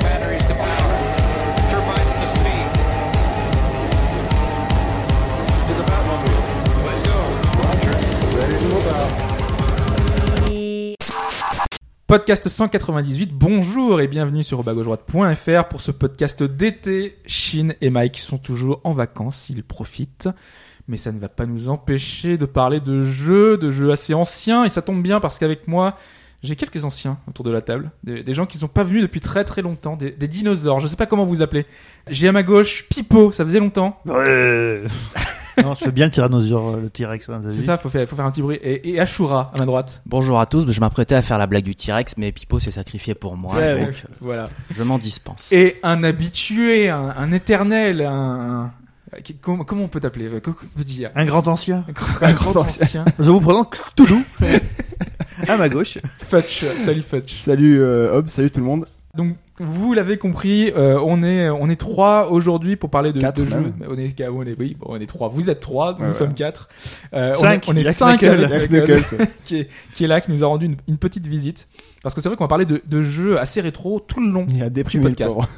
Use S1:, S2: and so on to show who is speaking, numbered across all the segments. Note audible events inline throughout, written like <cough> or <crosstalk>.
S1: batteries to power. Turbines to speed. To the Batmobile. Let's go.
S2: Podcast 198, bonjour et bienvenue sur robagauchedroite.fr pour ce podcast d'été. Chine et Mike sont toujours en vacances, ils profitent. Mais ça ne va pas nous empêcher de parler de jeux, de jeux assez anciens. Et ça tombe bien parce qu'avec moi, j'ai quelques anciens autour de la table. Des, des gens qui ne sont pas venus depuis très très longtemps. Des, des dinosaures, je ne sais pas comment vous appelez. J'ai à ma gauche Pipo, ça faisait longtemps.
S3: non, je fais bien le tyrannosaure, euh, le T-Rex. hein, vous avez
S2: C'est
S3: vu
S2: ça, faut faire, faut faire un petit bruit. Et, et Ashura à ma droite.
S4: Bonjour à tous, je m'apprêtais à faire la blague du T-Rex, mais Pipo s'est sacrifié pour moi,
S3: Ouais,
S4: donc euh,
S2: Voilà.
S4: je m'en dispense.
S2: Et un habitué, un, un éternel, un... un- qui- Comment, comment on peut t'appeler Euh, Comment on peut dire
S3: Un grand ancien.
S2: Un grand, un grand <laughs> ancien.
S3: Je vous présente Cthulhu. à ma gauche.
S2: Futch, salut Futch.
S5: Salut euh, Hob, salut tout le monde.
S2: Donc, vous l'avez compris, euh, on, est, on est trois aujourd'hui pour parler de,
S5: Quatre,
S2: de jeux.
S5: même.
S2: On est, ah, on est, oui, bon, on est trois. Vous êtes trois, nous
S5: Ouais, ouais.
S2: sommes quatre. Euh,
S3: Cinq,
S2: on est, on est
S3: il y a que
S2: cinq
S3: Knuckles.
S2: avec
S5: Jack
S2: Knuckles.
S5: Knuckles.
S2: <laughs> qui, est, qui est là, qui nous a rendu une, une petite visite. Parce que c'est vrai qu'on va parler de, de jeux assez rétro tout le long.
S5: Il a déprimé le
S2: podcast.
S5: pauvre.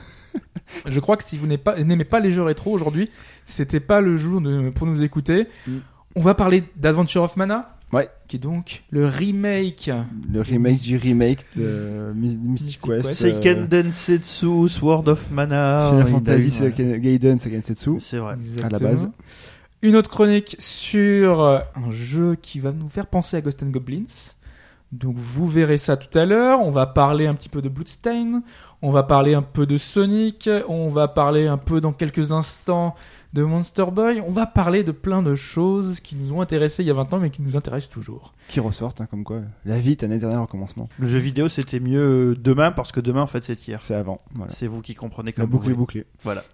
S2: Je crois que si vous n'aimez pas, n'aimez pas les jeux rétro aujourd'hui, c'était pas le jour de- pour nous écouter.
S5: Mm.
S2: On va parler d'Adventure of Mana.
S5: Ouais.
S2: Qui est donc le remake.
S5: Le remake du remake de My-
S2: Mystic
S5: Mystic
S2: Quest.
S5: Quest. euh,
S3: Seiken Densetsu, Sword of Mana. Ah
S5: Final
S3: oui,
S5: Fantasy,
S3: Dagon, ouais.
S5: Seiken- Gaiden, Seiken Setsu.
S3: C'est vrai.
S5: À la base.
S2: Une autre chronique sur euh, un jeu qui va nous faire penser à Ghost and Goblins. Donc vous verrez ça tout à l'heure. On va parler un petit peu de Bloodstained. On va parler un peu de Sonic. On va parler un peu dans quelques instants de Monster Boy. On va parler de plein de choses qui nous ont intéressés il y a 20 ans mais qui nous intéressent toujours.
S5: Qui ressortent, hein, comme quoi. La vie est un éternel recommencement.
S3: Le jeu vidéo, c'était mieux euh, demain parce que demain, en fait, c'est hier.
S5: C'est avant. Voilà.
S3: C'est vous qui comprenez
S5: La
S3: comme vous
S5: boucle est
S3: voulez.
S5: bouclée.
S3: Voilà.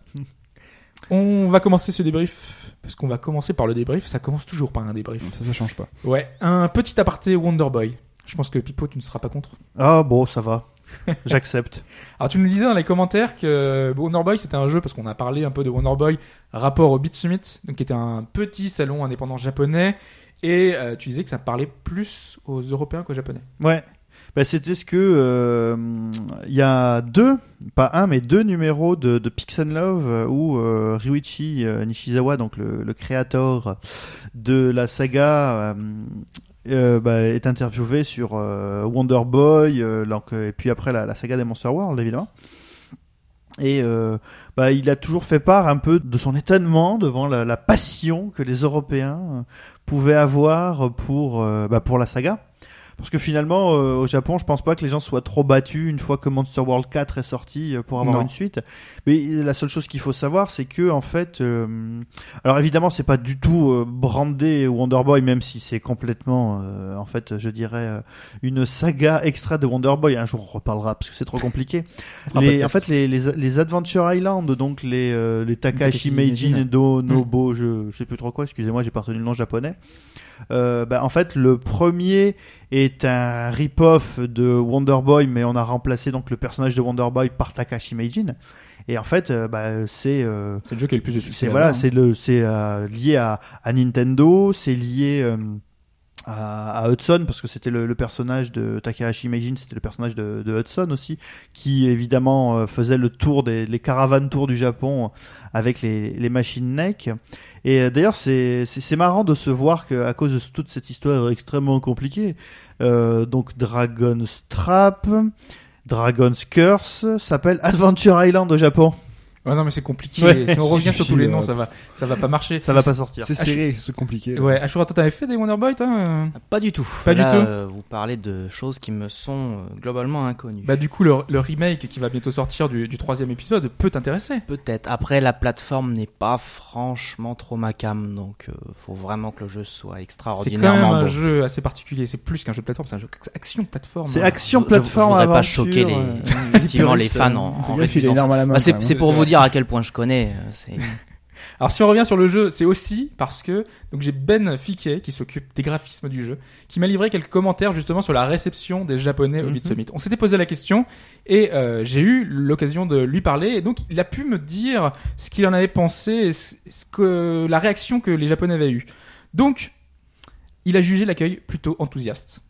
S2: On va commencer ce débrief parce qu'on va commencer par le débrief. Ça commence toujours par un débrief.
S5: Ça, ça change pas.
S2: Ouais, un petit aparté Wonder Boy. Je pense que Pipo, tu ne seras pas contre.
S3: Ah bon,
S2: <laughs>
S3: ça va. J'accepte.
S2: Alors tu nous disais dans les commentaires que euh, Wonder Boy c'était un jeu parce qu'on a parlé un peu de Wonder Boy rapport au Beat Summit, donc qui était un petit salon indépendant japonais, et euh, tu disais que ça parlait plus aux Européens qu'aux Japonais.
S3: Ouais. Bah, c'était ce que euh, il y a deux, pas un mais deux numéros de, de Pix and Love euh, où euh, Ryuichi euh, Nishizawa, donc le, le créateur de la saga, euh, euh, bah, est interviewé sur euh, Wonder Boy, euh, donc, euh, et puis après la, la saga des Monster World évidemment. Et euh, bah, il a toujours fait part un peu de son étonnement devant la, la passion que les Européens euh, pouvaient avoir pour euh, bah, pour la saga. Parce que finalement, euh, au Japon, je pense pas que les gens soient trop battus une fois que Monster World 4 est sorti euh, pour avoir
S2: Non.
S3: une suite. Mais la seule chose qu'il faut savoir, c'est que en fait, euh, alors évidemment, c'est pas du tout euh, brandé Wonder Boy, même si c'est complètement, euh, en fait, je dirais euh, une saga extra de Wonder Boy. Un jour, on reparlera parce que c'est trop compliqué.
S2: Un
S3: les,
S2: podcast.
S3: en fait, les, les, les Adventure Island, donc les, euh, les
S2: Takashi
S3: Takashi
S2: Meiji,
S3: Meiji
S2: ouais.
S3: Nendo
S2: Mm.
S3: Nobo, je, je sais plus trop quoi, excusez-moi, j'ai pas retenu le nom japonais. Euh, bah, en fait, le premier est un rip-off de Wonder Boy, mais on a remplacé donc le personnage de Wonder Boy par Takashi Meijin. Et en fait, euh, bah, c'est euh,
S2: C'est le jeu qui a eu le plus de succès.
S3: c'est voilà,
S2: là-bas, hein.
S3: c'est le, c'est euh, lié à, à Nintendo, c'est lié euh, à, à Hudson parce que c'était le, le personnage de Takahashi Meijin, c'était le personnage de, de Hudson aussi, qui évidemment euh, faisait le tour des les caravanes tours du Japon avec les, les machines Neck. Et euh, d'ailleurs, c'est c'est c'est marrant de se voir que à cause de toute cette histoire extrêmement compliquée, euh, donc Dragon's Trap. Dragon's Curse s'appelle Adventure Island au Japon.
S2: Ouais, non mais c'est compliqué.
S3: Ouais.
S2: Si on revient sur tous
S3: <laughs>
S2: les noms,
S5: Ouais.
S2: ça va, ça va pas marcher.
S3: Ça va pas sortir.
S5: C'est serré, c'est compliqué.
S2: Ouais, Ashura, toi t'avais fait des Wonder Boy, toi euh
S4: Pas du tout.
S2: Pas du
S4: Là,
S2: tout.
S4: euh, vous parlez de choses qui me sont euh, globalement inconnues.
S2: Bah du coup le, le remake qui va bientôt sortir du, du troisième épisode peut t'intéresser.
S4: Peut-être. Après, la plateforme n'est pas franchement trop ma cam, donc euh, faut vraiment que le jeu soit
S2: C'est quand même
S4: extraordinairement
S2: un
S4: bon.
S2: jeu assez particulier. C'est plus qu'un jeu de plateforme, c'est un jeu action plateforme.
S3: C'est action
S4: Je- je- je
S3: plateforme
S4: voudrais
S3: aventure.
S4: pas choquer les-
S3: euh,
S4: <laughs> effectivement les
S3: puristes,
S4: fans
S3: euh,
S4: en, en
S5: Fais gaffe, il est
S4: réduisant ça.
S5: énorme à la main.
S4: Bah, c'est
S5: quand même. hein.
S4: c'est pour vous dire à quel point je connais. euh, c'est-
S2: Alors si on revient sur le jeu, c'est aussi parce que donc j'ai Ben Fiquet qui s'occupe des graphismes du jeu, qui m'a livré quelques commentaires justement sur la réception des Japonais au Beat
S3: Mhm.
S2: Summit. On s'était posé la question et euh, j'ai eu l'occasion de lui parler et donc il a pu me dire ce qu'il en avait pensé, et ce ce que la réaction que les Japonais avaient eue. Donc il a jugé l'accueil plutôt enthousiaste.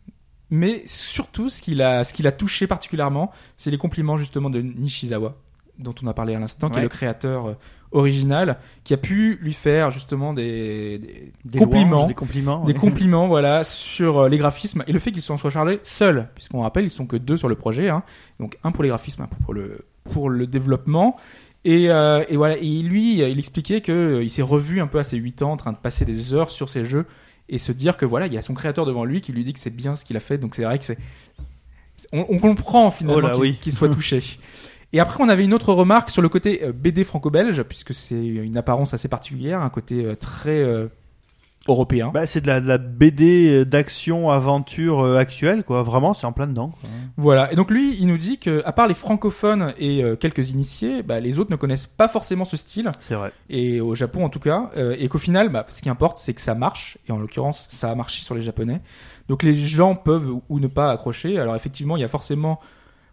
S2: Mais surtout, ce qu'il a, ce qu'il a touché particulièrement, c'est les compliments justement de Nishizawa, dont on a parlé à l'instant, qui est
S3: Ouais.
S2: le créateur euh, original, qui a pu lui faire justement des, des-
S3: Des
S4: hein.
S2: compliments,
S3: louanges,
S2: des,
S3: des compliments. ouais.
S2: compliments, voilà, sur euh, les graphismes et le fait qu'ils s'en soient chargés seuls, puisqu'on rappelle, ils sont que deux sur le projet, hein. donc un pour les graphismes, un pour, pour le pour le développement. Et, euh, et voilà, et lui, il expliquait que euh, il s'est revu un peu à ses 8 ans en train de passer des heures sur ses jeux et se dire que voilà, il y a son créateur devant lui qui lui dit que c'est bien ce qu'il a fait. Donc c'est vrai que c'est c'est- on, on comprend finalement
S3: Oh là,
S2: qu'il
S3: oui.
S2: qu'il soit touché.
S3: <laughs>
S2: Et après, on avait une autre remarque sur le côté euh, BD franco-belge, puisque c'est une apparence assez particulière, un côté euh, très euh, européen.
S3: Bah, c'est de la, de la BD d'action aventure euh, actuelle quoi. Vraiment, c'est en plein dedans. quoi.
S2: Voilà. Et donc lui, il nous dit que, à part les francophones et euh, quelques initiés, bah, les autres ne connaissent pas forcément ce style.
S3: C'est vrai.
S2: et au Japon en tout cas, euh, et qu'au final, bah, ce qui importe, c'est que ça marche, et en l'occurrence, ça a marché sur les Japonais. Donc les gens peuvent ou- ou ne pas accrocher. Alors effectivement, il y a forcément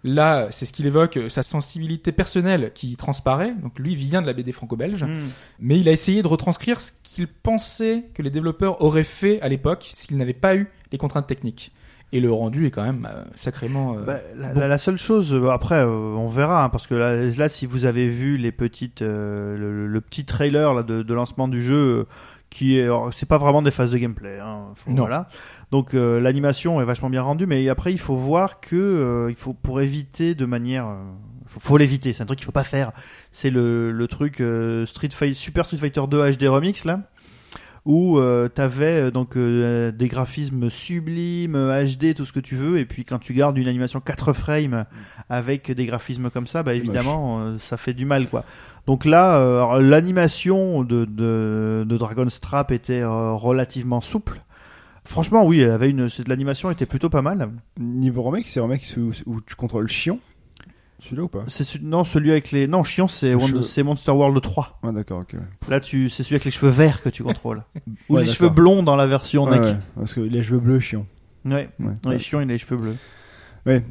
S2: là, c'est ce qu'il évoque, euh, sa sensibilité personnelle qui transparaît. Donc lui vient de la BD franco-belge,
S3: Mm.
S4: Hmm.
S2: mais il a essayé de retranscrire ce qu'il pensait que les développeurs auraient fait à l'époque s'ils n'avaient pas eu les contraintes techniques. Et le rendu est quand même euh, sacrément. euh,
S3: Bah, la,
S2: bon.
S3: la- la seule chose, euh, après, euh, on verra, hein, parce que là, là, si vous avez vu les petites, euh, le, le petit trailer là, de, de lancement du jeu, euh, qui est, alors, c'est pas vraiment des phases de gameplay. hein, faut-
S2: Non.
S3: Voilà. Donc euh, l'animation est vachement bien rendue, mais après, il faut voir que, euh, il faut pour éviter de manière, euh, faut, faut l'éviter. C'est un truc qu'il faut pas faire. C'est le, le truc euh, Street Fighter, Super Street Fighter 2 HD Remix là où euh, t'avais euh, donc euh, des graphismes sublimes, euh, HD, tout ce que tu veux, et puis quand tu gardes une animation 4 frames avec des graphismes comme ça, bah évidemment euh, ça fait du mal quoi. Donc là, euh, alors, l'animation de, de, de Dragon Strap était euh, relativement souple. Franchement, oui, elle avait une, c'est- l'animation était plutôt pas mal.
S5: Niveau remake, c'est remake où, où tu contrôles le chion Celui-là ou pas
S3: C'est ce- non celui avec les, non chiant, c'est
S5: Le
S3: Wonder-
S5: cheveu.
S3: c'est Monster World 3.
S5: Ouais, d'accord, ok. ouais.
S3: Là, tu, c'est celui avec les cheveux verts que tu contrôles, ou
S5: Ouais,
S3: les
S5: d'accord.
S3: cheveux blonds dans la version
S5: Ouais,
S3: NEC.
S5: ouais, parce que les cheveux bleus, chiant.
S3: Ouais,
S5: Ouais.
S3: ouais, chiant, il a les cheveux bleus.
S5: Ouais.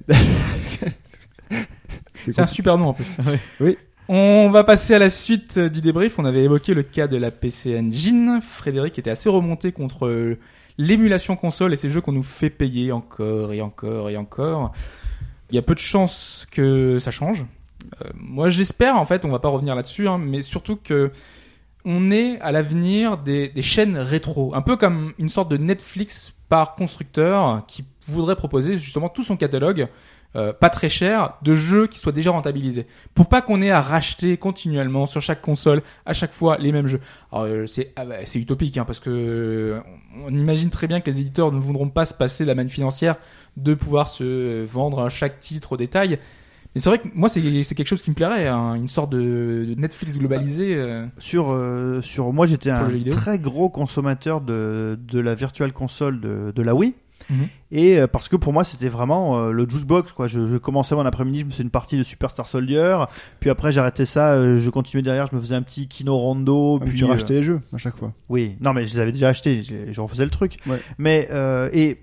S5: C'est
S2: C'est un
S5: quoi
S2: super nom en plus.
S5: <laughs> Oui.
S2: On va passer à la suite euh, du débrief. On avait évoqué le cas de la PC Engine. Frédéric était assez remonté contre euh, l'émulation console et ces jeux qu'on nous fait payer encore et encore et encore. Il y a peu de chances que ça change. Euh, moi, j'espère, en fait, on va pas revenir là-dessus, hein, mais surtout que on est à l'avenir des, des chaînes rétro, un peu comme une sorte de Netflix par constructeur qui voudrait proposer justement tout son catalogue, euh, pas très cher, de jeux qui soient déjà rentabilisés, pour pas qu'on ait à racheter continuellement sur chaque console à chaque fois les mêmes jeux. Alors euh, c'est ah bah, c'est utopique hein, parce que euh, on imagine très bien que les éditeurs ne voudront pas se passer de la manne financière de pouvoir se euh, vendre à chaque titre au détail. Mais c'est vrai que moi c'est c'est quelque chose qui me plairait, hein, une sorte de, de Netflix globalisé. euh.
S3: sur euh, sur moi j'étais
S2: Pour
S3: un
S2: le jeu vidéo.
S3: très gros consommateur de de la virtual console de de la Wii.
S2: Mhm.
S3: Et euh, parce que pour moi c'était vraiment euh, le juicebox quoi. Je, je commençais mon après-midi, je me faisais une partie de Superstar Soldier, puis après j'arrêtais ça, euh, je continuais derrière, je me faisais un petit Kino Rondo,
S5: Ah, mais
S3: puis
S5: tu
S3: euh,
S5: rachetais les jeux à chaque fois.
S3: oui, non, mais je les avais déjà achetés, je, je refaisais le truc.
S5: Ouais.
S3: Mais, euh, et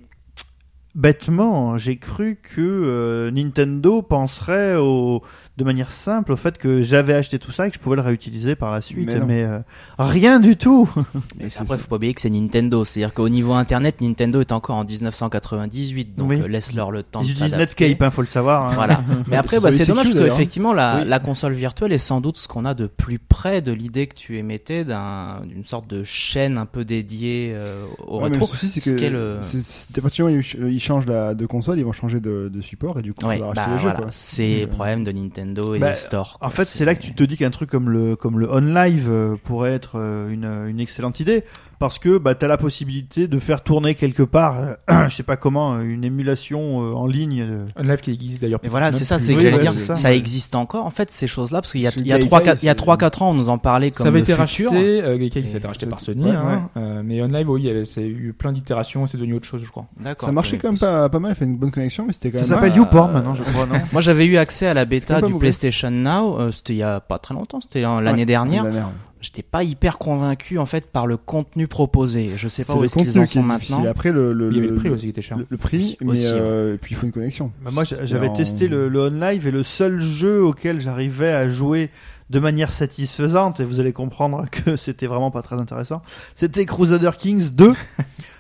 S3: bêtement, j'ai cru que euh, Nintendo penserait au, de manière simple au fait que j'avais acheté tout ça et que je pouvais le réutiliser par la suite.
S5: Mais non.
S3: Mais, euh, rien du tout
S4: Mais
S5: Et c'est
S4: après,
S5: ça.
S4: faut pas oublier que c'est Nintendo. C'est-à-dire qu'au niveau internet, Nintendo est encore en 1998, donc
S3: Oui.
S4: euh, laisse-leur le
S3: Ils
S4: temps de
S3: utilisent
S4: s'adapter.
S3: Netscape, hein, faut le savoir. hein. <laughs>
S4: Voilà. Mais après,
S5: Sur
S4: bah,
S5: les
S4: c'est
S5: CQ,
S4: dommage parce que
S5: d'ailleurs.
S4: effectivement, la,
S5: Oui.
S4: la console virtuelle est sans doute ce qu'on a de plus près de l'idée que tu émettais d'un- d'une sorte de chaîne un peu dédiée euh, au
S5: Ouais, mais
S4: rétro.
S5: le souci, c'est
S4: ce qu'est le-
S5: que c'est- c'est- à partir du moment où ils ch- ils changent la- de console, ils vont changer de, de support et du coup,
S4: Ouais,
S5: il faudra
S4: bah
S5: racheter les jeux.
S4: voilà,
S5: quoi.
S4: c'est
S5: Mais,
S4: le
S5: euh,
S4: problème de Nintendo et
S3: Bah,
S4: des stores.
S3: En fait, c'est là que tu te dis qu'un truc comme le comme le on live euh, pourrait être euh, une, une excellente idée parce que bah t'as la possibilité de faire tourner quelque part, <clears throat> euh, je sais pas comment, une émulation euh, en ligne. euh,
S2: Un live qui existe d'ailleurs.
S4: Mais voilà, c'est ça, c'est
S3: Oui,
S4: que j'allais
S3: ouais,
S4: dire,
S3: c'est
S4: ça,
S3: ça.
S4: existe encore en fait ces choses-là parce qu'il y a
S5: Parce que
S4: 3
S5: Gaikai,
S4: 4 il y a
S5: c'est-
S4: trois quatre ans on nous en parlait comme
S2: ça avait
S4: le
S2: été
S4: futur.
S2: racheté, euh, Gaikai,
S4: Et-
S2: ça a été racheté par Sony,
S5: Ouais,
S2: hein, euh, mais OnLive, oui, il y avait- c'est eu plein d'itérations, c'est devenu autre chose, je crois.
S4: D'accord.
S5: Ça marchait
S4: Mais-
S5: quand même pas, pas mal, il fait une bonne connexion, mais c'était quand
S3: Ça
S5: même.
S4: ça.
S3: s'appelle
S4: euh,
S3: YouPorn maintenant, je crois, non
S4: Moi, j'avais eu accès à la
S5: quand
S4: bêta
S5: même
S4: du
S5: mauvais.
S4: PlayStation Now. euh, c'était il y a pas très longtemps. C'était en- l'année
S5: Ouais,
S4: dernière.
S5: l'année dernière.
S4: J'étais pas hyper convaincu en fait par le contenu proposé. Je sais pas
S5: le
S4: où est-ce qu'ils
S5: contenu
S4: en
S5: qui est
S4: sont maintenant.
S5: difficile. Après, le, le,
S2: Il y avait
S5: le-
S2: le prix aussi qui était cher.
S5: le- le prix,
S4: Oui,
S5: mais
S4: aussi,
S5: euh, et puis il faut une connexion.
S3: Bah, Moi, j'a- j'avais
S5: en-
S3: testé le, le OnLive et le seul jeu auquel j'arrivais à jouer de manière satisfaisante, et vous allez comprendre <laughs> que c'était vraiment pas très intéressant, c'était Crusader Kings <laughs> 2.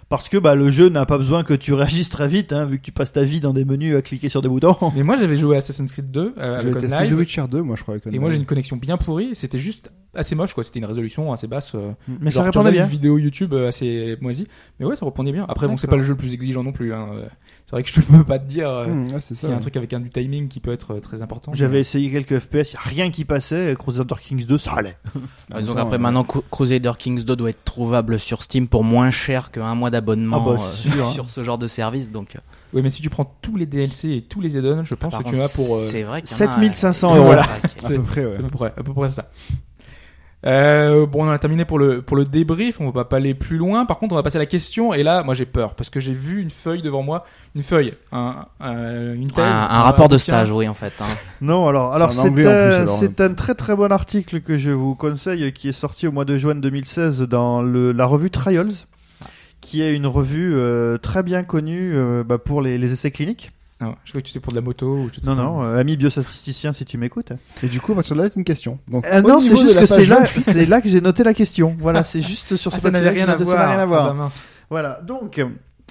S3: Parce que bah, le jeu n'a pas besoin que tu réagisses très vite, hein, vu que tu passes ta vie dans des menus à cliquer sur des boutons.
S2: Mais moi j'avais joué à Assassin's Creed 2 euh,
S5: J'avais
S2: avec
S5: testé The
S2: OnLive,
S5: Witcher 2, moi je crois. avec
S2: et moi j'ai
S5: Online.
S2: une connexion bien pourrie. et C'était juste assez moche quoi. C'était une résolution assez basse. euh,
S3: <laughs> Mais ça
S2: genre, tu
S3: répondait
S2: regardes
S3: bien.
S2: Une vidéo YouTube euh, assez moisie. Mais ouais, ça répondait bien. Après bon, c'est pas
S3: D'accord.
S2: le jeu le plus exigeant non plus. hein, euh, C'est vrai que je <laughs> peux pas te dire. euh,
S5: Mmh, ouais, c'est
S2: S'il
S5: ça.
S2: y a un
S5: ouais.
S2: truc avec un du timing qui peut être euh, très important.
S3: Hmm. J'avais essayé quelques FPS, y a rien qui passait, et Crusader Kings 2, ça allait.
S4: Ah, disons
S5: En même
S4: qu'après
S5: temps,
S4: maintenant, Cru- Crusader Kings 2 doit être trouvable sur Steam pour moins cher qu'un mois d'abonnement
S3: Ah bah, c'est
S4: euh, <laughs>
S3: sûr, hein.
S4: sur ce genre de service. Donc, euh,
S2: Oui, mais si tu prends tous les DLC et tous les add-ons, je pense
S4: par
S2: que tu
S4: contre,
S2: as pour. euh,
S4: c'est vrai qu'il y en a,
S3: 7500
S4: euh,
S3: euros, là.
S4: paquet.
S5: À peu près, ouais.
S2: C'est à peu près, à peu près ça. Euh, bon, on en a terminé pour le, pour le débrief, on va pas aller plus loin. Par contre, on va passer à la question, et là, moi j'ai peur, parce que j'ai vu une feuille devant moi, une feuille, un, un- une
S4: Un,
S2: thèse.
S4: un rapport de
S2: bouquin.
S4: stage, oui, en fait. hein.
S3: Non, alors,
S5: C'est
S3: alors
S5: en anglais,
S3: c'est
S5: en
S3: un-
S5: plus, alors.
S3: c'est un très très bon article que je vous conseille qui est sorti au mois de juin 2016 dans le, la revue Trials, qui est une revue euh, très bien connue euh, bah, pour les, les essais cliniques.
S2: Ah ouais, je crois que tu sais pour de la moto ou je sais
S3: Non,
S2: pas. Ah,
S3: non, euh, ami biostatisticien si tu m'écoutes.
S5: Et du coup, à partir de là, c'est une question. Donc,
S3: Ah
S5: au
S3: Euh, non, c'est
S5: niveau de
S3: juste
S5: la
S3: que c'est
S5: page
S3: là,
S5: là, je-
S3: c'est là que j'ai noté la question. Voilà, c'est <laughs> juste sur
S2: Ah,
S3: ce
S2: ça n'avait
S3: papier-là que
S2: rien, à
S3: j'ai noté,
S2: voir.
S3: ça n'a rien à voir.
S2: Ah, bah, mince.
S3: Voilà, donc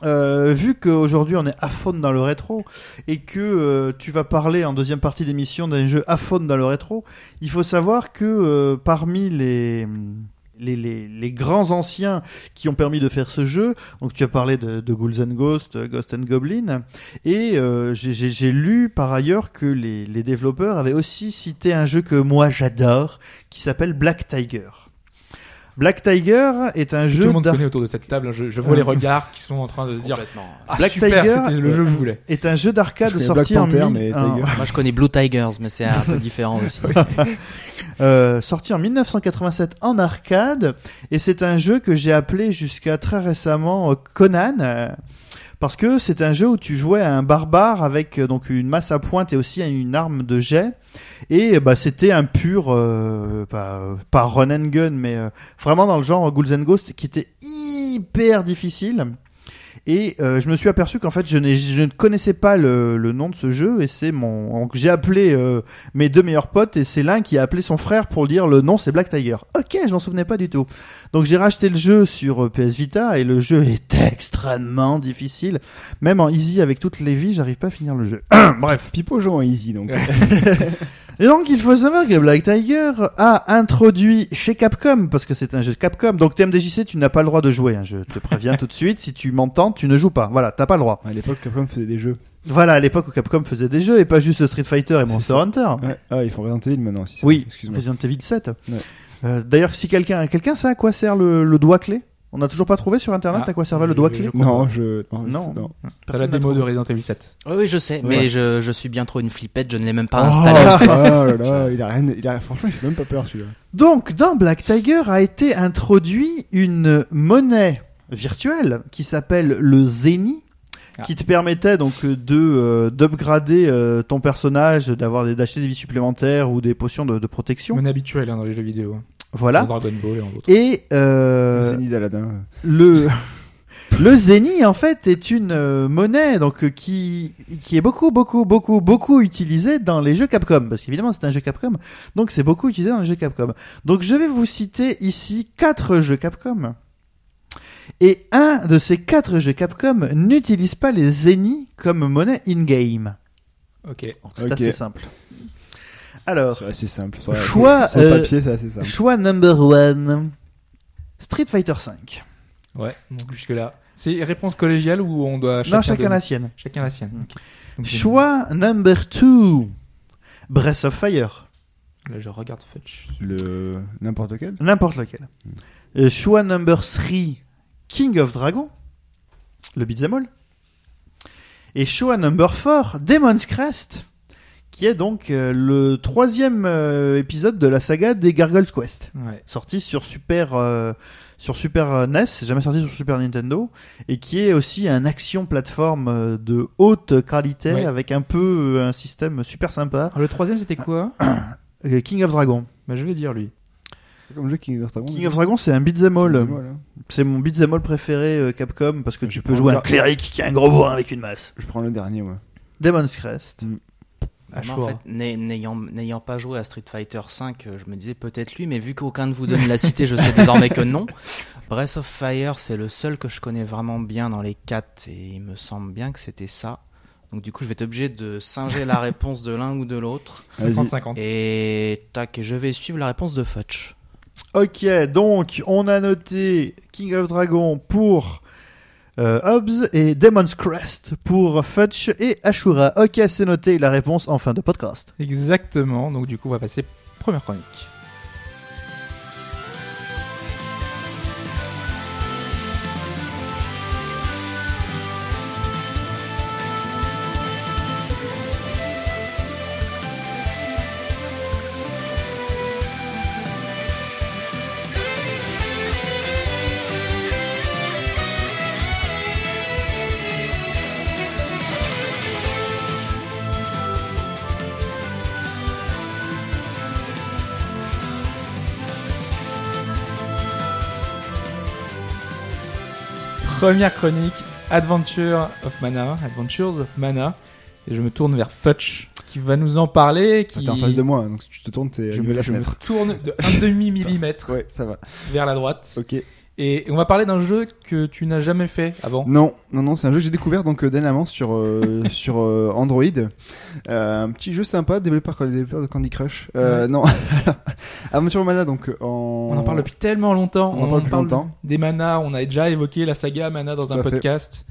S3: euh, vu qu'aujourd'hui on est à fond dans le rétro et que euh, tu vas parler en deuxième partie d'émission d'un jeu à fond dans le rétro, il faut savoir que euh, parmi les, les, les, les grands anciens qui ont permis de faire ce jeu, donc tu as parlé de, de Ghouls and Ghost, euh, Ghost and Goblin, et euh, j'ai- j'ai j'ai lu par ailleurs que les, les développeurs avaient aussi cité un jeu que moi j'adore qui s'appelle Black Tiger. Black Tiger est un
S2: Tout
S3: jeu
S2: le monde
S3: d'art-
S2: connaît autour de cette table, je, je vois les regards qui sont en train de se dire
S4: Complètement.
S2: Ah,
S3: Black
S2: super,
S3: Tiger, Euh,
S2: c'était le jeu que je voulais.
S3: est un jeu d'arcade
S5: Je connais
S3: sorti
S5: Black
S3: en,
S5: Panther,
S3: mille-
S5: mais
S3: en-
S5: Tiger.
S4: Moi, je connais Blue Tigers, mais c'est un peu différent aussi.
S3: euh, sorti en 1987 en arcade et c'est un jeu que j'ai appelé jusqu'à très récemment euh, Conan euh, parce que c'est un jeu où tu jouais à un barbare avec euh, donc une masse à pointe et aussi une arme de jet et euh, bah c'était un pur euh, pas, euh, pas run and gun mais euh, vraiment dans le genre Ghouls and Ghosts qui était hyper difficile et euh, je me suis aperçu qu'en fait je, n'ai- je ne connaissais pas le, le nom de ce jeu et c'est mon donc, j'ai appelé euh, mes deux meilleurs potes et c'est l'un qui a appelé son frère pour dire le nom c'est Black Tiger. Ok, je m'en souvenais pas du tout. Donc j'ai racheté le jeu sur euh, PS Vita et le jeu est <laughs> extrêmement difficile. Même en easy avec toutes les vies, j'arrive pas à finir le jeu. Bref.
S5: Pipo joue en easy, donc.
S3: Et donc il faut savoir que Black Tiger a introduit chez Capcom parce que c'est un jeu Capcom. Donc TMDJC, tu n'as pas le droit de jouer. hein. Je te préviens tout de suite. Si tu m'entends, tu ne joues pas. Voilà, t'as pas le droit.
S5: À l'époque, Capcom faisait des jeux.
S3: Voilà, à l'époque où Capcom faisait des jeux et pas juste Street Fighter et Monster
S5: ça.
S3: Hunter.
S5: Ouais. Ah, ils font Resident Evil maintenant, si c'est
S3: Oui,
S5: vrai. excuse-moi.
S3: Resident Evil 7.
S5: Ouais.
S3: Euh, D'ailleurs, si quelqu'un, quelqu'un sait à quoi sert le, le doigt clé On n'a toujours pas trouvé sur internet
S2: Ah,
S3: à quoi servait le
S2: je-
S3: doigt
S2: je
S3: clé
S2: comprends
S5: Non,
S2: pas.
S5: je. Non,
S3: Non.
S5: c'est-
S2: T'as la
S3: Personne n'a
S2: démo de
S3: trouvé.
S2: Resident Evil 7.
S4: oui, oui, je sais, mais
S5: Ouais.
S4: je, je suis bien trop une flippette, je ne l'ai même pas
S5: Oh,
S4: installé.
S5: oh là là, il a rien, il a, franchement, il fait même pas peur celui-là.
S3: Donc, dans Black Tiger a été introduit une monnaie virtuelle qui s'appelle le Zeni,
S2: Ah.
S3: qui te permettait donc euh, de euh, d'upgrader euh, ton personnage, d'avoir des- d'acheter des vies supplémentaires ou des potions de, de protection.
S2: Mon habituel hein, dans les jeux vidéo. hein.
S3: Voilà.
S2: Dans Dragon Ball et en d'autres.
S3: Et euh,
S5: C'est ni d'Aladin.
S3: le <laughs> le zénith en fait est une euh, monnaie donc euh, qui qui est beaucoup beaucoup beaucoup beaucoup utilisée dans les jeux Capcom parce qu'évidemment c'est un jeu Capcom donc c'est beaucoup utilisé dans les jeux Capcom. Donc je vais vous citer ici quatre jeux Capcom. Et un de ces quatre jeux Capcom n'utilise pas les zéniths comme monnaie in-game.
S2: Ok.
S3: Donc c'est
S5: Ok.
S3: assez simple. Alors,
S5: C'est assez simple. Sur-
S3: Choix,
S5: Sur
S3: euh,
S5: le papier, c'est assez simple.
S3: choix number one. Street Fighter 5.
S2: Ouais, donc jusque-là. C'est réponse collégiale ou on doit chacun
S3: Non, chacun
S2: donner-
S3: la sienne.
S2: Chacun la sienne.
S3: Mm.
S4: Hmm.
S2: ok. Donc, j'ai-
S3: Choix number two. Breath of Fire.
S2: Là, je regarde Fetch.
S5: Le n'importe quel.
S3: N'importe lequel.
S2: Hmm.
S3: Euh, choix number three. King of Dragon. Le beat'em all. Et choix number four. Demon's Crest. qui est donc euh, le troisième euh, épisode de la saga des Gargoyles Quest,
S2: Ouais.
S3: sorti sur Super euh, sur Super euh, NES, jamais sorti sur Super Nintendo, et qui est aussi un action plateforme euh, de haute qualité
S2: Ouais.
S3: avec un peu euh, un système super sympa,
S2: Alors, le troisième, c'était quoi
S4: Ah.
S3: Euh, King of Dragon.
S2: bah, Je vais dire lui.
S5: C'est comme le jeu King of Dragon.
S3: King of Dragon, c'est un beat'em all.
S5: Voilà.
S3: C'est mon beat'em all préféré euh, Capcom parce que
S5: Je
S3: tu
S5: prends
S3: peux jouer
S5: le
S3: un cléric qui a un gros bourrin avec une masse.
S5: Je prends le dernier, ouais.
S3: Demon's Crest.
S2: À
S4: Moi, Ah, en
S2: Ah, choix.
S4: fait, n'ay- n'ayant n'ayant pas joué à Street Fighter V, euh, je me disais peut-être lui, mais vu qu'aucun de vous donne la cité, je sais désormais
S2: <laughs>
S4: que non. Breath of Fire, c'est le seul que je connais vraiment bien dans les quatre, et il me semble bien que c'était ça. Donc du coup, je vais être obligé de
S2: <laughs>
S4: singer la réponse de l'un ou de l'autre.
S5: Vas-y.
S2: 50-50.
S4: Et tac, je vais suivre la réponse de Fudge.
S3: Ok, donc on a noté King of Dragon pour euh, Hobbs et Demon's Crest pour Fudge et Ashura. Ok, c'est noté la réponse en fin de podcast.
S2: Exactement. Donc, du coup, on va passer première chronique. Première chronique Adventure of Mana, Adventures of Mana. Et je me tourne vers Futch qui va nous en parler.
S5: Ah,
S2: Qui...
S5: T'es en face de moi, donc si tu te tournes, t'es
S2: je
S5: allumé
S2: me,
S5: la
S2: je me
S5: fenêtre.
S2: tourne de 1 demi millimètre
S5: <laughs> Ouais, ça va.
S2: vers la droite.
S5: Ok.
S2: Et on va parler d'un jeu que tu n'as jamais fait avant.
S5: Non, non, non, c'est un jeu que j'ai découvert donc euh, dernièrement sur euh, <laughs> sur euh, Android. Euh, un petit jeu sympa développé par les développeurs de Candy Crush. Euh, Non, <laughs> Adventure Mana donc en.
S2: On en parle depuis tellement longtemps.
S5: On en parle Mm. depuis longtemps.
S2: Des manas. On a déjà évoqué la saga Mana dans
S5: Tout
S2: un
S5: à fait.
S2: podcast.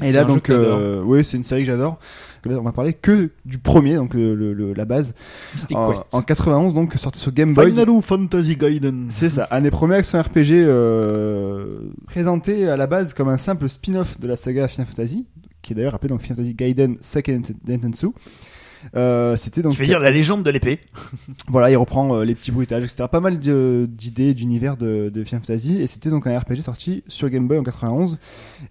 S5: Et
S2: c'est un
S5: là
S2: jeu
S5: donc,
S2: que j'adore.
S5: euh, oui, c'est une série que j'adore. Là, on va parler que du premier donc le, le- le- la base.
S2: Mystic
S5: En,
S2: Quest.
S5: en 91 donc sorti sur Game Boy.
S3: Final Fantasy Gaiden.
S5: C'est ça, un des premiers actions RPG euh, présenté à la base comme un simple spin-off de la saga Final Fantasy, qui est d'ailleurs appelé donc Final Fantasy Gaiden Second Dentensu. Euh, c'était donc
S3: Je vais dire la légende de l'épée.
S5: voilà il reprend euh, les petits bruitages etc pas mal de- d'idées d'univers de, de Final Fantasy et c'était donc un RPG sorti sur Game Boy en 91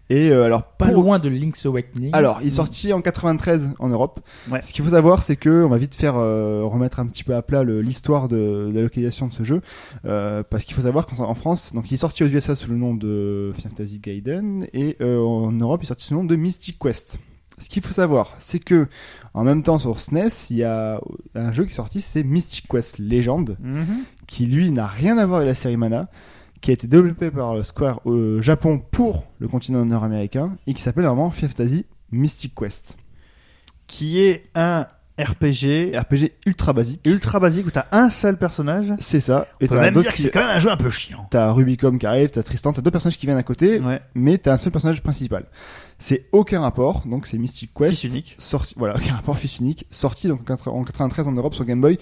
S5: et euh, alors
S2: Pas
S5: pour-
S2: loin de Link's Awakening.
S5: alors il est sorti en 93 en Europe
S3: Ouais.
S5: ce qu'il faut savoir, c'est que on va vite faire euh, remettre un petit peu à plat le- l'histoire de, de la localisation de ce jeu, euh, parce qu'il faut savoir qu'en en France, donc il est sorti aux USA sous le nom de Final Fantasy Gaiden et euh, en Europe, il est sorti sous le nom de Mystic Quest. Ce qu'il faut savoir, c'est que en même temps sur SNES, il y a un jeu qui est sorti, c'est Mystic Quest Legend, qui lui n'a rien à voir avec la série Mana, qui a été développé par euh, Square au Japon pour le continent nord-américain et qui s'appelle normalement Final Fantasy Mystic Quest.
S3: Qui est un RPG
S5: RPG ultra basique.
S3: ultra basique où t'as un seul personnage.
S5: C'est ça. Et
S3: On peut
S5: t'as
S3: même
S5: d'autres
S3: dire que
S5: qui-
S3: c'est quand même un jeu un peu chiant.
S5: T'as Rubicom qui arrive, t'as Tristan, t'as deux personnages qui viennent à côté,
S3: Ouais.
S5: mais t'as un seul personnage principal. C'est aucun rapport, donc c'est Mystic Quest.
S3: Fils unique.
S5: Sorti, voilà, <laughs> aucun rapport fils unique. Sorti donc en 80 en 93 en Europe sur Game Boy.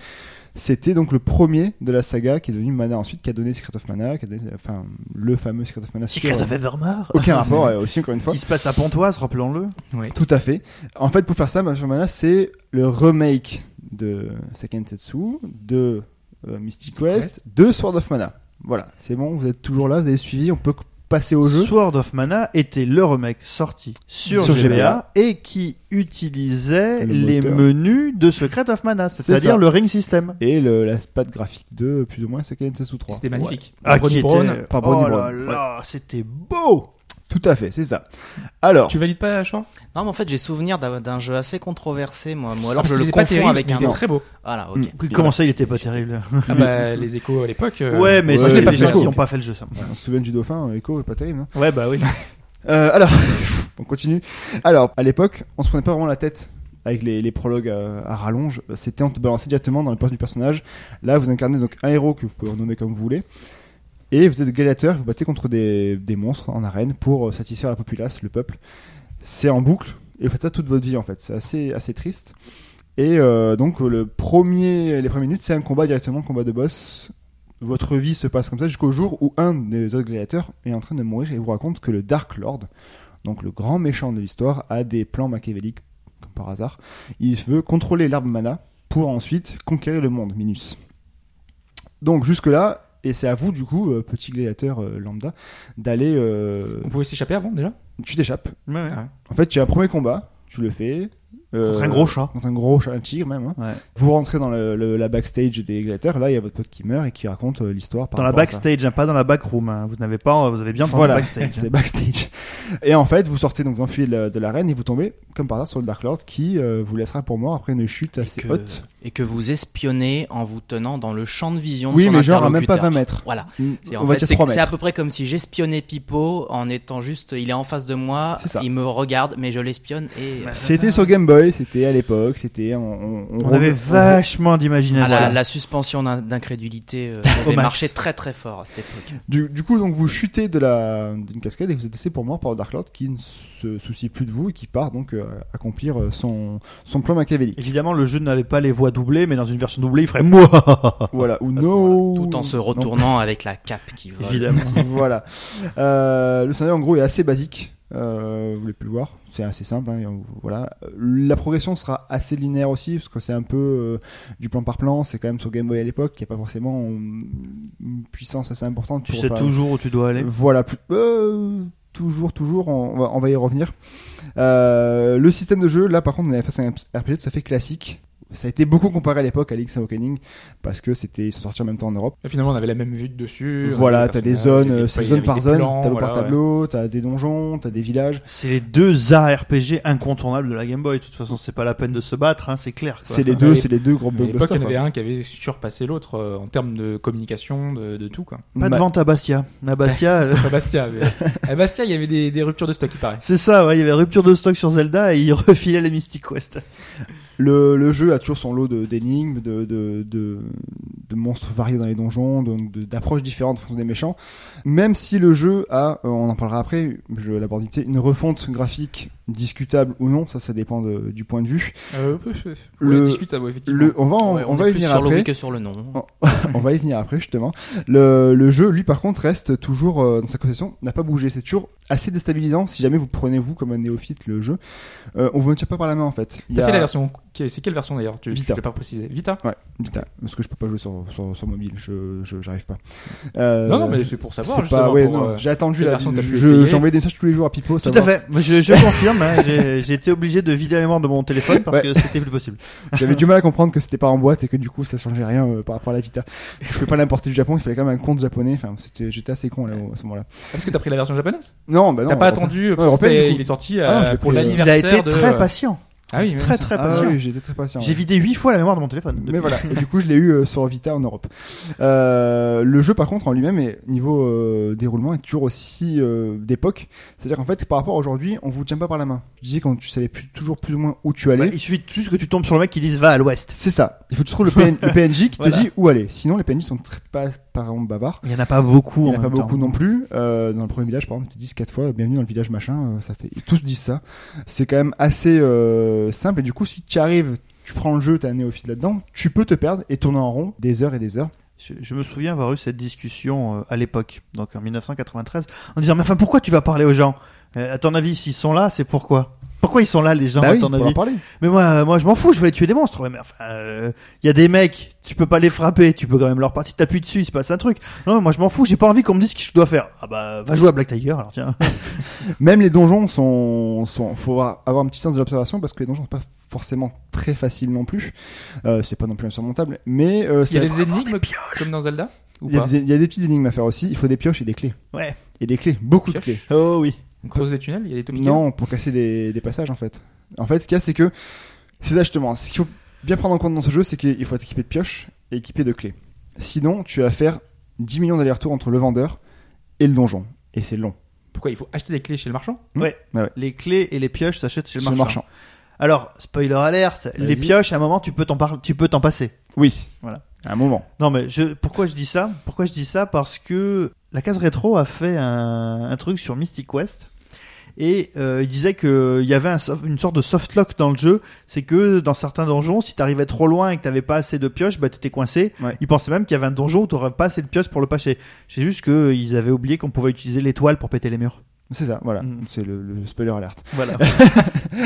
S5: C'était donc le premier de la saga qui est devenu Mana ensuite, qui a donné Secret of Mana, qui a donné, enfin, le fameux Secret of Mana.
S3: Secret
S5: sur-
S3: of Evermore.
S5: Aucun rapport, euh, aussi encore une
S3: <laughs>
S5: fois.
S3: Qui se passe à Pontoise, rappelons-le.
S5: Tout à fait. En fait, pour faire ça, Major Mana, c'est le remake de Seiken Setsu, de euh, Mystic Quest, de Sword of Mana. Voilà, c'est bon, vous êtes toujours là, vous avez suivi, on peut passer au jeu.
S3: Sword of Mana était le remake sorti sur,
S5: Sur
S3: GBA,
S5: GBA,
S3: et qui utilisait
S5: Le
S3: les
S5: moteur.
S3: menus de Secret of Mana, c'est-à-dire
S5: ça.
S3: le ring system.
S5: Et le, la patte graphique de plus ou moins Seiken Setsu 3.
S2: C'était magnifique.
S3: Ah,
S2: Ronnie
S3: qui
S2: Brown.
S3: était-
S5: par Brownie
S3: oh là
S5: Brown,
S3: là, c'était beau
S5: Tout à fait, c'est ça. Alors,
S2: Tu valides pas, Chant
S4: Non, mais en fait, j'ai souvenir d'un- d'un jeu assez controversé, moi, moi alors
S2: Ah, Parce
S4: je
S2: qu'il
S4: le
S2: était pas
S4: confonds
S2: terrible,
S4: avec
S2: mais
S4: un.
S2: Il était très
S5: <laughs>
S2: beau.
S4: Voilà,
S5: Mm.
S4: ok.
S3: Comment ça, il était pas terrible
S2: Ah bah, les échos à l'époque. euh,
S3: Ouais, mais
S5: ouais,
S3: c'est
S5: il est
S3: les
S5: pas
S3: gens
S5: fait,
S3: qui
S5: ok.
S3: n'ont pas fait le jeu, ça.
S5: on se souvient du dauphin, euh, Echo, pas terrible. hein.
S3: Ouais, bah oui.
S5: Euh, alors, <laughs> on continue. Alors, à l'époque, on se prenait pas vraiment la tête avec les, les prologues à, à rallonge. C'était on te balançait directement dans le poste du personnage. Là, vous incarnez donc un héros que vous pouvez renommer comme vous voulez. Et vous êtes gladiateur, vous battez contre des, des monstres en arène pour euh, satisfaire la populace, le peuple. C'est en boucle, et vous faites ça toute votre vie en fait. C'est assez, assez triste. Et euh, donc, le premier, les premières minutes, c'est un combat directement, combat de boss. Votre vie se passe comme ça jusqu'au jour où un des autres gladiateurs est en train de mourir et vous raconte que le Dark Lord, donc le grand méchant de l'histoire, a des plans machiavéliques comme par hasard, il veut contrôler l'arbre mana pour ensuite conquérir le monde, Minus. Donc jusque-là, et c'est à vous du coup, euh, petit gladiateur euh, lambda, d'aller... euh,
S2: On pouvait s'échapper avant déjà
S5: tu t'échappes.
S3: Ouais, ouais.
S5: En fait, tu as un premier combat, tu le fais. euh,
S3: Contre un gros chat.
S5: Contre un gros chat, un tigre même. hein.
S3: Ouais.
S5: Vous rentrez dans le- le- la backstage des gladiateurs, là il y a votre pote qui meurt et qui raconte euh, l'histoire. par
S3: Dans la
S5: rapport à ça.
S3: backstage, hein, pas dans la backroom. hein. Vous n'avez pas, vous avez bien entendu
S5: voilà,
S3: backstage. hein.
S5: <laughs> c'est backstage. Et en fait, vous sortez donc, vous enfuyez de la- de l'arène et vous tombez, comme par hasard, sur le Dark Lord qui euh, vous laissera pour mort après une chute assez
S4: et, que,
S5: haute.
S4: et que vous espionnez en vous tenant dans le champ de vision de
S5: Oui,
S4: son
S5: mais genre à même pas
S4: interlocuteur.
S5: 20 mètres.
S4: Voilà. C'est-
S5: On
S4: en
S5: va
S4: fait,
S5: dire
S4: c'est
S5: 3
S4: c'est à
S5: mètres.
S4: peu près comme si j'espionnais Pipo en étant juste, il est en face de moi,
S5: C'est ça.
S4: il me regarde, mais je l'espionne et euh,
S5: C'était sur Game Boy, c'était à l'époque, c'était. On, on, on
S3: On avait
S5: on-
S3: vachement
S4: ah,
S3: d'imagination.
S4: la, la suspension d'in- d'incrédulité
S5: <laughs>
S4: euh,
S3: Au
S4: avait
S3: max.
S4: marché très très fort à cette époque.
S5: Du, du coup, donc vous chutez de la d'une cascade et vous êtes laissé pour mort par le Dark Lord qui ne se soucie plus de vous et qui part donc euh, accomplir euh, son son plan machiavélique.
S3: Évidemment, le jeu n'avait pas les voix doublées, mais dans une version doublée, il ferait moi.
S5: Voilà ou no.
S4: Ah. Tout en se
S5: Non.
S4: retournant avec la cape qui vole.
S5: <laughs>
S3: Évidemment.
S5: voilà. Euh, le scénario en gros est assez basique. Euh, vous voulez plus le voir, c'est assez simple. hein, et on- voilà. Euh, La progression sera assez linéaire aussi parce que c'est un peu euh, du plan par plan. C'est quand même sur Game Boy à l'époque qui a pas forcément une une puissance assez importante.
S3: Tu
S5: pour
S3: sais
S5: faire-
S3: toujours où tu dois aller.
S5: Voilà, plus- euh, toujours, toujours, on va, on va y revenir. Euh, le système de jeu, là par contre, on est face à un RPG tout à fait classique. Ça a été beaucoup comparé à l'époque à Link's Awakening parce que c'était ils sont sortis en même temps en Europe.
S2: Et Finalement, on avait la même vue de dessus. on
S5: voilà,
S2: avait
S5: t'as des
S2: personnages,
S5: zones,
S2: il y
S5: euh,
S2: avait
S5: c'est
S2: pas-
S5: zone
S2: avec
S5: par
S2: des
S5: zone,
S2: plans,
S5: tableau par
S2: voilà, ouais.
S5: tableau, t'as des donjons, t'as des villages.
S3: C'est les deux ARPG incontournables de la Game Boy. De toute façon, c'est pas la peine de se battre, hein, c'est clair. quoi.
S5: C'est les
S2: Ouais,
S5: deux,
S2: mais-
S5: c'est les deux gros
S2: Mais À l'époque, il
S5: blockbusters.
S2: y en avait
S5: quoi.
S2: un qui avait surpassé l'autre euh, en termes de communication, de, de tout quoi. <laughs>
S3: Pas de
S5: Ma-
S3: vente à Bastia. À
S5: <laughs>
S3: Bastia, euh,
S2: C'est pas Bastia. Mais... à Bastia, il y avait des, des ruptures de stock, il paraît.
S3: c'est ça, ouais, il y avait rupture de stock sur Zelda et il <laughs> refilait les Mystic Quest.
S5: Le, le jeu a toujours son lot de- d'énigmes, de, de, de, de monstres variés dans les donjons, donc de- d'approches différentes en fonction des méchants. Même si le jeu a, euh, on en parlera après, je l'aborde vite fait, une refonte graphique discutable ou non, ça ça dépend de- du point de vue.
S2: Euh, peu- peu- peu-
S5: Le-
S2: ouais, discutable, ah ouais, effectivement.
S5: Le, on va, en-
S4: Ouais,
S5: on
S4: on,
S5: va
S4: est
S5: y
S4: plus
S5: venir
S4: sur le oui
S5: après.
S4: que sur le non.
S5: Oh. on va y venir après justement. Le, le jeu, lui par contre, reste toujours euh, dans sa concession, n'a pas bougé. C'est toujours assez déstabilisant si jamais vous prenez vous comme un néophyte le jeu. Euh, on vous ne tient pas par la main en fait. Il y
S2: T'as
S5: a-
S2: fait la version. C'est quelle version d'ailleurs Tu
S5: Vita.
S2: l'as pas précisé. Vita.
S5: Putain, parce que je peux pas jouer sur, sur, sur mobile, je je- j'arrive pas. Euh,
S2: Non, non, mais c'est pour
S5: c'est
S2: savoir.
S5: pas-
S2: justement,
S5: ouais,
S2: pour,
S5: non,
S2: euh,
S5: j'ai attendu
S2: les
S5: la
S2: versions que t'as pu
S5: je-
S2: essayer.
S5: J'ai envoyé des messages tous les jours à Pipo.
S3: Tout à fait. Moi, Je, je confirme, hein, j'ai j'ai été obligé de vider la mémoire de mon téléphone parce
S5: Ouais.
S3: que c'était plus
S5: <laughs>
S3: possible.
S5: J'avais du mal à comprendre que c'était pas en boîte et que du coup ça changeait rien euh, par rapport à la Vita. Je pouvais pas l'importer du Japon, il fallait quand même un compte japonais. Enfin, c'était- j'étais assez con là au- à ce moment-là.
S2: Parce que t'as pris la version japonaise.
S5: Non, bah non.
S2: T'as pas
S5: on va-
S2: attendu. euh,
S5: Ouais,
S2: Parce que
S5: européenne,
S2: c'était-
S5: du coup.
S2: il est sorti
S5: Ah,
S2: euh,
S5: je l'ai
S2: pour
S5: pris, euh,
S3: Il a
S2: l'anniversaire.
S3: été
S2: de-
S3: très patient.
S2: Ah oui,
S3: Très, très
S5: Ah
S3: patient.
S5: oui, j'étais très patient.
S3: J'ai vidé huit fois la mémoire de mon téléphone.
S5: Mais voilà, et du coup je l'ai eu euh, sur Vita en Europe. Euh, le jeu par contre en lui-même, est- niveau euh, déroulement, est toujours aussi euh, d'époque. C'est-à-dire qu'en fait par rapport à aujourd'hui, on vous tient pas par la main. Je disais quand tu savais plus- toujours plus ou moins où tu allais.
S3: Ouais, il suffit juste que tu tombes sur le mec qui dise va à l'ouest.
S5: C'est ça. Il faut que tu trouves le, PN le PNJ
S3: <laughs>
S5: qui
S3: Voilà.
S5: te dit où aller. Sinon les PNJ sont très pas par exemple bavards.
S3: Il y en a pas beaucoup.
S5: Il
S3: en
S5: n'y en a pas
S3: même temps.
S5: beaucoup non plus. Euh, dans le premier village, par exemple, ils te disent quatre fois bienvenue dans le village machin. euh, ça fait... Ils tous disent ça. C'est quand même assez euh, simple. Et du coup, si tu arrives, tu prends le jeu, t'es un néophyte là-dedans, tu peux te perdre et tourner en rond des heures et des heures.
S3: Je, je me souviens avoir eu cette discussion euh, à l'époque, donc en 1993, en disant mais enfin pourquoi tu vas parler aux gens Euh, À ton avis, s'ils sont là, c'est pourquoi Pourquoi ils sont là les gens
S5: Bah
S3: à
S5: oui,
S3: ton
S5: faut leur
S3: avis
S5: parler.
S3: Mais moi, moi je m'en fous, je vais aller tuer des monstres. Ouais, mais enfin, euh, il y a des mecs, tu peux pas les frapper, tu peux quand même leur partir. T'appuies dessus, il se passe un truc. Non, moi je m'en fous, j'ai pas envie qu'on me dise ce que je dois faire. Ah bah va jouer à Black Tiger alors
S5: <laughs>
S3: tiens.
S5: Même les donjons sont, sont, faut avoir, avoir un petit sens de l'observation parce que les donjons sont pas forcément très faciles non plus. Euh, c'est pas non plus insurmontable, mais euh,
S2: Il y a
S5: c'est-
S2: des énigmes comme dans Zelda ou
S5: il y a
S2: pas
S5: des, il y a des petites énigmes à faire aussi. Il faut des pioches et des clés.
S3: Ouais.
S5: Et des clés, beaucoup de
S2: Pioches
S5: clés.
S3: Oh oui.
S2: On creuse des tunnels, il y a des Tommy
S5: Non, pour casser des, des passages en fait. En fait, ce qu'il y a, c'est que c'est ça justement. Ce qu'il faut bien prendre en compte dans ce jeu, c'est qu'il faut être équipé de pioches et équipé de clés. Sinon, tu vas faire 10 millions d'allers-retours entre le vendeur et le donjon, et c'est long.
S2: Pourquoi il faut acheter des clés chez le marchand
S3: Les clés et les pioches s'achètent chez le
S5: Chez
S3: marchand. Alors spoiler alerte, les
S5: Vas-y.
S3: pioches à un moment tu peux t'en par- tu peux t'en passer.
S5: Oui.
S3: Voilà.
S5: À un moment.
S3: Non mais je pourquoi je dis ça Pourquoi je dis ça Parce que la case rétro a fait un, un truc sur Mystic West et euh, il disait que il y avait un soft- une sorte de soft lock dans le jeu, c'est que dans certains donjons, si t'arrivais trop loin et que t'avais pas assez de pioches, bah t'étais coincé.
S5: Ouais.
S3: Ils pensaient même qu'il y avait un donjon où t'aurais pas assez de pioches pour le passer. C'est juste que ils avaient oublié qu'on pouvait utiliser l'étoile pour péter les murs.
S5: C'est ça, voilà.
S3: Mm.
S5: C'est le, le spoiler alerte. <laughs>
S3: Voilà.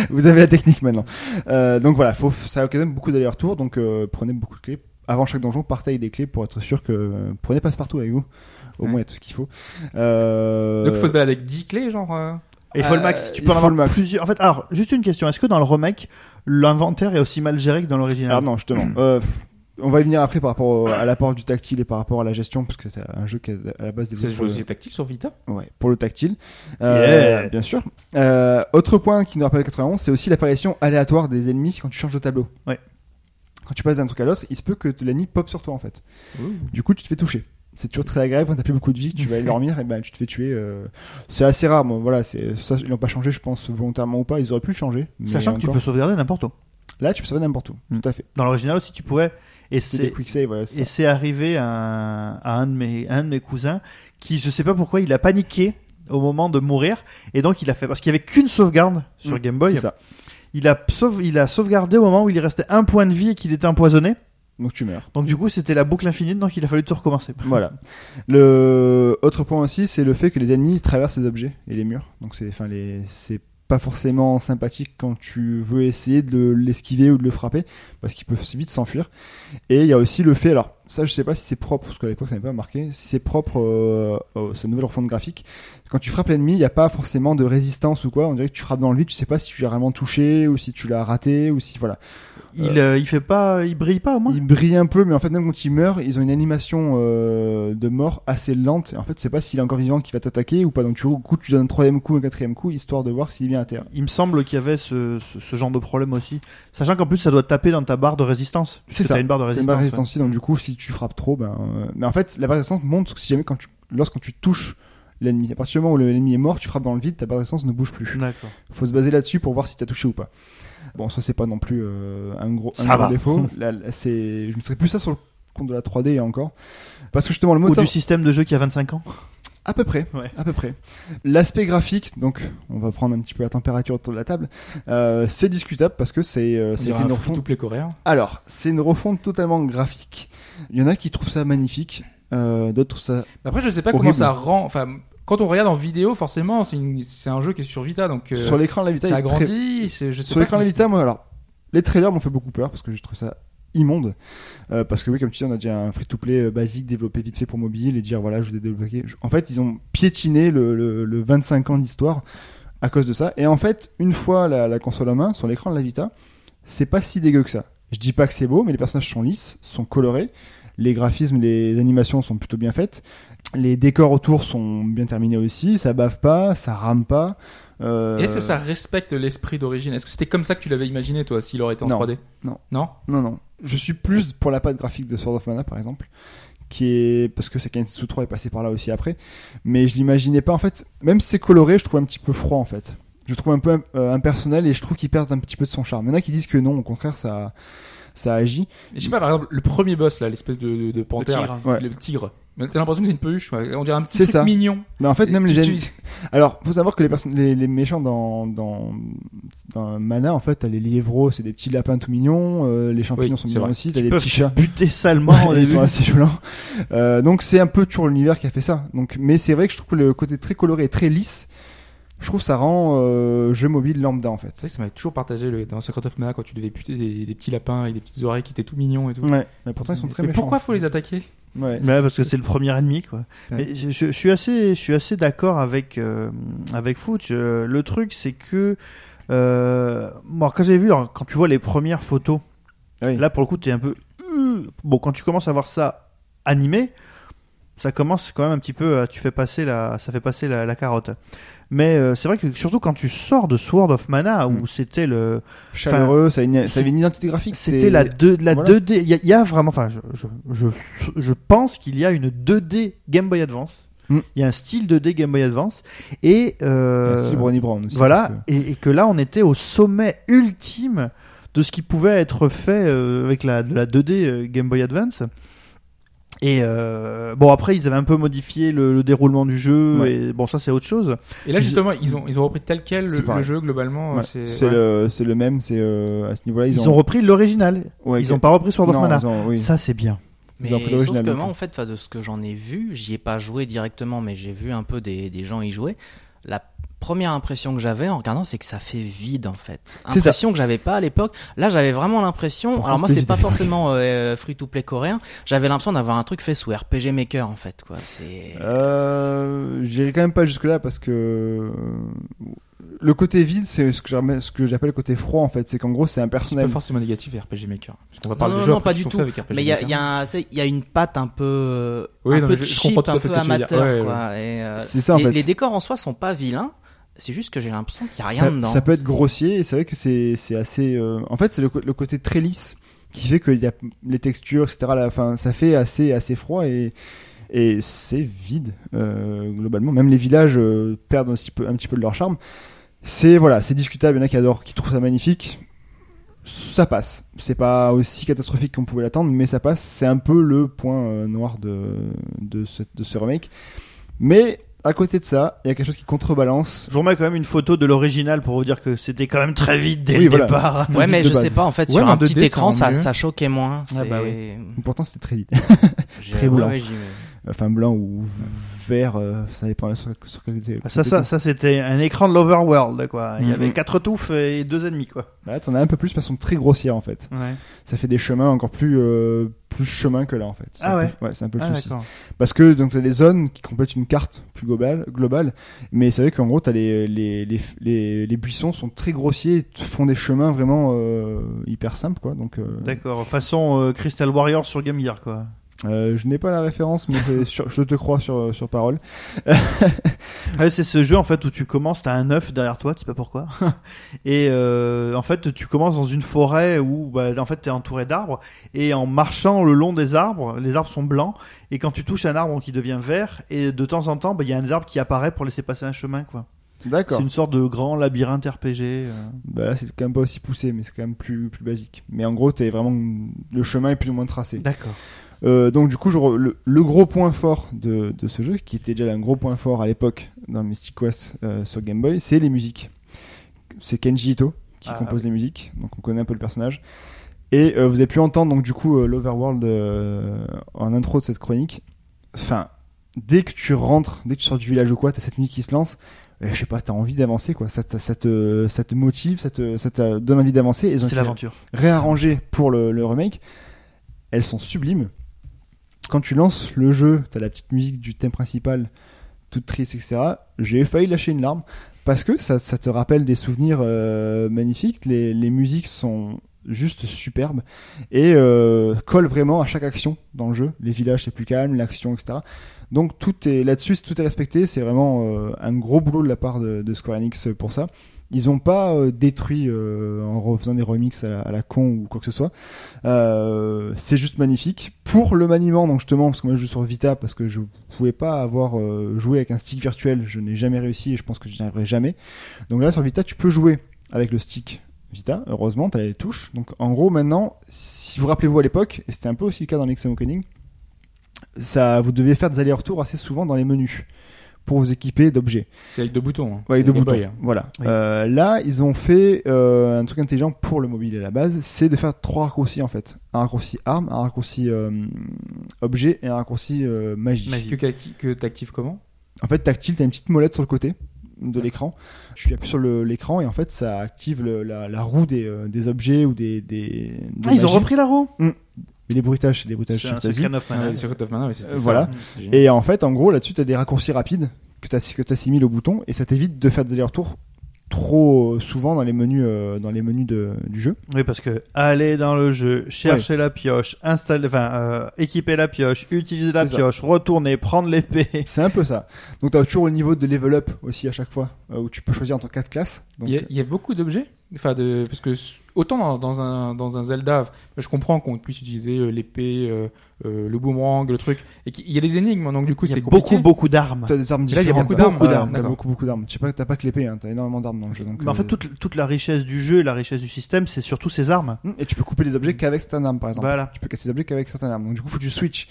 S5: Vous avez la technique maintenant. Euh, donc voilà, faut, ça occasionne beaucoup d'allers-retours. Donc euh, prenez beaucoup de clés. Avant chaque donjon, partez avec des clés pour être sûr que. Prenez passe-partout avec vous. Au
S2: Ouais.
S5: moins, il y a tout ce qu'il faut. Euh,
S2: Mm. Donc, faut se balader avec 10 clés, genre. euh,
S3: Et il faut
S5: Euh,
S3: le max. Tu
S5: il
S3: peux en
S5: faut
S3: avoir
S5: le max.
S3: plusieurs. En fait, alors, juste une question. Est-ce que dans le remake, l'inventaire est aussi mal géré que dans l'original
S5: Alors
S2: <clears throat>
S5: non, justement. Euh, pff, on va y venir après par rapport au- à l'apport du tactile et par rapport à la gestion, parce que c'est un jeu qui est à la base euh,
S2: C'est
S5: développé
S2: joué aussi tactile sur Vita.
S5: ouais, pour le tactile. Euh,
S3: Yeah.
S5: Bien sûr. Euh, autre point qui nous rappelle 91, c'est aussi l'apparition aléatoire des ennemis quand tu changes de tableau.
S3: Ouais.
S5: Quand tu passes d'un truc à l'autre, il se peut que l'ennemi pop sur toi en fait. Du coup, tu te fais toucher. C'est toujours très agréable quand t'as plus beaucoup de vie, tu
S3: <laughs>
S5: vas aller dormir et ben tu te fais tuer. euh, C'est assez rare, moi. Voilà, c'est ça, ils l'ont pas changé, je pense volontairement ou pas. Ils auraient pu le changer. mais
S3: Sachant que tu
S5: encore-
S3: peux sauvegarder n'importe où.
S5: Là, tu peux sauver n'importe où.
S3: Mm.
S5: Tout à fait.
S3: Dans l'original aussi, tu pouvais. Et
S5: C'était des
S3: c'est
S5: quick save. ouais, c'est
S3: et c'est arrivé à, un- à un de mes un de mes cousins qui, je sais pas pourquoi, il a paniqué au moment de mourir et donc il a fait parce qu'il y avait qu'une sauvegarde sur
S5: Mm,
S3: Game Boy.
S5: C'est ça.
S3: Il a sauve- il a sauvegardé au moment où il restait un point de vie et qu'il était empoisonné.
S5: Donc tu meurs.
S3: Donc du coup, c'était la boucle infinie, donc il a fallu tout recommencer.
S5: Voilà. Le autre point aussi, c'est le fait que les ennemis traversent les objets et les murs. Donc c'est, enfin les, c'est pas forcément sympathique quand tu veux essayer de l'esquiver ou de le frapper parce qu'ils peuvent vite s'enfuir. Et il y a aussi le fait, alors ça je sais pas si c'est propre parce qu'à l'époque ça n'avait pas marqué, si c'est propre euh, au- ce nouvel refonte graphique. Quand tu frappes l'ennemi, il n'y a pas forcément de résistance ou quoi. On dirait que tu frappes dans le vide, tu sais pas si tu l'as vraiment touché ou si tu l'as raté ou si voilà.
S3: Il euh, il fait pas, il brille pas au moins.
S5: Ils brillent un peu, mais en fait, même quand ils meurent, ils ont une animation euh, de mort assez lente. Et en fait, c'est pas s'il est encore vivant qui va t'attaquer ou pas. Donc, tu, au coup, tu donnes un troisième coup, un quatrième coup, histoire de voir s'il vient à terre.
S3: Il me semble qu'il y avait ce, ce, ce genre de problème aussi. Sachant qu'en plus, ça doit taper dans ta barre de résistance.
S5: C'est
S3: Puisque
S5: ça.
S3: T'as une barre de
S5: C'est
S3: résistance.
S5: pas
S3: ouais.
S5: résistance, donc du coup, si tu frappes trop, ben. euh, Mais en fait, la barre de résistance monte si jamais quand tu, lorsque tu touches l'ennemi. À partir du moment où l'ennemi est mort, tu frappes dans le vide, ta barre de résistance ne bouge plus.
S3: hein. D'accord.
S5: Faut se baser là-dessus pour voir si t'as touché ou pas. Bon, ça c'est pas non plus euh, un gros, un
S3: Ça
S5: gros
S3: va. <laughs>
S5: défaut. Là, là, c'est, je me serais plus ça sur le compte de la 3D et encore. Parce que justement, le
S3: Ou
S5: moteur.
S3: du système de jeu qui a 25 ans.
S5: À peu près.
S3: Ouais.
S5: À peu près. L'aspect graphique, donc on va prendre un petit peu la température autour de la table. Euh, c'est discutable parce que c'est euh,
S2: On
S5: c'était
S2: dirait
S5: une
S2: un
S5: refonte.
S2: free-to-play coréen.
S5: Alors, c'est une refonte totalement graphique. Il y en a qui trouvent ça magnifique, euh, d'autres trouvent ça.
S2: Après, je sais pas
S5: Horrible.
S2: comment ça rend. Enfin, quand on regarde en vidéo, forcément, c'est une- c'est un jeu qui est sur Vita, donc euh,
S5: Sur l'écran de la Vita, il
S2: ça
S5: est très-
S2: agrandit. c'est- Je sais
S5: Sur
S2: pas
S5: l'écran de la
S2: comment
S5: Vita, moi, alors, les trailers m'ont fait beaucoup peur parce que je trouve ça immonde. Euh, parce que oui, comme tu dis, on a déjà un free-to-play euh, basique développé vite fait pour mobile et dire voilà, je vous ai débloqué. Je- En fait, ils ont piétiné le, le, le 25 ans d'histoire à cause de ça. Et en fait, une fois la, la console en main, sur l'écran de la Vita, c'est pas si dégueu que ça. Je dis pas que c'est beau, mais les personnages sont lisses, sont colorés, les graphismes, les animations sont plutôt bien faites, les décors autour sont bien terminés aussi, ça bave pas, ça rame pas. euh,
S2: Et Est-ce que ça respecte l'esprit d'origine Est-ce que c'était comme ça que tu l'avais imaginé, toi, s'il aurait été en
S5: Non.
S2: 3D
S5: Non.
S2: Non
S5: Non, non. Je suis plus pour la patte graphique de Sword of Mana, par exemple, qui est parce que Seketsu 3 est passé par là aussi après. Mais je l'imaginais pas. En fait, même si c'est coloré, je trouve un petit peu froid, en fait. Je trouve un peu euh, impersonnel et je trouve qu'il perd un petit peu de son charme. Il y en a qui disent que non, au contraire, ça, ça agit.
S2: Mais Je sais pas, par exemple, le premier boss, là, l'espèce de, de, de panthère,
S3: tigre.
S2: là,
S5: Ouais.
S2: le tigre. Mais T'as l'impression que c'est une peluche, ouais. on dirait un petit
S5: C'est
S2: truc
S5: ça.
S2: mignon.
S5: Mais en fait, même les,
S2: Tu-
S5: ennemis-
S2: tu-
S5: Alors, faut savoir que les, perso- les, les méchants dans, dans, dans Mana, en fait, t'as les liévraux, c'est des petits lapins tout mignons, euh, les champignons
S2: Oui,
S5: sont
S2: c'est
S5: mignons
S2: vrai.
S5: aussi, t'as des
S3: peuvent
S5: petits chats.
S3: Buté salement
S5: Ouais,
S3: au
S5: ils
S3: début.
S5: sont assez violents. Euh, donc c'est un peu toujours l'univers qui a fait ça. Donc, mais c'est vrai que je trouve que le côté très coloré et très lisse, je trouve ça rend euh, jeu mobile lambda en
S2: C'est
S5: fait.
S2: vrai que ça m'a toujours partagé le- dans Secret of Mana quand tu devais buter des, des petits lapins et des petites oreilles qui étaient tout mignons et tout.
S5: Ouais. Mais Mm. pourtant ils sont très
S2: Mais
S5: méchants.
S2: pourquoi faut les attaquer
S5: Ouais.
S3: <laughs> Ouais, parce que c'est le premier ennemi, quoi.
S2: Ouais.
S3: Mais je, je- je suis assez, je suis assez d'accord avec euh, avec Fouch. Euh, Le truc, c'est que euh, moi, quand j'ai vu, alors, quand tu vois les premières photos,
S5: Oui.
S3: là pour le coup, t'es un peu euh, bon. Quand tu commences à voir ça animé, ça commence quand même un petit peu. à- Tu fais passer la, ça fait passer la, la carotte. Mais euh, c'est vrai que surtout quand tu sors de Sword of Mana, où
S5: Mm.
S3: c'était le,
S5: Chaleureux, ça, a une, ça avait une identité graphique.
S3: c'était la, deux- la
S5: voilà.
S3: 2D. Il y, a- il y a vraiment. Enfin, je, je, je, je pense qu'il y a une 2D Game Boy Advance. Il
S5: Mm.
S3: y a un style 2D Game Boy Advance. Et. euh,
S5: Un style Brownie Brown aussi.
S3: voilà.
S5: parce que-
S3: Et, et que là, on était au sommet ultime de ce qui pouvait être fait euh, avec la, de la 2D euh, Game Boy Advance. Et euh, bon, après, ils avaient un peu modifié le, le déroulement du jeu.
S5: Ouais.
S3: Et bon, ça, c'est autre chose.
S2: Et là, justement, ils ont, ils ont repris tel quel le,
S5: C'est pareil.
S2: le jeu, globalement.
S5: Ouais.
S2: C'est
S5: C'est
S2: ouais.
S5: le, c'est le même, c'est euh, à ce niveau-là
S3: Ils, ont... repris l'original.
S5: ouais,
S3: Ils ont pas repris Sword of
S5: non,
S3: Mana.
S5: ils ont- oui.
S3: Ça, c'est bien.
S5: Ils
S4: Mais
S5: ont pris
S4: sauf
S5: l'original,
S4: que
S5: donc.
S4: moi, en fait, enfin, de ce que j'en ai vu, j'y ai pas joué directement, mais j'ai vu un peu des, des gens y jouer. la première impression que j'avais en regardant, c'est que ça fait vide en fait.
S5: C'est ça.
S4: Impression que j'avais pas à l'époque. Là, j'avais vraiment l'impression.
S5: Pourtant,
S4: Alors moi,
S5: c'était
S4: c'est pas
S5: vide à l'époque.
S4: forcément euh, free to play coréen. J'avais l'impression d'avoir un truc fait sous RPG Maker en fait. Quoi. C'est
S5: Euh, J'irai quand même pas jusque là parce que euh, le côté vide, c'est ce que j'appelle ce que j'appelle le côté froid en fait. C'est qu'en gros, c'est
S2: C'est pas
S5: impersonnel.
S2: forcément négatif RPG Maker. hein, Parce qu'on va
S4: Non,
S2: parler
S4: non,
S2: de
S4: non,
S2: jeux après
S4: pas
S2: qui
S4: du
S2: sont
S4: tout.
S2: faits avec RPG
S4: Mais il y a,
S2: Maker.
S4: il y, a un- c'est- il y a une patte un peu, euh,
S2: Oui,
S4: un
S2: non,
S4: peu
S2: mais je- je
S4: cheap,
S2: comprends tout à
S4: un
S2: fait
S4: peu
S2: ce que tu veux dire.
S4: amateur.
S2: Ouais,
S4: quoi. Et, euh,
S5: C'est ça en
S4: les,
S5: fait.
S4: les décors en soi sont pas vilains. C'est juste que j'ai l'impression qu'il y a rien
S5: ça,
S4: dedans.
S5: ça peut être grossier et c'est vrai que c'est c'est assez. euh, En fait, c'est le, co- le côté très lisse qui fait que y a les textures, etc. la- Enfin, ça fait assez assez froid et et c'est vide euh, globalement. Même les villages euh, perdent un petit peu un petit peu de leur charme. C'est voilà, c'est discutable. Il y en a qui adorent, qui trouvent ça magnifique. Ça passe. C'est pas aussi catastrophique qu'on pouvait l'attendre, mais ça passe. C'est un peu le point euh, noir de de ce, de ce remake. Mais à côté de ça, il y a quelque chose qui contrebalance.
S3: Je vous remets quand même une photo de l'original pour vous dire que c'était quand même très vite dès
S5: Oui,
S3: le
S5: voilà.
S3: départ.
S4: Ouais, mais
S5: de
S4: je
S5: base.
S4: sais pas, en fait,
S2: Ouais,
S4: sur
S2: mais en
S4: un petit
S2: 2D, ça
S4: écran,
S2: rend
S4: ça,
S2: mieux.
S4: ça choquait moins.
S3: Ah bah
S4: c'est-
S5: Pourtant, c'était très vite. <laughs>
S4: J'ai-
S5: Très
S4: ouais,
S5: blanc.
S4: ouais, j'y-
S5: enfin blanc ou vert, euh, ça dépend sur, sur quel
S3: Ah, <laughs> Ça, ça, ça c'était un écran de l'Overworld, quoi. Il y
S2: Mhm.
S3: avait quatre touffes et deux ennemis, quoi.
S5: Là, Bah, t'en as un peu plus de façon très grossière en fait.
S3: Ouais.
S5: Ça fait des chemins encore plus euh, plus chemin que là en fait. C'est
S3: Ah
S5: un peu-
S3: ouais.
S5: Ouais, c'est un peu le
S3: Ah,
S5: souci.
S3: d'accord.
S5: Parce que donc t'as des zones qui complètent une carte plus globale, globale. Mais c'est vrai qu'en gros t'as les les, les les les buissons sont très grossiers, et te font des chemins vraiment euh, hyper simples quoi. Donc euh,
S3: D'accord. Façon euh, Crystal Warrior sur Game Gear, quoi.
S5: euh, je n'ai pas la référence, mais
S3: <laughs>
S5: c'est sur- je te crois sur sur parole.
S3: Ouais, c'est ce jeu en fait où tu commences, t'as un œuf derrière toi, tu sais pas pourquoi. <laughs> et euh, en fait, tu commences dans une forêt où bah, en fait t'es entouré d'arbres et en marchant le long des arbres, les arbres sont blancs et quand tu touches un arbre qui devient vert et de temps en temps, bah, il y a un arbre qui apparaît pour laisser passer un chemin quoi. C'est
S5: D'accord.
S3: une sorte de grand labyrinthe RPG. euh.
S5: Bah là, c'est quand même pas aussi poussé, mais c'est quand même plus, plus basique. Mais en gros, t'es vraiment. Le chemin est plus ou moins tracé.
S3: D'accord.
S5: Euh, donc, du coup, je re- le, le gros point fort de, de ce jeu, qui était déjà un gros point fort à l'époque dans Mystic Quest euh, sur Game Boy, c'est les musiques. C'est Kenji Ito qui
S3: Ah,
S5: compose les musiques, donc on connaît un peu le personnage. Et euh, vous avez pu entendre, donc, du coup, euh, l'Overworld euh, en intro de cette chronique. Enfin, dès que tu rentres, dès que tu sors du village ou quoi, t'as cette musique qui se lance. Euh, je sais pas, t'as envie d'avancer quoi. Ça, te- ça te, ça te motive, ça te, ça te donne envie d'avancer. Et ils ont
S3: C'est
S5: été
S3: l'aventure.
S5: réarrangées pour le, le remake. Elles sont sublimes. Quand tu lances le jeu, t'as la petite musique du thème principal, toute triste, etc. J'ai failli lâcher une larme parce que ça, ça te rappelle des souvenirs euh, magnifiques. Les, les musiques sont juste superbes et euh, collent vraiment à chaque action dans le jeu. Les villages, c'est plus calme, l'action, etc. Donc tout est là-dessus, tout est respecté. C'est vraiment euh, un gros boulot de la part de, de Square Enix pour ça. Ils n'ont pas euh, détruit euh, en refaisant des remixes à la, à la con ou quoi que ce soit. Euh, c'est juste magnifique. Pour le maniement, donc justement, parce que moi je joue sur Vita, parce que je pouvais pas avoir euh, joué avec un stick virtuel, je n'ai jamais réussi et je pense que je n'y arriverai jamais. Donc là sur Vita, tu peux jouer avec le stick Vita. Heureusement, tu as les touches. Donc en gros, maintenant, si vous rappelez-vous à l'époque, et c'était un peu aussi le cas dans l'Exam Awakening, ça, vous deviez faire des allers-retours assez souvent dans les menus pour vous équiper d'objets.
S2: C'est avec deux boutons. hein.
S5: Ouais, avec deux
S2: C'est Game
S5: boutons.
S2: Boy, hein.
S5: Voilà.
S3: Oui.
S5: Euh, là, ils ont fait euh, un truc intelligent pour le mobile à la base, c'est de faire trois raccourcis en fait. Un raccourci arme, un raccourci euh, objet et un raccourci euh, magie.
S3: Magie.
S2: Que t'acti- Que t'actives comment
S5: En fait, tactile, t'as une petite molette sur le côté de l'écran. Tu appuies sur le- l'écran et en fait, ça active le- la, la roue des, euh, des objets ou des. des, des
S3: Ah, ils ont
S5: magies.
S3: repris la roue.
S5: Mais les bruitages, c'est des bruitages
S3: C'est un
S5: fantasy.
S3: secret of Mana.
S2: Ah, Secret of Mana, ouais, c'était
S5: Euh,
S2: ça.
S5: voilà.
S2: C'est génial.
S5: Et en fait, en gros, là-dessus, t'as des raccourcis rapides que t'as- que t'assimiles au bouton et ça t'évite de faire des allers-retours trop euh, souvent dans les menus, euh, dans les menus de- du jeu.
S3: Oui, parce que aller dans le jeu, chercher la pioche, installer, enfin, euh, équiper la pioche, utiliser la
S5: C'est ça.
S3: pioche, retourner, prendre l'épée.
S5: C'est un peu ça. Donc t'as toujours le niveau de level up aussi à chaque fois euh, où tu peux choisir entre quatre classes. Donc, euh,
S2: Il y, a- il y a beaucoup d'objets, enfin de, parce que s- autant dans, dans un dans un Zelda, je comprends qu'on puisse utiliser euh, l'épée, euh, euh, le boomerang, le truc, et qu'il il y a des énigmes, hein, donc du coup
S3: Il y a
S2: c'est
S3: beaucoup,
S2: compliqué.
S3: beaucoup d'armes.
S5: T'as des armes
S2: Là, il y a
S5: différentes.
S2: beaucoup d'armes.
S5: Beaucoup
S2: Ah,
S5: d'armes. T'as
S2: d'accord.
S5: beaucoup, beaucoup d'armes. Tu sais pas, t'as pas que l'épée, hein, t'as énormément d'armes dans le jeu. Donc,
S3: Mais en fait,
S5: euh,
S3: toute, toute la richesse du jeu et la richesse du système, c'est surtout ses armes.
S5: Mm, Et tu peux couper les objets qu'avec certaines armes, par exemple.
S3: Hmm. Voilà.
S5: Tu peux casser des objets qu'avec certaines armes. Donc, du coup, faut que tu switches.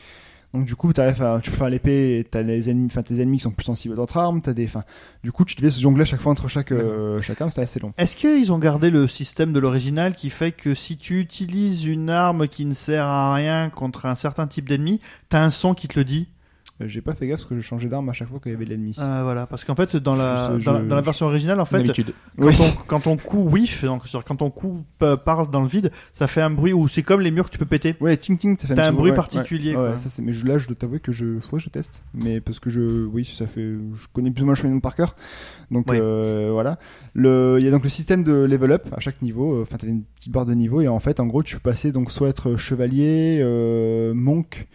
S5: Donc, du coup, t'arrives à, tu peux faire l'épée, et t'as les ennemis, enfin, tes ennemis qui sont plus sensibles à d'autres armes, t'as des, enfin, du coup, tu devais se jongler à chaque fois entre chaque, euh, chaque arme, c'était assez long.
S3: Est-ce qu'ils ont gardé le système de l'original qui fait que si tu utilises une arme qui ne sert à rien contre un certain type d'ennemi, t'as un son qui te le dit
S5: Euh, J'ai pas fait gaffe parce que je changeais d'arme à chaque fois qu'il y avait de l'ennemi.
S3: Ah, voilà, parce qu'en fait, dans la,
S5: Je- je-
S3: dans, la- dans la version originale, en fait,
S2: D'habitude.
S3: quand,
S5: Oui.
S3: on, quand on coud whiff, donc, c'est-à-dire quand on coud euh, parle dans le vide, ça fait un bruit où c'est comme les murs que tu peux péter.
S5: Ouais, ting ting, ça fait
S3: T'as
S5: petit
S3: un bruit
S5: ouais,
S3: particulier,
S5: Ouais, Ouais,
S3: quoi.
S5: ça c'est. Mais je- là, je dois t'avouer que je, faut que je teste, mais parce que je, oui, ça fait, je connais plus ou moins le cheminement par cœur. Donc
S3: Oui.
S5: euh, voilà. Le, il y a donc le système de level up à chaque niveau. euh, Enfin, t'as une petite barre de niveau et en fait, en gros, tu peux passer donc soit être chevalier, euh, monk,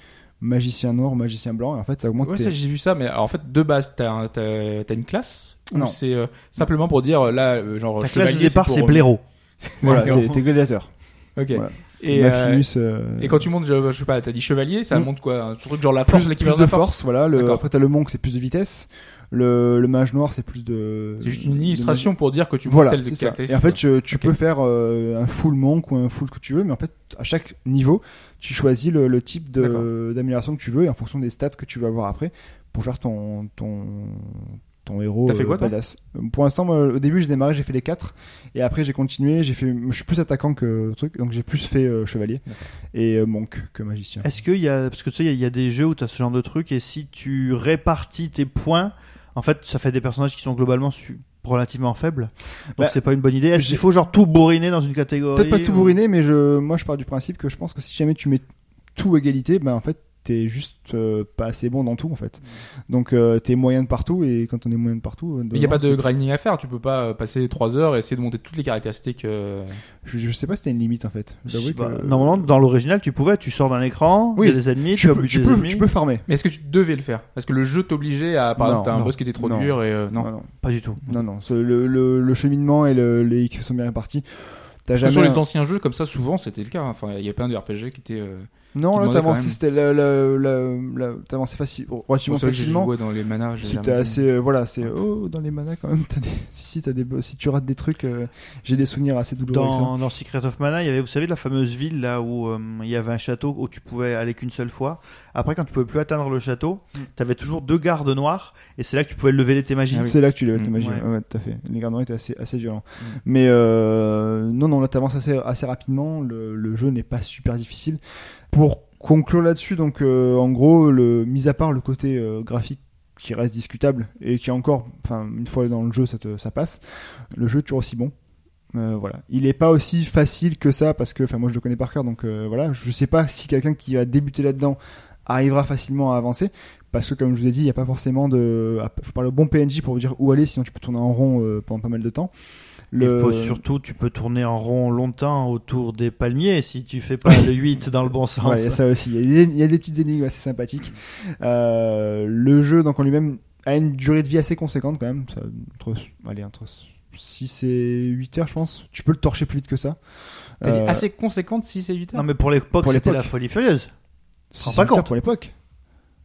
S5: magicien noir, magicien blanc. Et en fait, ça augmente.
S2: Ouais,
S5: tes-
S2: ça, j'ai vu ça, mais alors, en fait, de base, t'as un- t'as t'as une classe Ou
S5: Non.
S2: C'est euh, simplement pour dire, euh, là, euh, genre,
S3: Ta classe de
S2: chevalier,
S3: départ,
S2: pour-
S3: c'est blaireau.
S5: <laughs> <laughs>
S3: euh,
S5: voilà,
S2: D'accord.
S5: t'es, t'es gladiateur.
S2: Ok.
S5: Voilà.
S2: Et, euh,
S5: Maximus. euh,
S2: et quand tu montes, je je sais pas, t'as dit chevalier, ça
S5: Mm.
S2: monte quoi Un truc genre la force,
S5: plus,
S2: l'équivalent
S5: plus de force, voilà. Le,
S2: D'accord.
S5: après, t'as le monk, c'est plus de vitesse. Le, le mage noir, c'est plus de.
S2: C'est juste une
S5: euh, de-
S2: illustration pour dire que tu montes
S5: voilà,
S2: telle
S5: c'est ça. Et
S2: caractéristique.
S5: en fait, tu, tu
S2: Ok.
S5: peux faire euh, un full monk ou un full que tu veux, mais en fait, à chaque niveau, tu choisis le, le type de- d'amélioration que tu veux et en fonction des stats que tu veux avoir après pour faire ton ton ton héros
S2: T'as fait
S5: euh,
S2: quoi, toi
S5: badass. Euh, Pour l'instant, moi, au début, j'ai démarré, j'ai fait les 4 et après j'ai continué, j'ai fait je suis plus attaquant que truc, donc j'ai plus fait euh, chevalier et euh, monk que magicien.
S3: Est-ce qu'il y a, parce que tu sais, il y a- il y, a des jeux où t'as ce genre de truc et si tu répartis tes points, en fait, ça fait des personnages qui sont globalement su- relativement faibles. Donc
S5: Bah,
S3: c'est pas une bonne idée. Est-ce
S5: j'ai-
S3: qu'il faut genre tout bourriner dans une catégorie
S5: Peut-être pas tout
S3: ou-
S5: bourriner, mais je, moi je pars du principe que je pense que si jamais tu mets tout à égalité, ben en fait t'es juste euh, pas assez bon dans tout en fait.
S3: Mm.
S5: Donc euh, t'es moyen de partout et quand on est moyen de partout, euh,
S2: Il n'y a pas de grinding à faire, tu peux pas euh, passer 3 heures et essayer de monter toutes les caractéristiques. euh,
S5: Je, je sais pas si t'as une limite en fait. Je dois
S3: Si,
S5: avouer
S3: bah,
S5: que-
S3: Normalement, dans l'original, tu pouvais, tu sors d'un écran, il
S5: Oui,
S3: y a des ennemis,
S5: tu,
S3: tu,
S5: peux,
S3: as
S5: tu,
S3: des
S5: peux,
S3: ennemis.
S5: tu peux farmer.
S2: Mais est-ce que tu devais le faire Parce que le jeu t'obligeait à. Par
S5: Non,
S2: exemple, t'as un
S3: non,
S2: boss qui était trop
S5: non.
S2: dur et. euh, non.
S5: non,
S3: Pas du tout.
S5: non, non, ce- le, le, le cheminement et le, les X sont bien répartis.
S2: Parce
S5: T'as
S2: que
S5: jamais.
S2: Sur
S5: un-
S2: les anciens jeux, comme ça, souvent c'était le cas. hein. Enfin, il y a plein de RPG qui étaient. euh,
S5: Non,
S2: qui
S5: là
S2: demandaient quand
S5: t'avances,
S2: même.
S5: c'était la, la, la, la- t'avances facile, relativement
S2: pour ceux qui
S5: facilement.
S2: jouaient dans les manas, j'ai
S5: Si
S2: jamais
S5: t'es
S2: joué.
S5: assez, euh, voilà, c'est oh dans les manas quand même. As des, <laughs> si si t'as des, bo- si tu rates des trucs, euh, j'ai des souvenirs assez douloureux. avec ça. Ah
S3: Dans, dans Secret of Mana, il y avait, vous savez, la fameuse ville là où euh, il y avait un château où tu pouvais aller qu'une seule fois. Après, quand tu pouvais plus atteindre le château, t'avais toujours deux gardes noirs et c'est là que tu pouvais lever les tes magies.
S2: Ah oui.
S5: C'est là que tu lèves
S2: Mm,
S5: ta magie.
S3: ouais.
S5: Ouais, ouais, tout à fait. Les gardes étaient assez, assez violents. Mais euh, non, non, là t'avances assez, assez rapidement. Le, le jeu n'est pas super difficile. Pour conclure là-dessus, donc euh, en gros, le, mis à part le côté euh, graphique qui reste discutable et qui encore, enfin une fois dans le jeu, ça, te, ça passe. Le jeu est toujours aussi bon. Euh, voilà. Il n'est pas aussi facile que ça parce que, enfin, moi je le connais par cœur, donc euh, voilà, je sais pas si quelqu'un qui va débuter là-dedans arrivera facilement à avancer parce que, comme je vous ai dit, il n'y a pas forcément de, faut pas le bon PNJ pour vous dire où aller, sinon tu peux tourner en rond euh, pendant pas mal de temps.
S3: Il faut surtout, tu peux tourner en rond longtemps autour des palmiers si tu fais pas le 8 dans le bon sens.
S5: Ouais, il y a ça aussi. Il y, a des- il y a des petites énigmes assez sympathiques. Euh, le jeu, donc en lui-même, a une durée de vie assez conséquente quand même. Ça, entre, allez, entre 6 et 8 heures, je pense. Tu peux le torcher plus vite que ça.
S2: T'as dit
S5: Euh,
S2: assez conséquente si c'est 8
S3: Non,
S2: heures.
S3: mais pour l'époque,
S5: Pour
S3: c'était
S5: l'époque.
S3: la folie furieuse.
S5: six,
S3: pas
S5: huit heures
S3: compte.
S5: pour l'époque.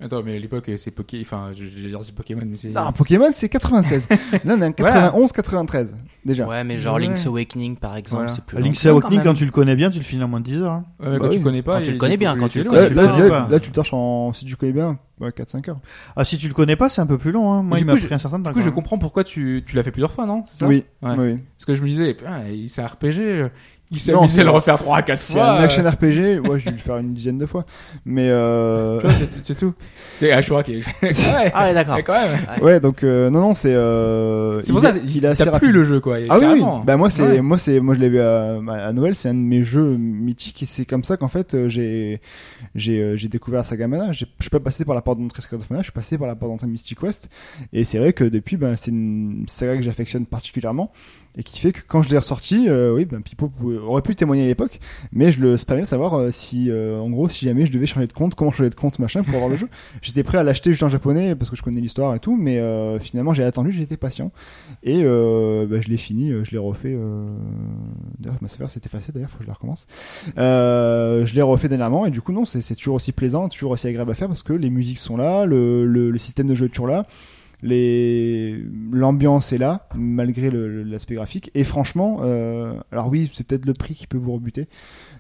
S2: Attends, mais à l'époque, euh, c'est Poké. Enfin, je- j'allais dire c'est Pokémon, mais c'est.
S5: Non, Pokémon,
S2: <laughs>
S5: c'est 96. Là, on est en 91-93 déjà.
S4: Ouais, mais genre
S2: Ouais.
S4: Link's Awakening par exemple,
S2: Voilà.
S4: c'est plus.
S3: Ah, Link's
S4: lent.
S3: Awakening,
S4: Quand même.
S3: quand tu le connais bien, tu le finis en moins de 10 heures. hein.
S2: Ouais, mais
S5: Bah
S2: quand tu
S5: oui.
S2: connais pas.
S4: Quand tu
S2: il-
S4: le connais
S2: il-
S4: bien,
S2: il-
S4: quand
S2: il-
S4: tu le
S2: il-
S4: connais
S5: Là,
S2: il-
S5: là,
S3: bien.
S2: il-
S5: là,
S3: pas.
S5: là, tu le torches en, si tu le connais bien, ouais, 4-5 heures.
S3: Ah, si tu le connais pas, c'est un peu plus long. Hein. Moi,
S2: Du
S3: il m'a
S2: coup, je-
S3: pris un certain temps.
S2: Du coup, je
S3: quand même.
S2: comprends pourquoi tu, tu l'as fait plusieurs fois, non C'est ça
S5: Oui,
S2: Ouais.
S5: oui.
S2: Parce que je me disais, putain, il- c'est un RPG. euh, Il s'est
S5: Non,
S2: amusé
S5: c'est-
S2: à le refaire 3 à 4 fois.
S5: C'est un
S2: euh,
S5: action RPG. Ouais, j'ai dû le faire une dizaine de fois. Mais euh...
S2: tu vois, c'est- C'est tout. Et Ashura qui est. Ouais,
S4: Ah ouais, d'accord.
S2: mais quand même.
S5: Ouais, donc euh, non, non, c'est. Euh,
S2: C'est pour
S5: il
S2: ça,
S5: est- il est assez
S2: t'as
S5: rapide.
S2: plus le jeu, quoi.
S5: Ah oui, oui.
S2: carrément. hein.
S5: Bah moi c'est
S2: Ouais.
S5: moi c'est moi je l'ai vu à, à Noël, c'est un de mes jeux mythiques et c'est comme ça qu'en fait euh, j'ai j'ai euh, j'ai découvert la saga Mana. J'ai- Je suis pas passé par la porte d'entrée Secret of Mana, je suis passé par la porte d'entrée Mystic West et c'est vrai que depuis ben c'est une saga que j'affectionne particulièrement et qui fait que quand je l'ai ressorti, euh, oui ben Pipo pouvait- aurait pu témoigner à l'époque, mais je le c'est pas bien de savoir euh, si euh, en gros si jamais je devais changer de compte, comment changer de compte machin pour avoir le jeu. J'étais prêt à l'acheter juste en japonais parce que je connais l'histoire et tout, mais euh, finalement j'ai attendu, j'ai été patient. Et euh, bah, je l'ai fini, euh, je l'ai refait. Euh... D'ailleurs, ma sphère s'est effacée, d'ailleurs, faut que je la recommence. Euh, je l'ai refait dernièrement, et du coup, non, c'est c'est toujours aussi plaisant, toujours aussi agréable à faire parce que les musiques sont là, le, le, le système de jeu est toujours là, les l'ambiance est là, malgré le- le- l'aspect graphique. Et franchement, euh, alors oui, c'est peut-être le prix qui peut vous rebuter.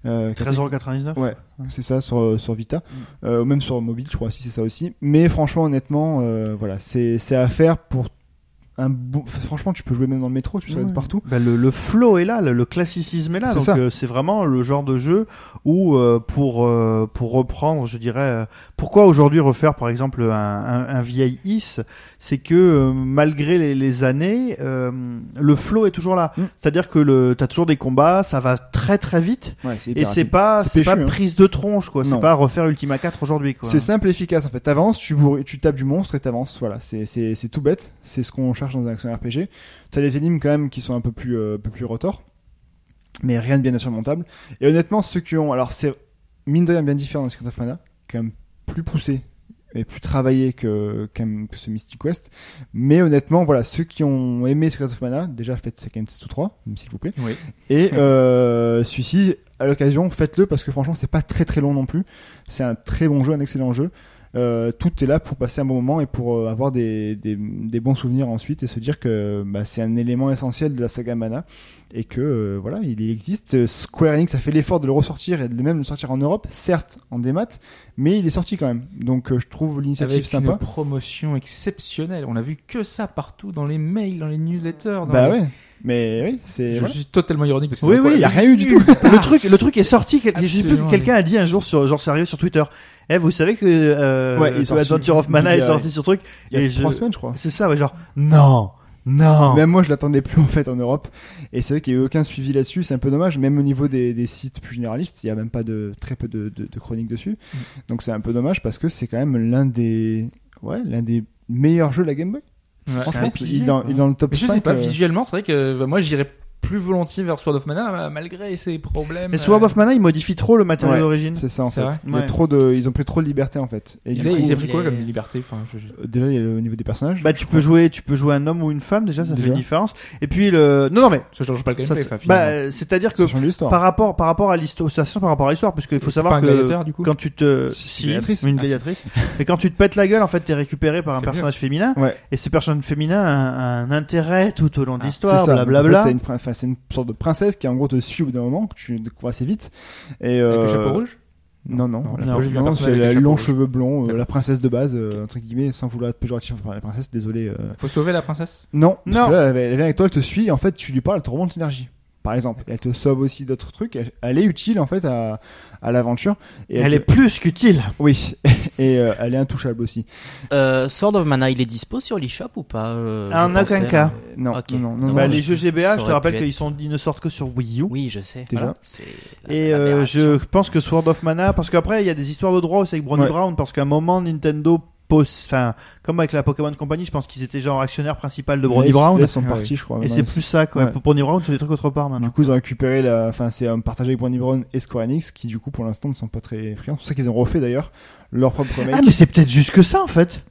S5: Euh,
S3: 13,99€.
S5: Ouais, c'est ça sur, sur Vita, Euh, ou même sur mobile, je crois si c'est ça aussi. Mais franchement, honnêtement, euh, voilà, c'est c'est à faire pour un bon. enfin, franchement, tu peux jouer même dans le métro, tu peux
S3: Ouais.
S5: être partout.
S3: Bah, le, le flow est là, le, le classicisme est là.
S5: C'est
S3: Donc
S5: ça.
S3: euh, c'est vraiment le genre de jeu où euh, pour euh, pour reprendre, je dirais, euh, pourquoi aujourd'hui refaire par exemple un, un, un vieil Is, c'est que euh, malgré les, les années, euh, le flow est toujours là.
S5: Mm.
S3: C'est-à-dire que le t'as toujours des combats, ça va très très vite
S5: Ouais, c'est
S3: et
S5: hyper
S3: c'est
S5: rapide.
S3: pas
S5: C'est
S3: c'est pas
S5: péchu, hein.
S3: prise de tronche quoi. C'est
S5: Non.
S3: pas refaire Ultima 4 aujourd'hui quoi.
S5: C'est simple et efficace en fait. T'avances, tu, bourri- tu tapes du monstre et t'avances. Voilà, c'est- c'est c'est tout bête. C'est ce qu'on cherche dans un action RPG. T'as des énigmes quand même qui sont un peu plus, euh, un peu plus retors, mais rien de bien insurmontable. Et honnêtement, ceux qui ont. Alors, c'est mine de rien bien différent de Secret of Mana, quand même plus poussé et plus travaillé que, quand même que ce Mystic West. Mais honnêtement, voilà, ceux qui ont aimé Secret of Mana, déjà faites Second sous 3, s'il vous plaît.
S2: Oui.
S5: Et euh, celui-ci, à l'occasion, faites-le parce que franchement, c'est pas très très long non plus. C'est un très bon jeu, un excellent jeu. Euh, tout est là pour passer un bon moment et pour euh, avoir des, des, des bons souvenirs ensuite et se dire que bah, c'est un élément essentiel de la saga Mana et que euh, voilà il il existe Euh, Square Enix a fait l'effort de le ressortir et de même le sortir en Europe certes en démat mais il est sorti quand même donc euh, je trouve l'initiative
S2: Avec une
S5: sympa
S2: promotion exceptionnelle. On a vu que ça partout, dans les mails, dans les
S3: hein.
S2: newsletters. dans
S5: bah
S2: les-
S5: ouais mais oui c'est
S2: Je
S5: voilà.
S2: suis totalement ironique parce que
S3: Oui,
S2: c'est
S3: oui,
S2: quoi-
S5: il y a rien eu
S3: <laughs>
S5: du tout
S3: le truc le truc est sorti quel- je sais plus
S2: Absolument,
S3: que quelqu'un a dit un jour sur genre c'est arrivé sur Twitter eh vous savez que euh,
S5: Ouais, il est
S3: The
S5: sorti.
S3: Adventure of Mana
S5: Il y
S3: est
S5: a-
S3: sorti sur truc
S5: il y
S3: Et
S5: a
S3: je-
S5: trois semaines je crois
S3: C'est ça, ouais, genre, non, non.
S5: Même moi, je l'attendais plus <laughs> en fait en Europe. Et c'est vrai qu'il n'y a eu aucun suivi là-dessus. C'est un peu dommage. Même au niveau des, des sites plus généralistes, il n'y a même pas de très peu de, de, de chroniques dessus.
S2: Mm.
S5: Donc c'est un peu dommage parce que c'est quand même l'un des, ouais, l'un des meilleurs jeux de la Game Boy.
S2: Ouais,
S5: Franchement,
S2: c'est un-
S5: il est dans, il est dans le top
S2: Mais je
S5: 5.
S2: sais pas,
S5: euh,
S2: visuellement, c'est vrai que bah, moi j'irais plus volontiers vers Sword of Mana euh, malgré ses problèmes.
S3: Mais Sword
S2: euh,
S3: of Mana, il modifie trop le matériel
S5: Ouais.
S3: d'origine.
S5: c'est ça en
S2: C'est
S5: fait.
S2: vrai
S5: Il y a
S3: Ouais.
S5: trop de, ils ont pris trop de liberté en fait. Et
S2: Ils
S5: du
S2: avaient-
S5: coup,
S2: ils avaient pris
S4: il
S2: quoi
S4: est-
S2: comme liberté enfin, je- je-
S5: euh, déjà, il y a le niveau des personnages.
S3: Bah, tu peux jouer, tu peux jouer un homme ou une femme, déjà, ça fait
S5: Déjà.
S3: une différence. Et puis le, non, non, mais,
S2: Ça change pas le
S3: ça,
S2: gameplay.
S3: c'est-
S2: enfin,
S3: bah,
S2: finalement.
S3: euh, c'est-à-dire que
S5: ça change l'histoire.
S3: par rapport, par rapport à l'histoire, ça change par rapport à l'histoire, parce qu'il faut
S2: C'est
S3: savoir
S2: pas un
S3: que
S2: gladiateur, du coup. Ah,
S3: quand tu te,
S5: C'est une gladiatrice.
S3: une
S5: Ah,
S3: gladiatrice. Mais quand tu te pètes la gueule, en fait, t'es récupéré par un
S2: C'est
S3: personnage féminin.
S5: Ouais.
S3: Et ce personnage féminin a un, un intérêt tout au long de l'histoire,
S5: C'est ça. En
S3: blablabla.
S5: fait, t'as une prin- enfin, c'est une sorte de princesse qui en gros te suit au bout d'un moment, que tu découvres assez vite. Et,
S2: Avec le
S5: euh,
S2: chapeau rouge
S5: Non, non.
S2: Non,
S5: La-
S2: j'ai vu un
S5: non,
S2: personnage avec un
S5: c'est la
S2: chapeau
S5: long
S2: rouge.
S5: cheveux blond,
S2: D'accord.
S5: la princesse de base, euh, entre guillemets, sans vouloir être péjoratif. Enfin, la princesse, désolé. euh,
S2: Faut sauver la princesse
S5: Non,
S3: Non.
S5: parce que là, elle, elle vient avec toi, elle te suit, et en fait, tu lui parles, elle te remonte l'énergie. Par exemple, elle te sauve aussi d'autres trucs. Elle, elle est utile en fait à, à l'aventure. Et
S3: Elle
S5: te-
S3: est plus qu'utile.
S5: oui, <laughs> et euh, elle est intouchable aussi.
S4: Euh, Sword of Mana, il est dispo sur l'eShop ou pas euh,
S3: En
S4: je pensais,
S3: aucun cas.
S4: mais-
S5: Euh, Non,
S4: Ok.
S5: non, non, non,
S3: Bah,
S5: non,
S3: les jeux GBA,
S4: ça
S3: je te
S4: aurait
S3: rappelle
S4: pu
S3: qu'ils
S4: être.
S3: sont, ils ne sortent que sur Wii U.
S4: Oui, je sais.
S5: Déjà.
S4: Voilà, c'est la-
S3: Et euh, je pense que Sword of Mana, parce qu'après il y a des histoires de droit aussi avec Brownie
S5: Ouais.
S3: Brown, parce qu'à un moment Nintendo pose, enfin comme avec la Pokémon Company, je pense qu'ils étaient genre actionnaire principal de Brownie
S5: Là,
S3: Brown.
S5: là, ils sont
S2: Ouais.
S5: partis, je crois.
S3: Et
S5: maintenant,
S3: c'est
S5: ils-
S3: plus ça quoi.
S5: Ouais.
S3: Pour Brownie Brown, c'est des trucs autre part
S5: Du
S3: maintenant.
S5: coup, ils ont récupéré la. Enfin, c'est euh, partagé avec Brownie Brown et Square Enix, qui du coup, pour l'instant, ne sont pas très friands. C'est pour ça qu'ils ont refait d'ailleurs leur propre remake.
S3: Ah mais c'est peut-être juste que ça en fait.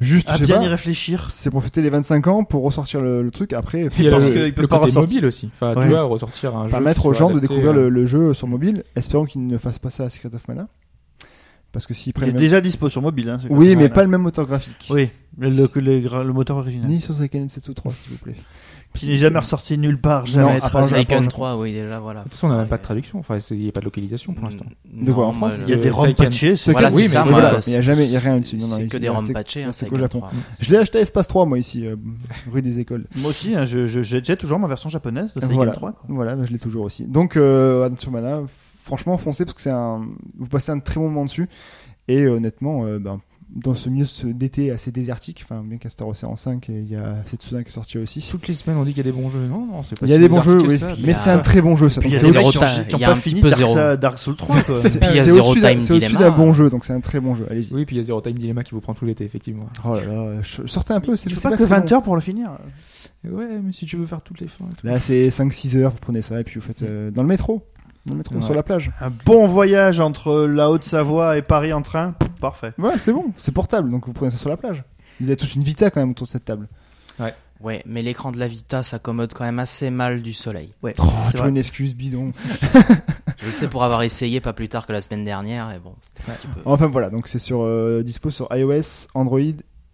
S5: Juste,
S3: À
S5: je sais
S3: bien
S5: pas.
S3: y réfléchir.
S5: C'est pour fêter les 25 ans, pour ressortir le, le truc. Après,
S2: Puis il y a
S3: parce
S2: le,
S3: qu'il
S2: le
S3: peut pas
S2: côté
S3: ressortir.
S2: mobile aussi. Enfin,
S3: Ouais.
S2: tu vois, ressortir un jeu.
S5: permettre
S2: qui
S5: aux
S2: soit
S5: gens de
S2: adapté,
S5: découvrir
S2: euh,
S5: le, le jeu sur mobile. Espérons qu'ils ne fassent pas ça à Secret of Mana. Parce que s'ils
S3: Il est
S5: prennent. le même-
S3: déjà dispo sur mobile. Hein, c'est
S5: Oui,
S3: comme
S5: mais
S3: ça.
S5: pas le même moteur graphique.
S3: Oui, le, le- le gra- le moteur original.
S5: Ni sur Seiken Setsu 3, s'il vous plaît.
S3: Qui n'est jamais ressorti nulle part,
S5: Non,
S3: jamais.
S5: à
S3: Ça,
S5: part
S3: ça-
S5: Japon.
S4: Icon 3, oui, déjà, voilà. Euh,
S2: De toute façon, on n'a même pas de traduction. Enfin, c'est- il n'y a pas de localisation
S4: Mm.
S2: pour l'instant.
S4: De
S5: quoi, en France,
S3: Il y a
S2: Euh,
S3: des ROM
S2: Seiken.
S3: patchés. c'est-
S4: Voilà,
S2: que- oui,
S4: c'est
S2: mais
S4: ça,
S2: je
S4: moi.
S2: sais pas,
S5: mais il y a jamais- il y a rien dessus. Non, non,
S4: C'est
S5: il-
S4: que
S5: il
S4: des
S5: reste-
S4: ROM patchés, hein,
S5: reste
S4: c'est
S5: qu'au
S4: Icon
S5: Japon.
S4: 3.
S5: Je l'ai acheté à Espace 3, moi, ici, euh, rue des écoles.
S3: Moi aussi, hein, je, je, j'ai j'ai toujours ma version japonaise de Seiken
S5: Voilà.
S3: 3. quoi.
S5: Voilà, bah, je l'ai toujours aussi. Donc, euh, Adventure Mana, f- franchement, foncez parce que c'est un. Vous passez un très bon moment dessus. Et euh, honnêtement, euh, ben, dans ce milieu ce- d'été assez désertique, enfin, bien qu'à Star Ocean 5, et il y a Setsuna qui est sorti aussi.
S2: Toutes les semaines, on dit qu'il y a des bons jeux. Non, non, c'est pas
S5: Il y a
S2: si
S5: des bons
S2: bizarre
S5: jeux,
S2: que
S5: oui.
S2: ça.
S4: puis il y
S5: mais
S4: a-
S5: c'est un très bon jeu, ça.
S3: Puis il y a
S5: C'est
S3: des
S4: zéro
S3: mecs qui ont-
S4: time,
S3: qui ont
S4: il y a
S3: pas
S4: un petit
S3: fini
S4: peu
S3: Dark
S4: zéro.
S3: Sa- Dark Souls 3. quoi.
S5: au-dessus-
S4: Puis il y a
S5: c'est
S4: Zero
S5: au-dessus d'un
S4: Time
S5: c'est au-dessus
S4: Dilemma.
S5: d'un bon jeu, donc c'est un très bon jeu. Allez-y.
S2: Oui, puis il y a Zero Time Dilemma qui vous prend tout l'été, effectivement.
S5: Oh là là, je- sortez un peu, c'est
S3: Tu fais
S5: c'est
S3: pas que
S5: très
S3: 20
S5: long.
S3: heures pour le finir.
S2: Ouais, mais si tu veux faire toutes les fins. et tout.
S5: Là, c'est 5-6 heures, vous prenez ça, et puis vous faites euh, dans le métro. Dans le métro,
S2: Ouais.
S5: sur la plage.
S3: Un bon voyage entre la Haute-Savoie et Paris en train, pouf, parfait.
S5: Ouais, c'est bon, c'est portable, donc vous prenez ça sur la plage. Vous avez tous une vita quand même autour de cette table.
S4: Ouais, mais l'écran de la Vita s'accommode quand même assez mal du soleil.
S3: Ouais,
S5: Oh,
S3: c'est
S5: tu
S3: vrai.
S5: vois une excuse bidon.
S4: Je le sais pour avoir essayé pas plus tard que la semaine dernière, et bon, c'était un petit peu.
S5: Enfin voilà, donc c'est sur euh, dispo sur iOS, Android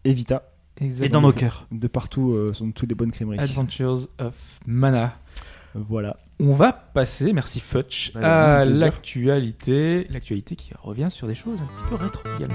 S5: et Vita,
S3: Et
S2: Exactement.
S3: dans nos cœurs.
S5: de partout euh, sont toutes les bonnes crèmeries. Euh,
S2: Adventures of Mana.
S5: Voilà.
S2: On va passer, merci Futch,
S5: Bah,
S2: à
S5: avec plaisir.
S2: l'actualité. L'actualité qui revient sur des choses un petit peu rétro également.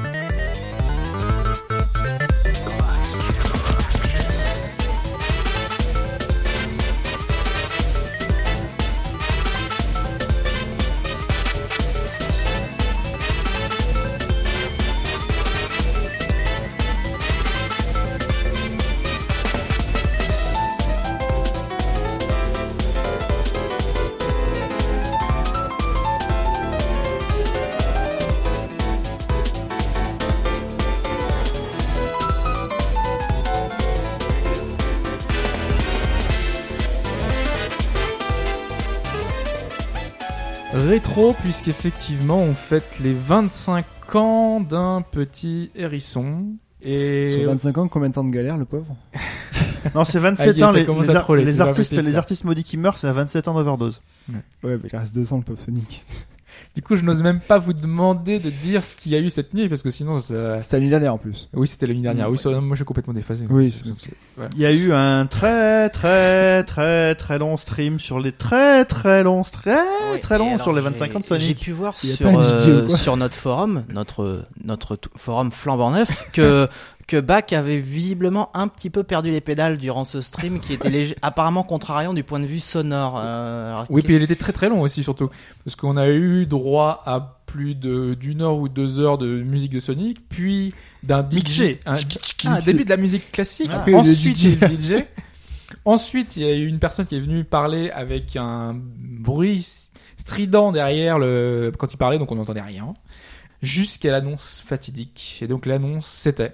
S2: rétro, puisqu'effectivement, on fête les 25 ans d'un petit hérisson. Et
S5: Sur 25 ans, combien de temps de galère, le pauvre
S3: Non, c'est 27
S2: Aïe,
S3: ans.
S2: ça
S3: Les,
S2: commence
S3: les
S2: à
S3: ar-
S2: troller,
S3: les
S2: c'est pas
S3: artistes,
S2: possible,
S3: les
S2: ça.
S3: artistes maudits qui meurent, c'est à 27 ans d'overdose.
S5: Ouais, mais il reste 2 ans, le pauvre Sonic.
S2: du coup, je n'ose même pas vous demander de dire ce qu'il y a eu cette nuit, parce que sinon, ça...
S5: C'était l'année dernière en plus.
S2: oui, c'était la nuit dernière. Oui, ça- moi, je suis complètement déphasé.
S5: Mm. Oui, c'est-
S3: Il y a eu un très très très très long stream sur les très très longs très
S4: Ouais,
S3: Ah, très
S4: et
S3: long
S4: alors,
S3: sur les
S4: j'ai-
S3: 25 ans de
S4: J'ai
S3: Sonic.
S4: pu voir
S5: Il y a
S4: sur,
S5: pas un DJ
S4: euh,
S5: ou quoi
S4: sur notre forum, notre, notre t- forum flambant neuf,
S5: <laughs>
S4: que, que Bach avait visiblement un petit peu perdu les pédales durant ce stream qui était
S5: <laughs>
S4: léger- apparemment contrariant du point de vue sonore. Euh, alors,
S2: Oui, puis
S4: qu'est-ce-
S2: il était très très long aussi, surtout. Parce qu'on a eu droit à plus de- d'une heure ou deux heures de musique de Sonic, puis d'un DJ.
S3: Mixé.
S2: Un, un
S5: mixé.
S2: début de la musique classique.
S3: Ah.
S5: Après, il y a eu le
S2: Ensuite,
S5: DJ.
S2: il y a eu le DJ. <laughs> Ensuite, il y a eu une personne qui est venue parler avec un bruit strident derrière le, quand il parlait, donc on n'entendait rien. Jusqu'à l'annonce fatidique. Et donc l'annonce, c'était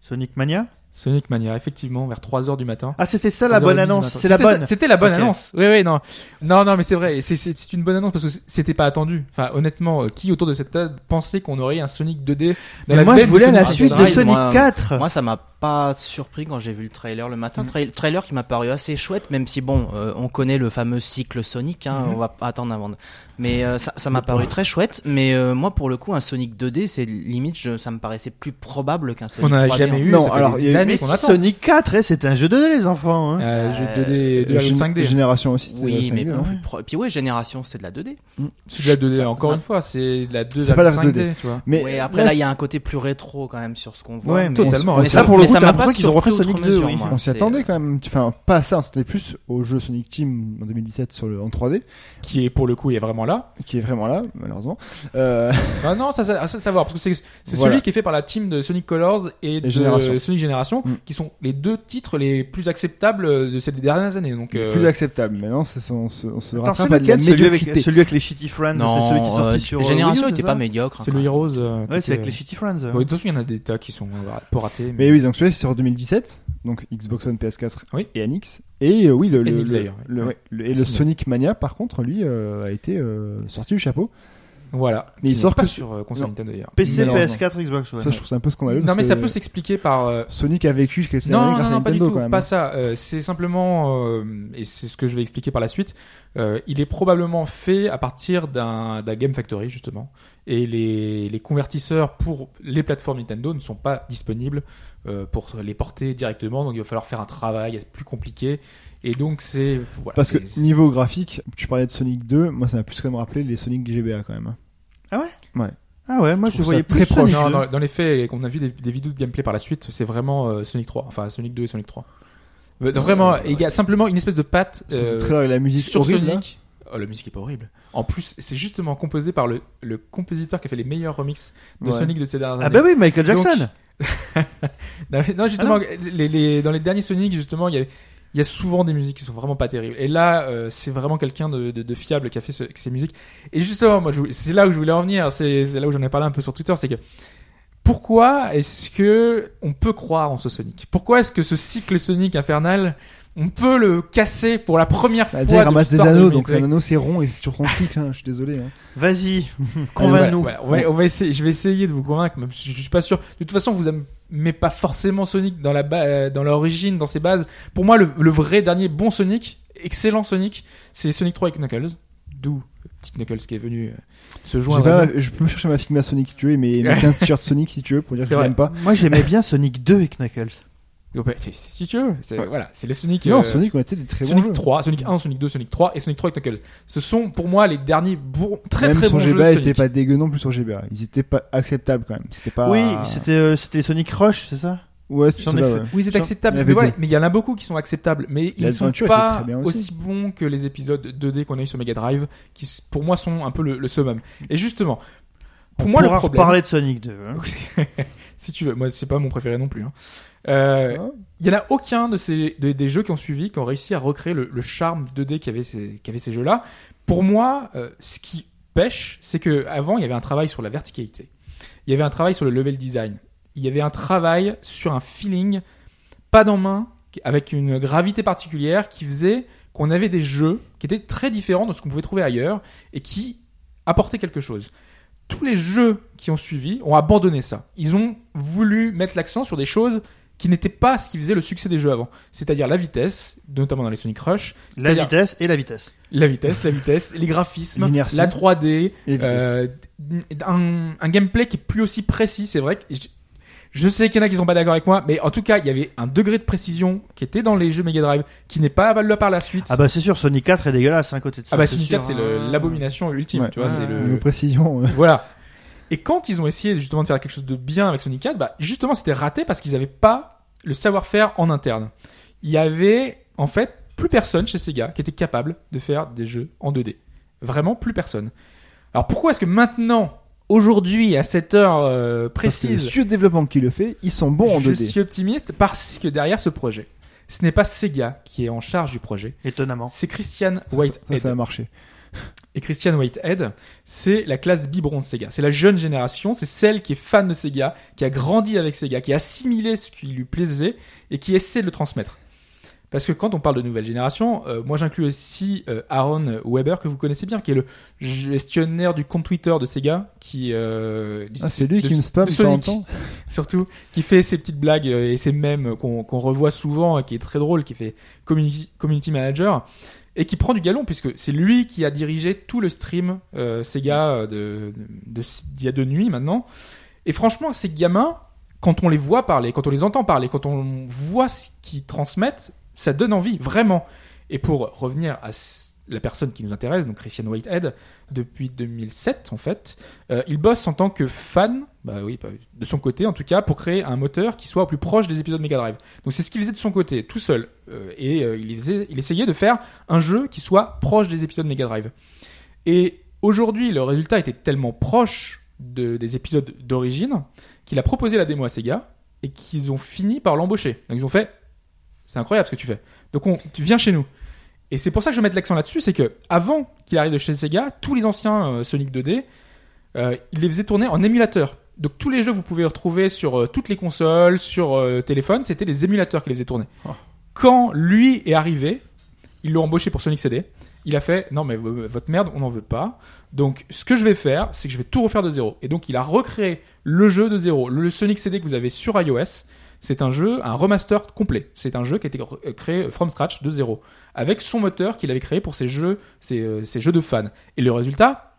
S3: Sonic Mania
S2: Sonic Mania, effectivement, vers 3 heures du matin.
S3: Ah, c'était ça la
S2: 11h30
S3: bonne
S2: du
S3: annonce.
S2: matin.
S3: C'est la
S2: C'était
S3: bonne.
S2: ça- C'était la bonne
S3: Ok.
S2: annonce. Oui, oui, non. Non, non, mais c'est vrai. C'est- C'est c'est une bonne annonce parce que c'était pas attendu. Enfin, honnêtement, euh, qui autour de cette table pensait qu'on aurait un Sonic 2D dans
S3: Mais
S2: la
S3: moi,
S2: veine
S3: je voulais
S2: de
S3: la
S2: Sonic
S3: suite de
S2: Drive.
S3: Sonic
S4: moi,
S5: euh,
S3: 4.
S4: Moi, ça m'a pas surpris quand j'ai vu le trailer le
S5: Mm.
S4: matin. Trail- trailer qui m'a paru assez chouette, même si bon, euh, on connaît le fameux cycle Sonic. Hein,
S5: Mm-hmm.
S4: On va pas attendre avant. de- Mais euh, ça, ça m'a paru très chouette. Mais euh, moi, pour le coup, un Sonic 2D, c'est limite, je- ça me paraissait plus probable qu'un Sonic
S2: On n'a
S4: 3D.
S2: jamais eu.
S5: Non,
S2: ça fait
S5: alors, il y
S2: des
S5: a eu-
S2: années
S3: Mais
S2: qu'on
S3: si,
S2: attend.
S3: Sonic 4, eh, c'est un jeu de dés, les enfants. hein.
S2: Euh, jeu 2D,
S5: Euh,
S2: 2D
S5: gén-
S2: 5D.
S5: Génération aussi, c'était
S4: Oui,
S5: la
S4: mais
S5: 5D, hein.
S4: plus pro- puis oui, génération, c'est de la 2D.
S2: Celui de la 2D,
S4: Ça-
S2: encore
S4: ça-
S2: une fois, c'est la 2
S5: C'est pas la
S2: 5D, tu vois.
S5: Mais euh,
S4: Ouais, après là, il y a un côté plus rétro quand même sur ce qu'on voit.
S3: Ouais,
S4: mais-
S2: totalement.
S4: mais
S2: Ça,
S4: m'a-
S3: pour le
S4: mais
S3: coup,
S4: ça
S3: t'as
S4: m'a
S3: l'impression
S4: pas
S3: qu'ils ont
S4: surpris
S3: refait
S4: outre
S3: Sonic 2,
S4: mesure,
S3: oui.
S4: moi.
S5: on s'y
S4: C'est- euh,
S5: attendait quand même. Enfin, pas à ça, on s'attendait plus au jeu Sonic Team en 2017 sur le, en 3D,
S2: Qui est, pour le coup, il est vraiment là.
S5: qui est vraiment là, malheureusement. Euh, <laughs>
S2: Ah non, ça, ça, ça, c'est à voir. Parce que c'est c'est
S5: Voilà.
S2: celui qui est fait par la team de Sonic Colors et de
S5: Génération.
S2: Sonic Génération,
S5: Mm.
S2: qui sont les deux titres les plus acceptables de ces dernières années. Donc, euh,
S5: Plus acceptable. Maintenant, c'est- on se, on se
S3: Attends, c'est
S5: rattrape à de la
S3: lequel celui avec,
S5: médiocrité.
S3: celui avec les Shitty Friends, c'est celui qui est
S4: Non,
S3: sorti
S4: euh,
S3: sur. euh,
S4: génération
S3: Wii U,
S4: était
S3: c'est
S4: pas
S3: ça
S4: médiocre.
S2: c'est
S4: hein,
S2: le
S4: quand
S2: Heroes. euh,
S3: Ouais,
S2: qui
S3: c'est
S2: était-
S3: avec les Shitty Friends.
S2: Bon, de toute façon, il y en a des tas qui sont euh, peu ratés.
S5: Mais oui, donc celui-là, c'est sur 2017, donc Xbox One, PS4
S2: Oui.
S5: et NX. Et euh, oui, le, le,
S2: NX,
S5: le-
S2: d'ailleurs,
S5: le-
S2: ouais.
S5: ouais, le- et le
S2: Sinon.
S5: Sonic Mania, par contre, lui, euh, a été euh, sorti du chapeau.
S2: Voilà.
S5: Mais il
S2: Qui
S5: sort
S2: n'est pas
S5: que-
S2: sur euh, console
S5: Non.
S2: Nintendo d'ailleurs.
S3: PC,
S5: Malheureusement.
S3: PS4, Xbox One.
S5: Ça, je trouve ça un peu scandaleux.
S2: Non,
S5: parce
S2: mais ça
S5: que
S2: peut s'expliquer par. euh,
S5: Sonic a vécu quelques années
S2: Non, non,
S5: grâce
S2: non,
S5: à
S2: pas du
S5: Nintendo
S2: tout,
S5: quand même. hein.
S2: pas ça. Euh, c'est simplement, euh, et c'est ce que je vais expliquer par la suite, euh, il est probablement fait à partir d'un d'un Game Factory, justement. Et les, les convertisseurs pour les plateformes Nintendo ne sont pas disponibles euh, pour les porter directement, donc il va falloir faire un travail plus compliqué. Et donc, c'est. voilà,
S5: Parce que
S2: c'est-
S5: niveau graphique, tu parlais de Sonic 2, moi ça m'a plus quand même rappelé les Sonic GBA quand même. hein.
S3: Ah ouais, moi je,
S5: trouve ça
S3: voyais plus
S5: très proche.
S3: Sonic
S2: Non,
S3: 2.
S2: dans, dans les faits, qu'on a vu des, des vidéos de gameplay par la suite, c'est vraiment euh, Sonic 3, enfin Sonic 2 et Sonic 3. Euh,
S5: C'est-
S2: Vraiment, il y a simplement une espèce de patte
S5: Parce que
S2: euh,
S5: le trailer et la musique
S2: sur
S5: horrible. hein. là.
S2: Sonic. Oh, la musique est pas horrible. En plus, c'est justement composé par le, le compositeur qui a fait les meilleurs remixes de
S5: Ouais.
S2: Sonic de ces dernières
S3: Ah
S2: années.
S3: bah oui, Michael
S2: Donc,
S3: Jackson.
S5: euh,
S2: Non, mais- non, justement,
S5: Ah
S2: les, les- dans les derniers Sonic, justement, il y a, il y a souvent des musiques qui sont vraiment pas terribles. Et là, euh, c'est vraiment quelqu'un de, de- de fiable qui a fait ce- ces musiques. Et justement, moi, je voulais- c'est là où je voulais en venir. C'est c'est là où j'en ai parlé un peu sur Twitter, c'est que pourquoi est-ce que on peut croire en ce Sonic Pourquoi est-ce que ce cycle Sonic infernal, on peut le casser pour la première
S5: Bah,
S2: fois
S5: déjà, il
S2: de
S5: ramasse des
S2: l'histoire de
S5: anneaux, donc
S2: l'humanité
S5: un anneau c'est rond et c'est sur ton cycle, hein, je suis désolé. hein.
S3: Vas-y, <laughs> convainc-nous.
S2: Voilà, ouais, on va essayer, je vais essayer de vous convaincre, même si je suis pas sûr. De toute façon, vous aimez pas forcément Sonic dans la ba- euh, dans l'origine, dans ses bases. Pour moi, le, le vrai dernier bon Sonic, excellent Sonic, c'est Sonic 3 et Knuckles. D'où le petit Knuckles qui est venu euh, se
S5: J'ai
S2: joindre. à
S5: pas-
S2: nous.
S5: je peux chercher ma figma Sonic si tu veux,
S2: <laughs>
S5: et mes, mes 15 t-shirts Sonic si tu veux pour dire
S2: C'est
S5: que je
S2: vrai.
S5: l'aime pas.
S3: Moi j'aimais bien Sonic 2 et Knuckles.
S2: Donc, bah, c'est- c'est- si tu veux, c'est-
S5: Ouais.
S2: voilà, c'est les Sonic.
S5: Non,
S2: euh,
S5: Sonic ont été des très
S2: Sonic
S5: bons jeux.
S2: 3, Sonic 1, Sonic 2, Sonic 3 et Sonic 3 et Knuckles. Ce sont pour moi les derniers bons, très
S5: même
S2: très
S5: sur
S2: bons jeux. de
S5: GBA, ils
S2: Sonic.
S5: étaient pas dégueux non plus sur GBA. Ils étaient pas acceptables quand même. C'était pas. Ah.
S3: Oui,
S2: Ah.
S3: c'était euh, c'était Sonic Rush, c'est ça
S5: Ouais, c'est
S3: J'en ai
S5: ceux-là,
S3: fait.
S5: ouais.
S2: Oui, c'est
S3: Genre,
S2: acceptable.
S5: il y
S2: Mais
S5: avait
S2: voilà,
S5: deux.
S2: mais il y en a beaucoup qui sont acceptables, mais ils sont
S5: L'Adventure était
S2: pas
S5: très bien aussi.
S2: aussi. bons que les épisodes 2D qu'on a eu sur Mega Drive, qui s- pour moi sont un peu le, le summum. Et justement, pour moi
S3: On pourra
S2: le problème.
S3: reparler de Sonic 2. hein.
S2: <laughs> si tu veux, moi c'est pas mon préféré non plus. hein. Euh,
S5: Ah.
S2: il y en a aucun de ces de- des jeux qui ont suivi qui ont réussi à recréer le, le charme 2D qu'avaient ces, qu'avaient ces jeux-là. Pour moi, euh, ce qui pêche, c'est que avant il y avait un travail sur la verticalité, il y avait un travail sur le level design, il y avait un travail sur un feeling pas dans main avec une gravité particulière qui faisait qu'on avait des jeux qui étaient très différents de ce qu'on pouvait trouver ailleurs et qui apporter quelque chose. Tous les jeux qui ont suivi ont abandonné ça. Ils ont voulu mettre l'accent sur des choses qui n'étaient pas ce qui faisait le succès des jeux avant, c'est-à-dire la vitesse, notamment dans les Sonic Rush,
S3: La
S2: c'est-à-dire-
S3: vitesse et la vitesse.
S2: la vitesse, la vitesse, les graphismes,
S5: L'inertie.
S2: la 3D,
S5: Et la
S2: euh, un, un gameplay qui est plus aussi précis, c'est vrai. que je, je sais qu'il y en a qui sont pas d'accord avec moi, mais en tout cas, il y avait un degré de précision qui était dans les jeux Mega Drive, qui n'est pas là par la suite.
S3: Ah bah c'est sûr, Sonic 4 est dégueulasse hein, côté de ça.
S2: Ah bah,
S3: c'est
S2: Sonic 4, c'est
S3: sûr,
S2: le-
S3: hein.
S2: l'abomination ultime,
S5: Ouais.
S2: tu vois, c'est
S5: Niveau
S2: le... <laughs>
S5: précision. euh.
S2: Voilà. Et quand ils ont essayé justement de faire quelque chose de bien avec Sonic 4, bah, justement, c'était raté parce qu'ils n'avaient pas le savoir-faire en interne. Il y avait, en fait, plus personne chez Sega qui était capable de faire des jeux en 2D. Vraiment plus personne. Alors pourquoi est-ce que maintenant, aujourd'hui, à cette heure euh,
S5: Parce que le
S2: précise,
S5: studio de développement qui le fait, ils sont bons en
S2: je
S5: 2D.
S2: suis optimiste Parce que derrière ce projet, ce n'est pas Sega qui est en charge du projet,
S3: Étonnamment.
S2: c'est Christian
S5: Ça,
S2: Whitehead.
S5: ça, ça a marché.
S2: Et Christian Whitehead, c'est la classe biberon de Sega. C'est la jeune génération, c'est celle qui est fan de Sega, qui a grandi avec Sega, qui a assimilé ce qui lui plaisait et qui essaie de le transmettre. Parce que quand on parle de nouvelle génération, euh, moi j'inclus aussi euh, Aaron Weber que vous connaissez bien, qui est le gestionnaire du compte Twitter de Sega, qui euh, du-
S5: Ah, c'est lui
S2: de-
S5: qui me spam
S2: de
S5: de temps en
S2: Sonic
S5: temps.
S2: surtout, qui fait ses petites blagues euh, et ses mèmes qu'on qu'on revoit souvent, et qui est très drôle, qui fait community, community manager, et qui prend du galon, puisque c'est lui qui a dirigé tout le stream euh, Sega euh, de- de- d'il y a deux nuits maintenant. Et franchement, ces gamins, quand on les voit parler, quand on les entend parler, quand on voit ce qu'ils transmettent, ça donne envie, vraiment. Et pour revenir à s- la personne qui nous intéresse, donc Christian Whitehead, depuis 2007 en fait, euh, il bosse en tant que fan, bah oui, bah, de son côté en tout cas, pour créer un moteur qui soit au plus proche des épisodes Mega Drive. Donc c'est ce qu'il faisait de son côté, tout seul, Euh, et euh, il, faisait- il essayait de faire un jeu qui soit proche des épisodes Mega Drive. Et aujourd'hui, le résultat était tellement proche de- des épisodes d'origine qu'il a proposé la démo à Sega et qu'ils ont fini par l'embaucher. Donc ils ont fait, c'est incroyable ce que tu fais. Donc on, tu viens chez nous. Et c'est pour ça que je vais mettre l'accent là-dessus, c'est que avant qu'il arrive de chez Sega, tous les anciens euh, Sonic 2D, euh, il les faisait tourner en émulateur. Donc tous les jeux que vous pouvez retrouver sur euh, toutes les consoles, sur euh, téléphone, c'était des émulateurs qui les faisaient tourner. Quand lui est arrivé, ils l'ont embauché pour Sonic CD. Il a fait non mais v- votre merde, on n'en veut pas. Donc ce que je vais faire, c'est que je vais tout refaire de zéro. Et donc il a recréé le jeu de zéro, le Sonic CD que vous avez sur iOS. C'est un jeu, un remaster complet. C'est un jeu qui a été re- euh, créé from scratch de zéro, avec son moteur qu'il avait créé pour ses jeux, ses, euh, ses jeux de fans. Et le résultat,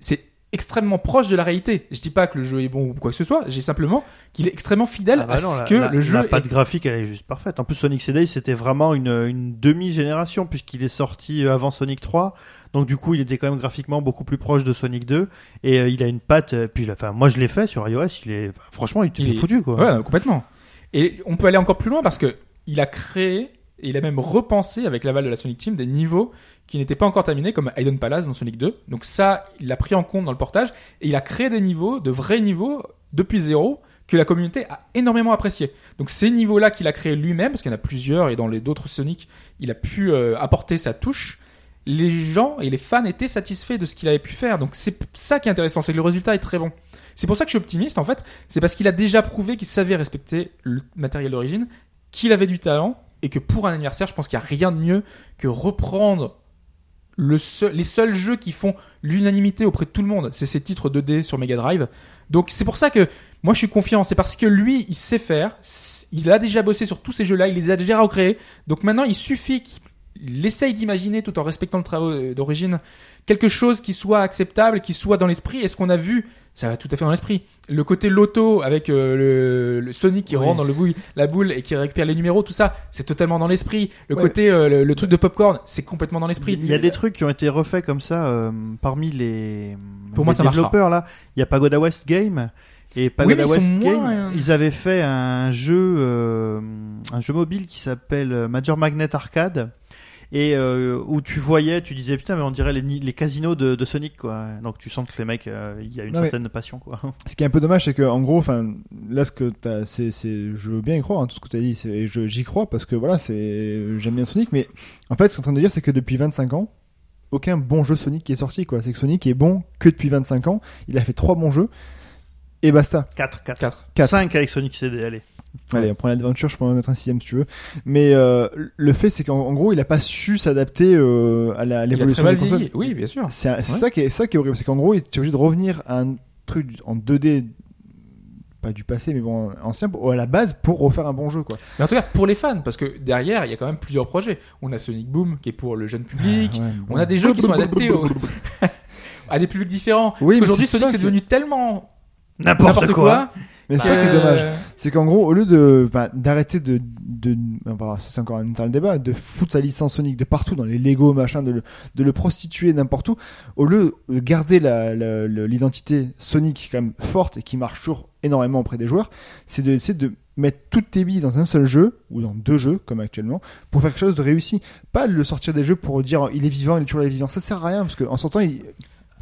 S2: c'est extrêmement proche de la réalité. Je dis pas que le jeu est bon ou quoi que ce soit, j'ai simplement qu'il est extrêmement fidèle
S3: Ah bah
S2: à
S3: non,
S2: ce
S3: la-
S2: que
S3: la-
S2: le jeu
S3: La
S2: est
S3: patte graphique, elle est juste parfaite. En plus, Sonic CD, c'était vraiment une, une demi-génération, puisqu'il est sorti euh, avant Sonic 3. Donc, du coup, il était quand même graphiquement beaucoup plus proche de Sonic 2. Et euh, il a une patte. euh, Puis, là, enfin, moi, je l'ai fait sur iOS. Il est, enfin, franchement, il, il
S2: Il
S3: est
S2: est-
S3: foutu, quoi.
S2: Ouais, non, complètement. Et on peut aller encore plus loin parce que il a créé et il a même repensé avec l'aval de la Sonic Team des niveaux qui n'étaient pas encore terminés comme Hayden Palace dans Sonic 2. Donc ça, il l'a pris en compte dans le portage et il a créé des niveaux, de vrais niveaux depuis zéro que la communauté a énormément apprécié. Donc ces niveaux-là qu'il a créés lui-même, parce qu'il y en a plusieurs et dans les d'autres Sonic, il a pu euh, apporter sa touche. Les gens et les fans étaient satisfaits de ce qu'il avait pu faire. Donc c'est p- ça qui est intéressant, c'est que le résultat est très bon. C'est pour ça que je suis optimiste en fait, c'est parce qu'il a déjà prouvé qu'il savait respecter le matériel d'origine, qu'il avait du talent et que pour un anniversaire, je pense qu'il n'y a rien de mieux que reprendre le seul- les seuls jeux qui font l'unanimité auprès de tout le monde. C'est ses titres 2D sur Mega Drive. Donc c'est pour ça que moi je suis confiant. C'est parce que lui, il sait faire. s- Il a déjà bossé sur tous ces jeux-là. Il les a déjà recréés. Donc maintenant, il suffit qu'il essaye d'imaginer tout en respectant le travail d'origine quelque chose qui soit acceptable, qui soit dans l'esprit. Et ce qu'on a vu, ça va tout à fait dans l'esprit. Le côté loto avec euh, le, le Sonic qui
S3: Oui.
S2: rentre dans le bouille, la boule et qui récupère les numéros, tout ça, c'est totalement dans l'esprit. Le
S5: Ouais.
S2: côté euh, le, le truc de popcorn, c'est complètement dans l'esprit.
S3: Il y a des trucs qui ont été refaits comme ça euh, parmi les,
S2: Pour
S3: les
S2: moi, ça marchera.
S3: développeurs là. Il y a Pagoda West Game
S2: Oui,
S3: et
S2: mais
S3: Pagoda
S2: ils sont
S3: West
S2: moins,
S3: Game.
S2: euh,
S3: Ils avaient fait un jeu euh, un jeu mobile qui s'appelle euh, Major Magnet Arcade et euh, où tu voyais, tu disais putain mais on dirait les, ni- les casinos de, de Sonic quoi. Donc tu sens que les mecs, euh, il y a une
S2: Ah
S5: Non, mais-
S3: certaine passion quoi. <laughs>
S5: Ce qui est un peu dommage, c'est que en gros, enfin, là, ce que t'as, c'est, c'est, je veux bien y croire, hein, tout ce que t'as dit, c'est, et je, j'y crois parce que voilà, c'est, j'aime bien Sonic, mais en fait, ce que je suis en train de dire, c'est que depuis 25 ans, aucun bon jeu Sonic qui est sorti, quoi. C'est que Sonic est bon que depuis 25 ans. Il a fait trois bons jeux et basta.
S3: 4 4
S2: 4.
S5: Quatre.
S3: 5 avec Sonic CD allez.
S5: Allez, on prend l'adventure, je peux en mettre un sixième si tu veux. Mais euh, le fait, c'est qu'en en gros, il a pas su s'adapter euh, à la- à
S2: Il a très
S5: l'évolution
S2: mal
S5: des consoles.
S2: vieilli. Oui, bien sûr.
S5: C'est c'est ça qui est ça qui est horrible, c'est qu'en gros, tu es obligé de revenir à un truc en 2D pas du passé mais bon ancien ou à la base pour refaire un bon jeu quoi.
S2: Mais en tout cas, pour les fans, parce que derrière, il y a quand même plusieurs projets. On a Sonic Boom, qui est pour le jeune public.
S5: Ah, Ouais,
S2: On
S5: bon.
S2: a des jeux qui
S5: <laughs>
S2: sont adaptés au- <laughs> à des publics différents.
S5: Oui, mais
S2: parce qu'aujourd'hui,
S5: c'est
S2: Sonic,
S5: ça
S2: c'est
S5: qui-
S2: devenu tellement
S3: N'importe quoi.
S5: Mais c'est
S2: que-
S5: ça qui est dommage. C'est qu'en gros, au lieu de bah, d'arrêter de, de enfin, ça, c'est encore un le débat, de foutre sa licence Sonic de partout dans les Lego machin, de le, de le prostituer n'importe où, au lieu de garder la- la- le- l'identité Sonic quand même forte et qui marche toujours énormément auprès des joueurs, c'est de c'est de mettre toutes tes billes dans un seul jeu ou dans deux jeux comme actuellement pour faire quelque chose de réussi, pas le sortir des jeux pour dire il est vivant, il est toujours là, il est vivant, ça sert à rien parce que en sortant il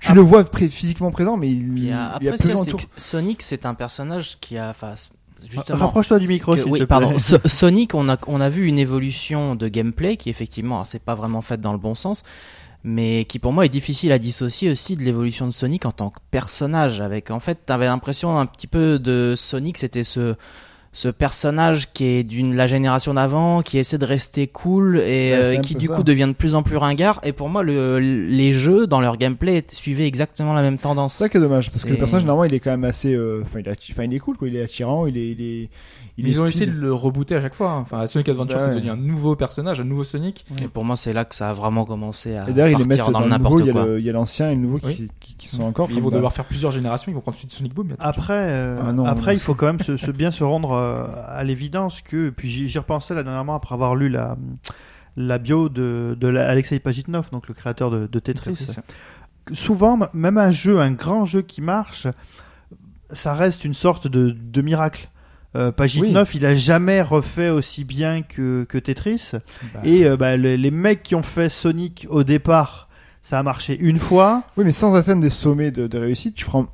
S5: tu
S4: Ah.
S5: le vois pré- physiquement présent, mais il,
S4: Puis,
S5: il y
S4: euh,
S5: a
S4: après,
S5: peu de
S4: ça,
S5: gens
S4: c'est
S5: autour.
S4: que Sonic, c'est un personnage qui a. Enfin, c'est-
S3: Ah,
S4: justement.
S3: Rapproche-toi du micro,
S4: que-
S3: s'il
S4: oui,
S3: te plaît.
S4: pardon. So- Sonic, on a, on a vu une évolution de gameplay qui, effectivement, alors, c'est pas vraiment faite dans le bon sens, mais qui, pour moi, est difficile à dissocier aussi de l'évolution de Sonic en tant que personnage. Avec, en fait, t'avais l'impression un petit peu de Sonic, c'était ce. Ce personnage qui est d'une la génération d'avant, qui essaie de rester cool et
S5: Ouais,
S4: euh,
S5: c'est un
S4: qui
S5: peu
S4: du
S5: ça.
S4: coup devient de plus en plus ringard. Et pour moi, le, les jeux dans leur gameplay étaient- suivaient exactement la même tendance.
S5: C'est ça qui est dommage, parce que le
S4: C'est-
S5: personnage, normalement, il est quand même assez. euh, Enfin, il, est atti- enfin, il est cool, quoi. Il est attirant, il est. Il est il est
S2: Ils ont
S5: speed.
S2: essayé de le rebooter à chaque fois. hein. Enfin, Sonic Adventure,
S5: Bah
S2: c'est
S5: ouais.
S2: devenu un nouveau personnage, un nouveau Sonic.
S4: Et pour moi, c'est là que ça a vraiment commencé à
S5: Et d'ailleurs, ils les
S4: partir
S5: mettent
S4: dans, le
S5: le nouveau, il y
S4: n'importe
S5: a
S4: quoi.
S5: le- il y a l'ancien et le nouveau qui,
S2: Oui.
S5: qui, qui sont encore.
S2: Ils
S5: comme
S2: vont
S5: là.
S2: devoir faire plusieurs générations. Ils vont prendre celui de Sonic Boom. bientôt.
S3: Après, euh,
S5: Ah non,
S3: après
S5: non.
S3: il faut quand même se, se bien se rendre euh, à l'évidence que. Puis j'y j'y repensais là dernièrement après avoir lu la, la bio de, de la- Alexei Pajitnov, donc le créateur de, de Tetris. Souvent, m- même un jeu, un grand jeu qui marche, ça reste une sorte de, de miracle. Euh, Pajitnov, il a jamais refait aussi bien que, que Tetris.
S5: Bah,
S3: Et euh, bah, les, les mecs qui ont fait Sonic au départ, ça a marché une fois.
S5: Oui, mais sans atteindre des sommets de, de réussite, tu prends.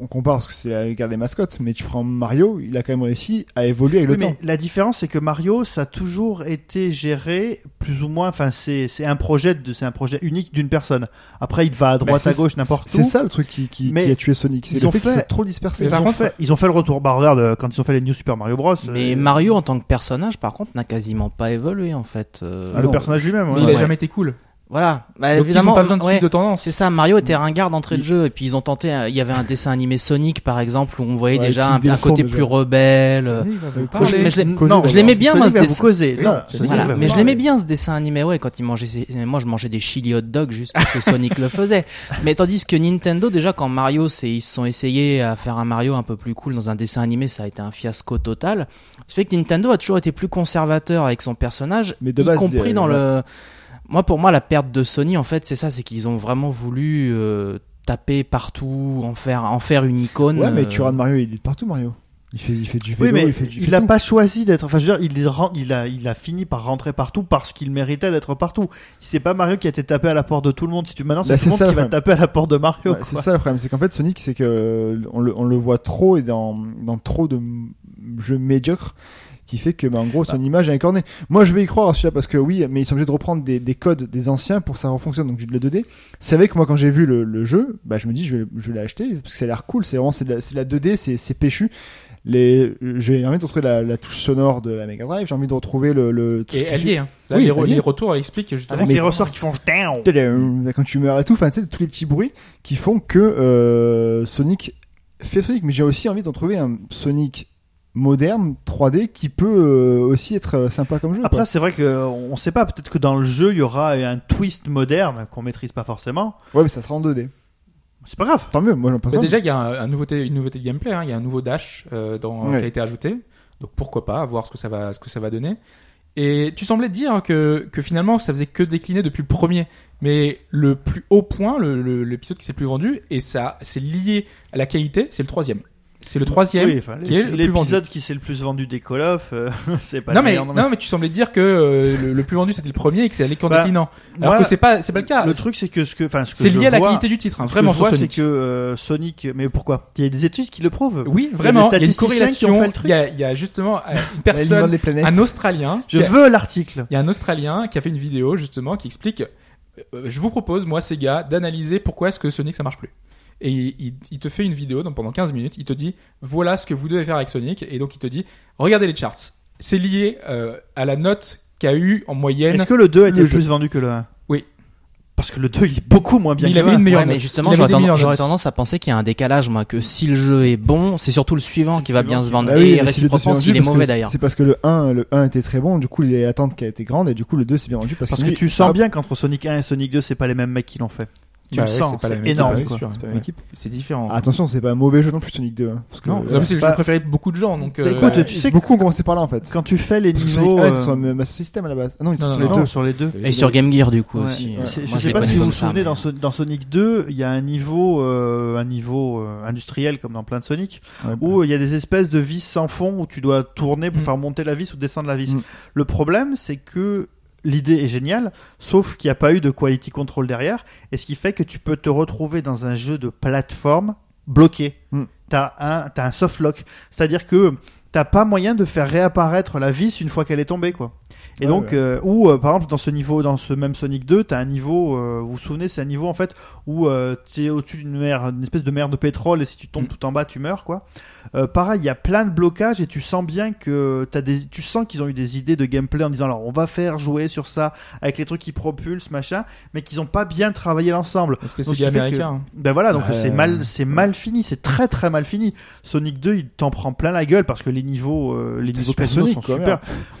S5: On compare parce que c'est la guerre des mascottes, mais tu prends Mario, il a quand même réussi à évoluer avec le
S3: Oui, mais
S5: temps.
S3: la différence, c'est que Mario, ça a toujours été géré plus ou moins. Enfin, c'est c'est un projet, de- c'est un projet unique d'une personne. Après, il va à droite,
S5: Bah,
S3: à
S5: c'est-
S3: gauche, n'importe où.
S5: C'est ça le truc qui, qui,
S3: Mais
S5: qui a tué Sonic.
S3: ils
S5: C'est le
S3: ont
S5: fait qu'il
S3: fait-
S5: s'est trop dispersé.
S3: Ils ont, fait, ils ont fait le retour. Bah regarde, euh, quand ils ont fait les New Super Mario Bros.
S4: Mais
S3: euh,
S4: Mario, en tant que personnage, par contre, n'a quasiment pas évolué en fait. Euh,
S3: ah, le
S4: non.
S3: personnage lui-même.
S2: Mais
S3: ouais.
S2: il a
S4: Ouais.
S2: jamais été cool.
S4: Voilà. Bah,
S2: Donc, ils
S4: évidemment,
S2: ont pas besoin de
S4: ouais.
S2: suivre de Mm. tendance.
S4: C'est ça, Mario était ringard d'entrée de
S5: Il-
S4: jeu, et puis ils ont tenté, euh, il y avait un dessin animé Sonic par exemple, où on voyait
S5: Ouais,
S4: déjà
S5: qui
S4: un, un
S5: descend
S4: côté
S5: déjà.
S4: plus rebelle. euh,
S2: Ah Oui, il va vous
S4: moi, je-
S2: parler.
S4: mais je l'ai-
S3: non,
S5: Causé, d'ailleurs.
S4: je l'aimais bien,
S3: Sonic
S4: moi, ce
S3: va vous
S4: dessin.
S3: causer.
S2: Oui,
S3: Non,
S2: c'est
S3: Sonic
S4: voilà.
S3: va vous
S4: Mais je
S3: parler.
S4: l'aimais bien ce dessin animé, ouais, quand il mangeait ses... Moi je mangeais des chili hot dogs juste parce que Sonic le faisait. Mais tandis que Nintendo, déjà quand Mario, c'est... ils se sont essayés à faire un Mario un peu plus cool dans un dessin animé, ça a été un fiasco total. Ce fait que Nintendo a toujours été plus conservateur avec son personnage,
S5: Mais de
S4: y
S5: base, euh,
S4: compris
S5: il-
S4: dans le... Moi pour moi la perte de Sony en fait c'est ça, c'est qu'ils ont vraiment voulu euh, taper partout, en faire, en faire une icône.
S5: Ouais, mais
S4: euh,
S5: tu regardes Mario, il est partout, Mario. Il fait, il fait du vélo,
S3: Oui, mais
S5: il fait du
S3: il
S5: fait
S3: n'a
S5: tout.
S3: pas choisi d'être. Enfin, je veux dire, il, est ren- il, a, il a fini par rentrer partout parce qu'il méritait d'être partout. C'est pas Mario qui a été tapé à la porte de tout le monde. Si tu maintenant, c'est
S5: Bah,
S3: tout le
S5: c'est
S3: monde
S5: ça,
S3: qui
S5: le
S3: va
S5: problème.
S3: taper à la porte de Mario.
S5: Ouais, c'est
S3: quoi.
S5: ça le problème, c'est qu'en fait Sonic, c'est que euh, on le, on le voit trop et dans, dans trop de m- jeux médiocres qui fait que bah, en gros son image est incarnée. Moi je vais y croire celui-là parce que oui, mais ils sont obligés de reprendre des, des codes des anciens pour que ça refonctionne donc du de la 2D. C'est vrai que moi quand j'ai vu le, le jeu, bah, je me dis je vais, je vais l'acheter parce que ça a l'air cool, c'est vraiment c'est de, la- c'est de la 2D, c'est c'est péchu. Les, j'ai envie de retrouver la, la touche sonore de la Mega Drive, j'ai envie de retrouver le, le tout ce
S2: Et
S5: qui
S2: elle y
S5: fait-
S2: est. hein. Là,
S5: Oui,
S2: les, re-
S5: elle y est.
S2: les retours expliquent justement.
S3: Avec
S5: mais-
S3: ses ressorts qui font. Down.
S5: Tadam quand tu meurs et tout, enfin, tu sais, tous les petits bruits qui font que euh, Sonic fait Sonic. Mais j'ai aussi envie d'en trouver un Sonic moderne, 3D, qui peut euh, aussi être euh, sympa comme jeu.
S3: Après,
S5: quoi.
S3: c'est vrai que euh, on sait pas. Peut-être que dans le jeu, il y aura un twist moderne qu'on maîtrise pas forcément.
S5: Ouais, mais ça sera en 2D.
S3: C'est pas grave.
S5: Tant mieux, moi j'en pense
S2: Bah,
S5: pas.
S2: déjà, il y a un, un nouveauté, une nouveauté de gameplay. hein. Il y a un nouveau dash euh, dans,
S5: Ouais.
S2: qui a été ajouté. Donc pourquoi pas, voir ce que ça va, ce que ça va donner. Et tu semblais dire que, que finalement, ça faisait que décliner depuis le premier. Mais le plus haut point, le- le- l'épisode qui s'est le plus vendu, et ça, c'est lié à la qualité, c'est le troisième. C'est le troisième.
S3: Oui, enfin,
S2: qui est le plus
S3: l'épisode qui s'est le plus vendu des Call of, euh, <laughs> c'est pas
S2: non
S3: le
S2: mais,
S3: meilleur,
S2: non, mais tu semblais dire que euh, le, le plus vendu c'était le premier et que c'est allé qu'en
S3: Bah,
S2: déclinant. Alors
S3: moi,
S2: que c'est pas, c'est pas le cas.
S3: Le truc, c'est que ce que, enfin, ce que
S2: C'est
S3: je
S2: lié à la
S3: vois-
S2: qualité du titre, hein,
S3: ce que
S2: vraiment
S3: je
S2: sur
S3: vois, c'est
S2: Sonic.
S3: que euh, Sonic. Mais pourquoi Il y a des études qui le prouvent.
S2: Oui,
S3: des
S2: vraiment. Il y a une
S3: statisticiens qui
S2: corrélation.
S3: ont fait le truc.
S2: Il y a, il y a justement
S3: <laughs>
S2: euh, une
S5: La lumière
S2: personne,
S5: des planètes.
S2: un Australien.
S3: Je
S2: qui a-
S3: veux l'article.
S2: Il y a un Australien qui a fait une vidéo justement qui explique euh, je vous propose moi Sega d'analyser pourquoi est-ce que Sonic ça marche plus. et il, il te fait une vidéo donc pendant 15 minutes. Il te dit voilà ce que vous devez faire avec Sonic et donc il te dit regardez les charts. C'est lié euh, à la note qu'a eu en moyenne.
S3: Est-ce que le 2 a été
S2: le
S3: plus vendu que le 1
S2: Oui.
S3: Parce que le 2, il est beaucoup moins bien
S2: Il
S3: que le
S2: avait
S3: 1.
S2: une meilleure
S4: Ouais, mais
S2: note.
S4: justement,
S2: Il avait
S4: j'aurais
S2: des
S4: tendance,
S2: meilleures
S4: j'aurais
S2: notes.
S4: tendance à penser qu'il y a un décalage, moi, que si le jeu est bon, c'est surtout le suivant
S3: C'est
S4: qui va
S3: le
S4: bien se
S3: suivant
S4: vendre.
S5: Bah oui,
S4: et
S5: mais si le deux s'est
S4: réciproquement,
S5: vendu,
S4: s'il est
S5: parce que
S4: mauvais
S5: c'est-
S4: d'ailleurs.
S5: C'est parce que le 1, le 1 était très bon, du coup, les attentes qui a été grande, et du coup, le 2 s'est bien vendu parce,
S3: Parce que
S5: lui-
S3: tu sens
S5: hop,
S3: bien qu'entre Sonic 1 et Sonic 2, c'est pas les mêmes mecs qui l'ont fait. Tu
S2: Bah
S3: le
S2: ouais,
S3: sens,
S2: c'est pas la même
S3: c'est
S2: équipe,
S3: énorme.
S2: ouais,
S3: quoi.
S2: sûr.
S5: C'est pas la
S2: Ouais.
S5: même équipe.
S2: C'est différent.
S5: Ah, Attention, c'est pas un mauvais jeu non plus, Sonic 2. hein, parce que,
S2: non,
S5: euh,
S2: non, mais c'est le jeu
S3: Bah-
S2: préféré de beaucoup de gens donc. euh,
S3: Écoute,
S5: bah,
S3: tu sais que-
S5: beaucoup ont commencé par là en fait.
S3: Quand tu fais les
S5: Parce que
S3: niveaux.
S5: Sonic 1 était
S3: euh,
S5: sur le Master System à la base. Ah non, il était
S2: Non,
S5: sur
S2: non,
S5: les
S3: non,
S5: deux.
S3: sur les deux.
S4: Et sur Game Gear, du coup,
S3: Ouais.
S4: aussi.
S3: Ouais.
S4: euh,
S3: C'est-
S4: moi,
S3: Je
S4: je
S3: sais
S4: l'ai
S3: pas
S4: connu
S3: si vous
S4: comme
S3: vous
S4: ça,
S3: souvenez,
S4: mais-
S3: dans, Son- dans Sonic 2, il y a un niveau, euh, un niveau euh, industriel comme dans plein de Sonic,
S5: Ouais, bah.
S3: où euh, il y a des espèces de vis sans fond où tu dois tourner pour
S2: Mm.
S3: faire monter la vis ou descendre la vis.
S5: Mm.
S3: Le problème, c'est que l'idée est géniale, sauf qu'il n'y a pas eu de quality control derrière, et ce qui fait que tu peux te retrouver dans un jeu de plateforme bloqué.
S5: Mm.
S3: T'as un, t'as un soft lock, c'est-à-dire que t'as pas moyen de faire réapparaître la vis une fois qu'elle est tombée, quoi. Et
S5: Ouais,
S3: donc,
S5: ouais.
S3: euh, ou euh, par exemple dans ce niveau, dans ce même Sonic 2, t'as un niveau, euh, vous vous souvenez, c'est un niveau en fait où euh, t'es au-dessus d'une mer, d'une espèce de mer de pétrole, et si tu tombes
S5: Hmm.
S3: tout en bas, tu meurs, quoi. Euh, pareil, il y a plein de blocages et tu sens bien que t'as des, tu sens qu'ils ont eu des idées de gameplay en disant alors on va faire jouer sur ça avec les trucs qui propulsent machin, mais qu'ils ont pas bien travaillé l'ensemble.
S2: C'était
S3: Donc,
S2: Sega
S3: ce qui fait
S2: américain.
S3: Ben voilà, donc
S5: Euh,
S3: c'est mal, c'est mal fini, c'est très très mal fini. Sonic 2, il t'en prend plein la gueule parce que les niveaux, euh, les
S5: Putain,
S3: niveaux
S5: Super
S3: Casino
S5: Sonic,
S3: sont
S5: quoi,
S3: super.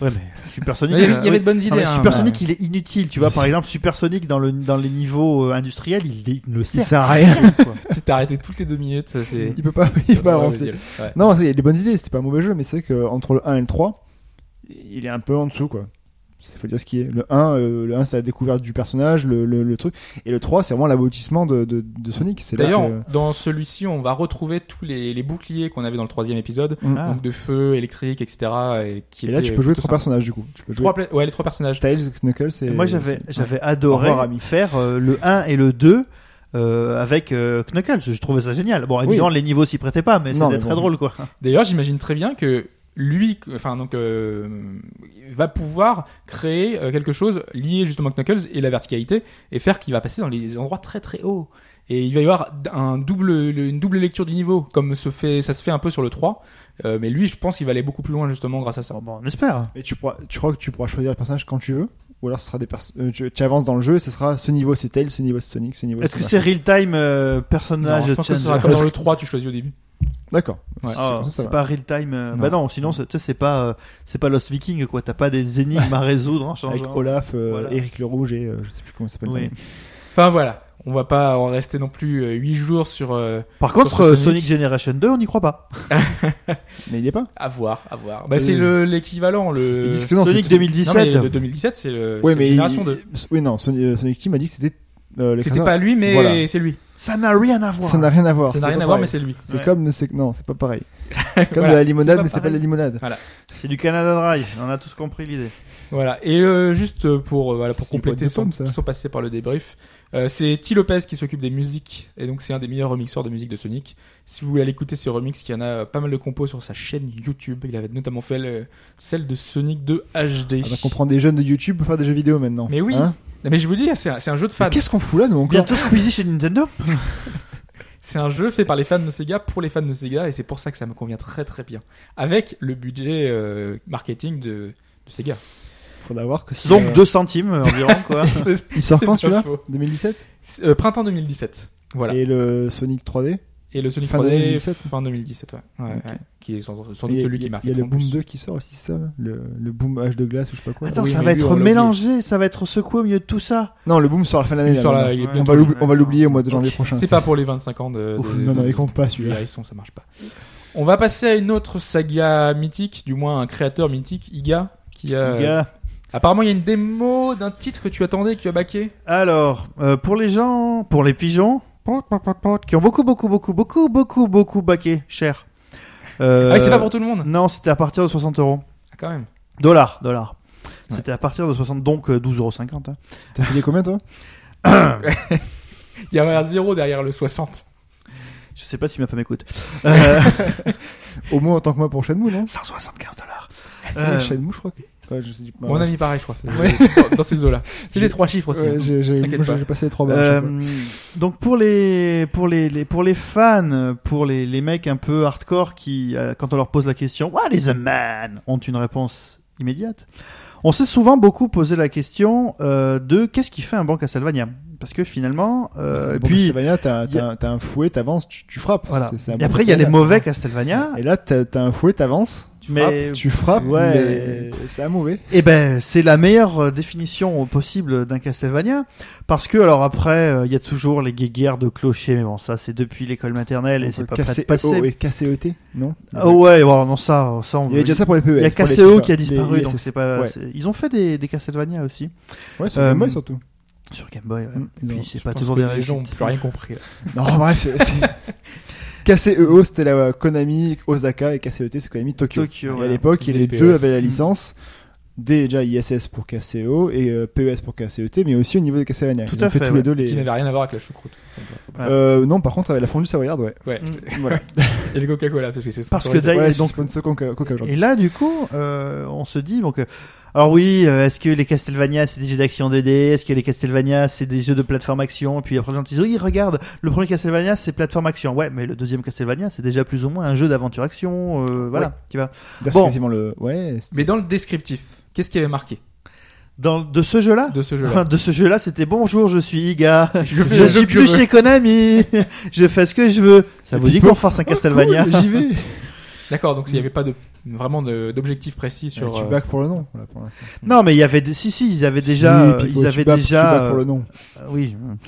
S5: merde.
S3: Ouais, mais Super Sonic.
S2: Il y avait,
S3: euh,
S2: il y avait de bonnes
S3: non,
S2: idées.
S3: mais
S2: hein.
S3: Super
S5: bah,
S3: Sonic, il est inutile, tu vois. Par exemple, Super Sonic dans le dans les niveaux euh, industriels, il, est- il ne
S5: Il
S3: sert
S5: sert à rien.
S3: à rien, quoi.
S2: Tu t'es arrêté toutes les deux minutes. ça, C'est.
S5: Il peut pas, <laughs> il peut pas
S2: Ouais,
S5: avancer.
S2: vas-y, ouais.
S5: Non, il y a des bonnes idées, c'était pas un mauvais jeu, mais c'est vrai qu'entre le 1 et le 3, il est un peu en dessous, quoi. Il faut dire ce qui est. Le 1, euh, le 1 c'est la découverte du personnage, le, le, le truc. Et le 3, c'est vraiment l'aboutissement de, de, de Sonic. C'est là
S2: D'ailleurs,
S5: que-
S2: dans celui-ci, on va retrouver tous les, les boucliers qu'on avait dans le troisième épisode,
S5: Mm.
S3: Ah.
S2: donc de feu, électrique, etc. Et, qui
S5: Et là,
S2: étaient
S5: tu peux jouer
S2: plutôt sympas.
S5: trois personnages, du coup. Tu peux jouer
S2: Trois pla- ouais, les trois personnages.
S5: Tails, Knuckles et.
S3: Et moi j'avais j'avais
S5: Au
S3: adoré
S5: revoir, ami.
S3: faire euh, le 1 et le 2 euh, avec euh, Knuckles, je trouvais ça génial. Bon évidemment les niveaux s'y prêtaient pas mais Ah,
S5: Non,
S3: c'était
S5: mais
S3: très
S5: bon.
S3: drôle quoi.
S2: D'ailleurs, j'imagine très bien que lui, enfin donc, euh, va pouvoir créer euh, quelque chose lié justement à Knuckles et la verticalité et faire qu'il va passer dans les endroits très très hauts. Et il va y avoir d- un double, une double lecture du niveau, comme se fait, ça se fait un peu sur le 3. euh, mais lui, je pense qu'il va aller beaucoup plus loin justement grâce à ça.
S3: Bon, bon, on espère.
S5: Et tu, pourras, tu crois que tu pourras choisir le personnage quand tu veux Ou alors ce sera des pers- euh, tu, tu avances dans le jeu et ce sera ce niveau c'est Tails, ce niveau c'est Sonic, ce niveau
S3: Est-ce que
S5: machin.
S3: c'est real time euh,
S2: Non,
S3: personnage
S2: je pense que ce sera
S3: <laughs> changer
S2: comme dans le 3, tu choisis au début.
S5: D'accord.
S2: Ouais.
S3: Ah,
S5: comme ça, ça
S3: c'est
S5: va.
S3: pas real time. euh,
S2: Non.
S3: Bah non, sinon c'est tu sais, c'est pas euh, c'est pas Lost Viking quoi. T'as pas des énigmes à résoudre en
S5: Avec
S3: changeant.
S5: Olaf, euh,
S3: hein. Voilà.
S5: Eric le Rouge et euh, je sais plus comment il s'appelle.
S3: Oui.
S2: Enfin voilà, on va pas en rester non plus 8 jours sur euh,
S3: Par contre,
S2: Sauf que
S3: euh,
S2: Sonic-
S3: Sonic Generation 2, on n'y croit pas.
S5: Mais il est pas.
S2: à voir, à voir. Bah c'est le l'équivalent
S5: Ils
S2: le
S5: disent Euh. que non,
S3: Sonic
S5: c'est-
S3: 2017.
S2: Non, mais le 2017 c'est le
S5: Ouais,
S2: c'est
S5: mais
S2: génération
S5: il-
S2: 2.
S5: Oui, non, Sony- euh, Sonic, Team a dit que c'était. euh, le
S2: C'était
S5: créateur.
S2: pas lui mais
S5: Voilà.
S2: c'est lui.
S3: Ça n'a rien à voir.
S5: Ça n'a rien à voir.
S2: Ça n'a
S5: c'est
S2: rien
S5: pas
S2: à voir mais
S5: pareil.
S2: c'est lui.
S5: C'est
S3: Ouais.
S5: comme le. c'est- Non, c'est pas pareil. C'est comme
S2: Voilà,
S5: de la limonade,
S2: pas
S5: mais c'est pas de la
S2: pareil.
S5: limonade.
S3: C'est du Canada Dry. On a tous compris l'idée.
S2: Voilà, et euh, juste euh, pour euh, voilà pour
S5: C'est une
S2: compléter
S5: boîte de
S2: son,
S5: pommes, ça.
S2: son passé par le débrief, euh, c'est T Lopez qui s'occupe des musiques et donc c'est un des meilleurs remixeurs de musique de Sonic. Si vous voulez aller écouter ses remixes, il y en a euh, pas mal de compos sur sa chaîne YouTube. Il avait notamment fait le- celle de Sonic 2 HD.
S5: Ah, donc on prend des jeunes de YouTube pour faire des jeux vidéo maintenant.
S2: Mais oui.
S5: Hein
S2: Non, mais je vous dis, c'est un, c'est un jeu de
S5: Mais
S2: fans.
S5: Qu'est-ce qu'on fout là, nous encore
S3: Bientôt Squeezie chez Nintendo.
S2: C'est un jeu fait par les fans de Sega pour les fans de Sega et c'est pour ça que ça me convient très très bien. Avec le budget euh, marketing de, de
S5: <laughs>
S2: Sega.
S5: Faudra voir que si,
S3: Donc
S5: euh,
S3: 2 centimes euh, environ quoi.
S2: C'est-
S5: Il sort
S2: c'est
S5: quand
S2: pas
S5: celui-là
S2: faux.
S5: 2017
S2: c'est- euh, printemps 2017. Voilà. Et,
S5: Et le Sonic 3D
S2: le Sonic
S5: fin
S2: 3D
S5: 2017.
S2: fin 2017, ouais. Ouais,
S5: Ok.
S2: ouais. Qui est sans, sans doute
S5: Et il y a-
S2: celui qui marque
S5: Il y a le
S2: le
S5: Boom
S2: plus.
S5: 2 qui sort aussi, c'est ça là le, le Boom H de glace ou je sais pas quoi.
S3: <laughs>
S5: là.
S3: Attends,
S2: Oui,
S3: ça
S2: mais
S3: va
S2: lui,
S3: être
S2: on l'a
S3: mélangé, ça va être secoué au milieu de tout ça.
S5: Non, le Boom sort à la fin de l'année.
S2: Il
S5: là,
S2: sort là,
S5: maintenant.
S2: il est
S3: Ouais.
S5: On
S2: bientôt
S5: va
S2: le-
S5: l'oubli- on va l'oublier au mois de
S3: Ok.
S5: janvier prochain.
S2: C'est
S5: ça.
S2: pas pour les 25 ans de.
S3: Ouf,
S2: de-
S5: Non, non,
S2: de-
S5: il compte pas
S2: du
S5: celui-là.
S2: Harrison, ça marche pas. On va passer à une autre saga mythique, du moins un créateur mythique, Iga, qui a.
S3: Les gars.
S2: Apparemment, il y a une démo d'un titre que tu attendais, que tu as baqué.
S3: Alors, euh, pour les gens, pour les pigeons, qui ont beaucoup, beaucoup, beaucoup, beaucoup, beaucoup, beaucoup baqué, cher. Euh,
S2: Ah oui, c'est pas pour tout le monde.
S3: Non, c'était à partir de 60 euros.
S2: Ah, quand même.
S3: Dollars, dollars.
S2: Ouais.
S3: C'était à partir de 60, donc euh, 12,50 euros.
S5: T'as payé combien toi
S2: Il y avait un zéro derrière le 60.
S3: Je sais pas si ma femme écoute. Euh,
S5: Au moins autant que moi pour Shenmue, non
S3: 175 dollars. Euh,
S5: Shenmue, je crois. que- Ouais, je me suis dit, bah,
S2: Mon
S5: ouais.
S2: ami, pareil, je crois.
S5: Ouais.
S2: Dans- Dans ces eaux-là. <laughs> C'est les trois chiffres aussi.
S5: Ouais,
S2: hein.
S5: j'ai- j'ai
S2: T'inquiète
S5: moi,
S2: pas.
S5: j'ai passé les trois barres.
S3: Euh,
S5: Oh, bah, je sais
S3: donc pour les pour les, les- pour les fans, pour les, les mecs un peu hardcore qui euh, quand on leur pose la question What is a man ont une réponse immédiate. On s'est souvent beaucoup posé la question euh, de qu'est-ce qui fait un bon Castlevania parce que finalement
S5: pas.
S3: euh, et
S5: Bon,
S3: puis
S5: Castlevania, bah, t'as
S3: y a-
S5: t'as- t'as un fouet, t'avances, tu, tu frappes.
S3: voilà.
S5: C'est- c'est un
S3: Et
S5: bon
S3: après il y a les
S5: Castlevania.
S3: mauvais Castlevania
S5: Et là, t'as t'as un fouet, t'avances, tu
S3: Mais-
S5: frappes, tu frappes,
S3: Ouais.
S5: ouais. c'est un mauvais.
S3: Eh ben, c'est la meilleure euh, définition possible d'un Castlevania, parce que alors après, euh, il y a toujours les guéguerres de clochers, mais bon, ça c'est depuis l'école maternelle
S5: Euh,
S3: et c'est pas prêt de passer.
S5: KCO E et KCET, non
S3: Ah ouais, bon, alors non ça, ça on
S5: Il y avait déjà ça pour les PE.
S3: Il y a
S5: pour les
S3: KCO
S5: FIFA,
S3: qui a disparu,
S5: les- les-
S3: donc c'est pas.
S5: ouais.
S3: c'est- Ils ont fait des, des Castlevania aussi
S5: Ouais, sur
S3: Euh,
S5: Game Boy surtout.
S3: sur Game Boy. ouais.
S5: Mm.
S3: Et puis
S5: Non,
S3: c'est
S2: Je
S3: pas
S2: pense
S3: toujours
S2: que
S3: des
S2: Les gens n'ont
S3: réussites.
S2: plus rien compris. là.
S5: Non, bref, c'est-
S3: <laughs>
S5: c'est. KCEO, c'était la euh, Konami Osaka et KCET, c'est Konami Tokyo.
S3: Tokyo,
S5: Et
S3: voilà.
S5: à l'époque,
S2: Ils
S5: les
S2: étaient
S5: deux
S2: PES.
S5: avaient la
S3: Mm.
S5: licence. Déjà ISS pour KCO et euh, PES pour KCET, mais aussi au niveau des Castlevania.
S3: Tout
S5: Ils ont
S3: à fait,
S5: tous
S3: ouais.
S5: les deux
S2: Qui
S5: les.
S2: n'avait rien à voir avec la choucroute. Donc, voilà, faut pas-
S5: Euh, non, par contre, avec la fondue
S3: <laughs>
S5: savoyarde, ouais.
S2: Ouais.
S5: Voilà.
S2: Et le Coca-Cola, parce que c'est
S3: Parce que
S2: sponsorisé.
S3: d'ailleurs-
S5: ouais,
S3: et
S5: donc
S3: donc-
S5: sponsor Coca, Coca aujourd'hui.
S3: Et là, du coup, euh, on se dit donc. euh, alors oui, euh, est-ce que les Castlevania c'est des jeux d'action 2D Est-ce que les Castlevania c'est des jeux de plateforme action Et puis après, les gens disent oui, regarde, le premier Castlevania c'est plateforme action. Ouais, mais le deuxième Castlevania c'est déjà plus ou moins un jeu d'aventure action. euh, voilà,
S5: Ouais.
S3: tu vas.
S5: D'ailleurs,
S3: Bon.
S5: c'est quasiment le. Ouais. c'est-
S2: Mais dans le descriptif, qu'est-ce qui avait marqué
S3: Dans de ce jeu-là.
S2: de ce jeu-là
S3: <laughs> De ce jeu-là, c'était bonjour, je suis Iga, je,
S2: fais ce
S3: suis
S2: que je
S3: plus
S2: veux.
S3: chez Konami, <laughs> je fais ce que je veux. Ça vous dit qu'on force un Castlevania
S5: Cool, J'y <laughs> vais.
S2: D'accord, donc il n'y avait pas de, vraiment de- d'objectif précis sur.
S5: tu
S2: euh,
S5: back pour le nom, voilà, pour l'instant.
S3: Non, mais il y avait des... si si, ils avaient déjà,
S5: Oui,
S3: euh,
S5: Pipo,
S3: ils
S5: tu
S3: avaient
S5: back- Tu
S3: déjà,
S5: back pour le nom.
S3: euh, oui.
S2: non, mais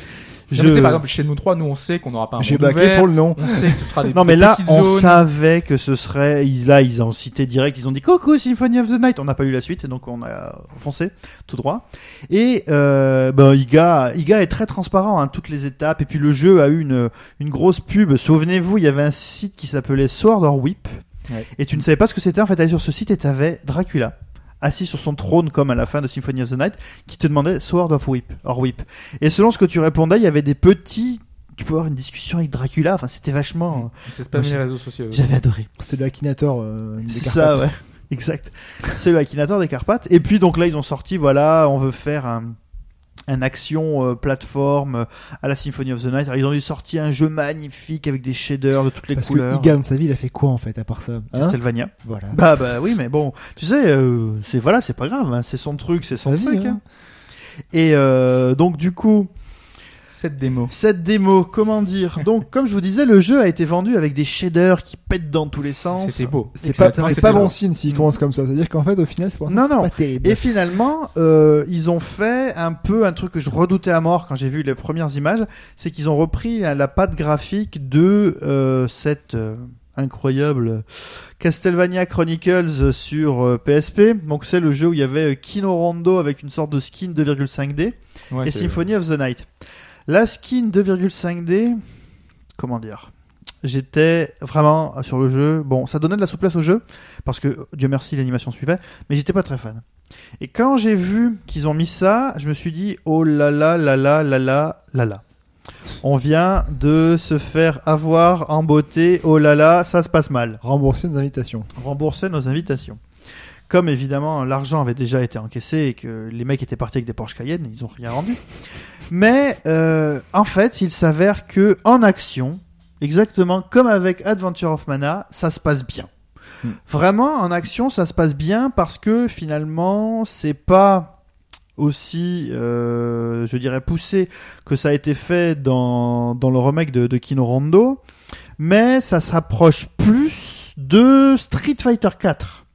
S2: tu sais, par exemple, chez nous trois, nous on sait qu'on n'aura pas un
S5: J'ai
S2: monde
S5: baqué
S2: ouvert,
S5: pour le nom.
S2: On sait que ce sera des
S3: <laughs> Non mais
S2: des
S3: là
S2: petites
S3: on
S2: zones.
S3: savait que ce serait ils- là ils ont cité direct ils ont dit coucou Symphony of the Night on n'a pas eu la suite et donc on a foncé tout droit et euh, ben Iga Iga est très transparent hein, toutes les étapes et puis le jeu a eu une une grosse pub souvenez-vous il y avait un site qui s'appelait Sword or Whip
S2: Ouais.
S3: et tu ne savais pas ce que c'était en fait allais sur ce site et t'avais Dracula assis sur son trône comme à la fin de Symphony of the Night qui te demandait Sword of Whip or Whip et selon ce que tu répondais il y avait des petits tu pouvais avoir une discussion avec Dracula enfin c'était vachement
S2: C'est spammer
S3: Moi,
S2: les réseaux sociaux.
S3: j'avais adoré.
S5: C'était le Akinator euh, des
S3: Euh, C'est
S5: Carpates.
S3: ça, ouais. <laughs> Exact. C'est le Akinator des Carpates. Et puis, donc là, ils ont sorti, voilà, on veut faire un, un action euh, plateforme euh, à la Symphony of the Night. Alors, ils ont dû sortir un jeu magnifique avec des shaders de toutes les
S5: Parce que
S3: couleurs.
S5: Igan de sa vie, il a fait quoi en fait à part ça hein
S3: Castlevania.
S5: Voilà.
S3: Bah, bah oui, mais bon, tu sais, euh, c'est voilà, c'est pas grave, hein, c'est son truc, c'est son
S5: Sa vie,
S3: truc.
S5: hein.
S3: hein. Et euh, donc, du coup,
S2: Cette démo.
S3: cette démo, comment dire Donc, comme je vous disais, le jeu a été vendu avec des shaders qui pètent dans tous les sens.
S2: C'était beau.
S5: C'est pas,
S2: Exactement,
S5: c'est
S2: c'était
S5: pas
S2: beau.
S5: bon signe s'il
S3: Mm.
S5: commence comme ça. C'est-à-dire qu'en fait, au final, c'est pour
S3: Non,
S5: ça,
S3: non.
S5: c'est pas terrible.
S3: Et finalement, euh, ils ont fait un peu un truc que je redoutais à mort quand j'ai vu les premières images, c'est qu'ils ont repris la, la patte graphique de euh, cette euh, incroyable Castlevania Chronicles sur euh, PSP. Donc c'est le jeu où il y avait euh, Kino Rondo avec une sorte de skin 2,5D
S2: Ouais,
S3: et
S2: c'est-
S3: Symphony of the Night. La skin 2,5D, comment dire J'étais vraiment sur le jeu. Bon, ça donnait de la souplesse au jeu parce que Dieu merci l'animation suivait, mais j'étais pas très fan. Et quand j'ai vu qu'ils ont mis ça, je me suis dit oh là là là là là là là là. On vient de se faire avoir en beauté. Oh là là, ça se passe mal
S5: Rembourser nos invitations.
S3: rembourser nos invitations. Comme évidemment l'argent avait déjà été encaissé et que les mecs étaient partis avec des Porsche Cayenne, ils ont rien rendu. Mais euh, en fait, il s'avère que en action, exactement comme avec Adventure of Mana, ça se passe bien.
S5: Mm.
S3: Vraiment, en action, ça se passe bien parce que finalement, c'est pas aussi, euh, je dirais, poussé que ça a été fait dans, dans le remake de, de Kino Rondo mais ça s'approche plus de Street Fighter 4.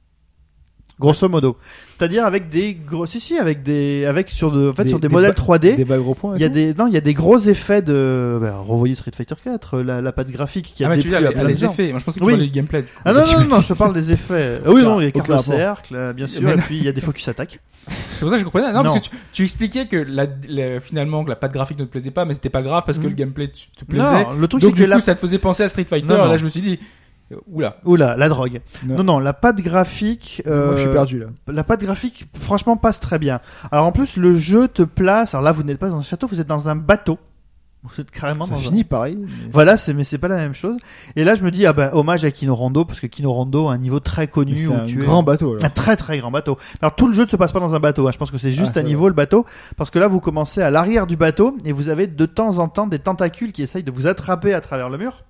S3: Grosso modo. C'est-à-dire avec des gros, si si, avec des, avec sur de, en fait,
S5: Des-
S3: sur des,
S5: des
S3: modèles
S5: ba-
S3: 3D.
S5: Des bagues au point.
S3: Il y a des, non, il y a des gros effets de, ben, revoyez Street Fighter 4, la, la patte graphique qui
S2: Ah,
S3: a
S2: mais tu
S3: déplu
S2: veux
S3: à
S2: dire,
S3: plein
S2: les,
S3: de
S2: les
S3: gens.
S2: effets. Moi, je pense que tu
S3: Oui.
S2: parlais du gameplay. du coup.
S3: Ah non, non, non, non, je te parle des effets. Ah oui, non, il y a
S5: Aucun
S3: carte de
S5: rapport.
S3: cercle, euh, bien sûr,
S2: Mais
S3: et
S2: non.
S3: puis il y a des focus attaques.
S2: C'est pour ça que je comprenais. Non,
S3: Non.
S2: parce que tu, tu expliquais que la, la- finalement que la patte graphique ne te plaisait pas, mais c'était pas grave parce que
S3: Mm.
S2: le gameplay te, te plaisait.
S3: Non, le truc c'est
S2: Donc
S3: que
S2: du coup,
S3: là,
S2: ça te faisait penser à Street Fighter.
S3: Non, non.
S2: Et là, je me suis dit, euh, oula.
S3: oula, la drogue.
S5: Non.
S3: Non, non, la patte graphique.
S5: Moi, je suis
S3: euh,
S5: perdu là.
S3: la patte graphique, franchement, passe très bien. Alors en plus, le jeu te place. Alors là, vous n'êtes pas dans un château, vous êtes dans un bateau. C'est carrément
S5: Ça
S3: dans un-
S5: finit pareil. mais-
S3: Voilà, c'est mais c'est pas la même chose. Et là, je me dis ah ben hommage à Kinorando parce que Kinorando a un niveau très
S5: mais
S3: connu
S5: C'est
S3: où
S5: un
S3: tu es
S5: grand bateau.
S3: <laughs>
S5: alors.
S3: un très très grand bateau. Alors tout le jeu ne se passe pas dans un bateau. hein. Je pense que c'est
S5: Ah,
S3: juste
S5: ça
S3: à
S5: va.
S3: niveau le bateau parce que là vous commencez à l'arrière du bateau et vous avez de temps en temps des tentacules qui essayent de vous attraper à travers le mur.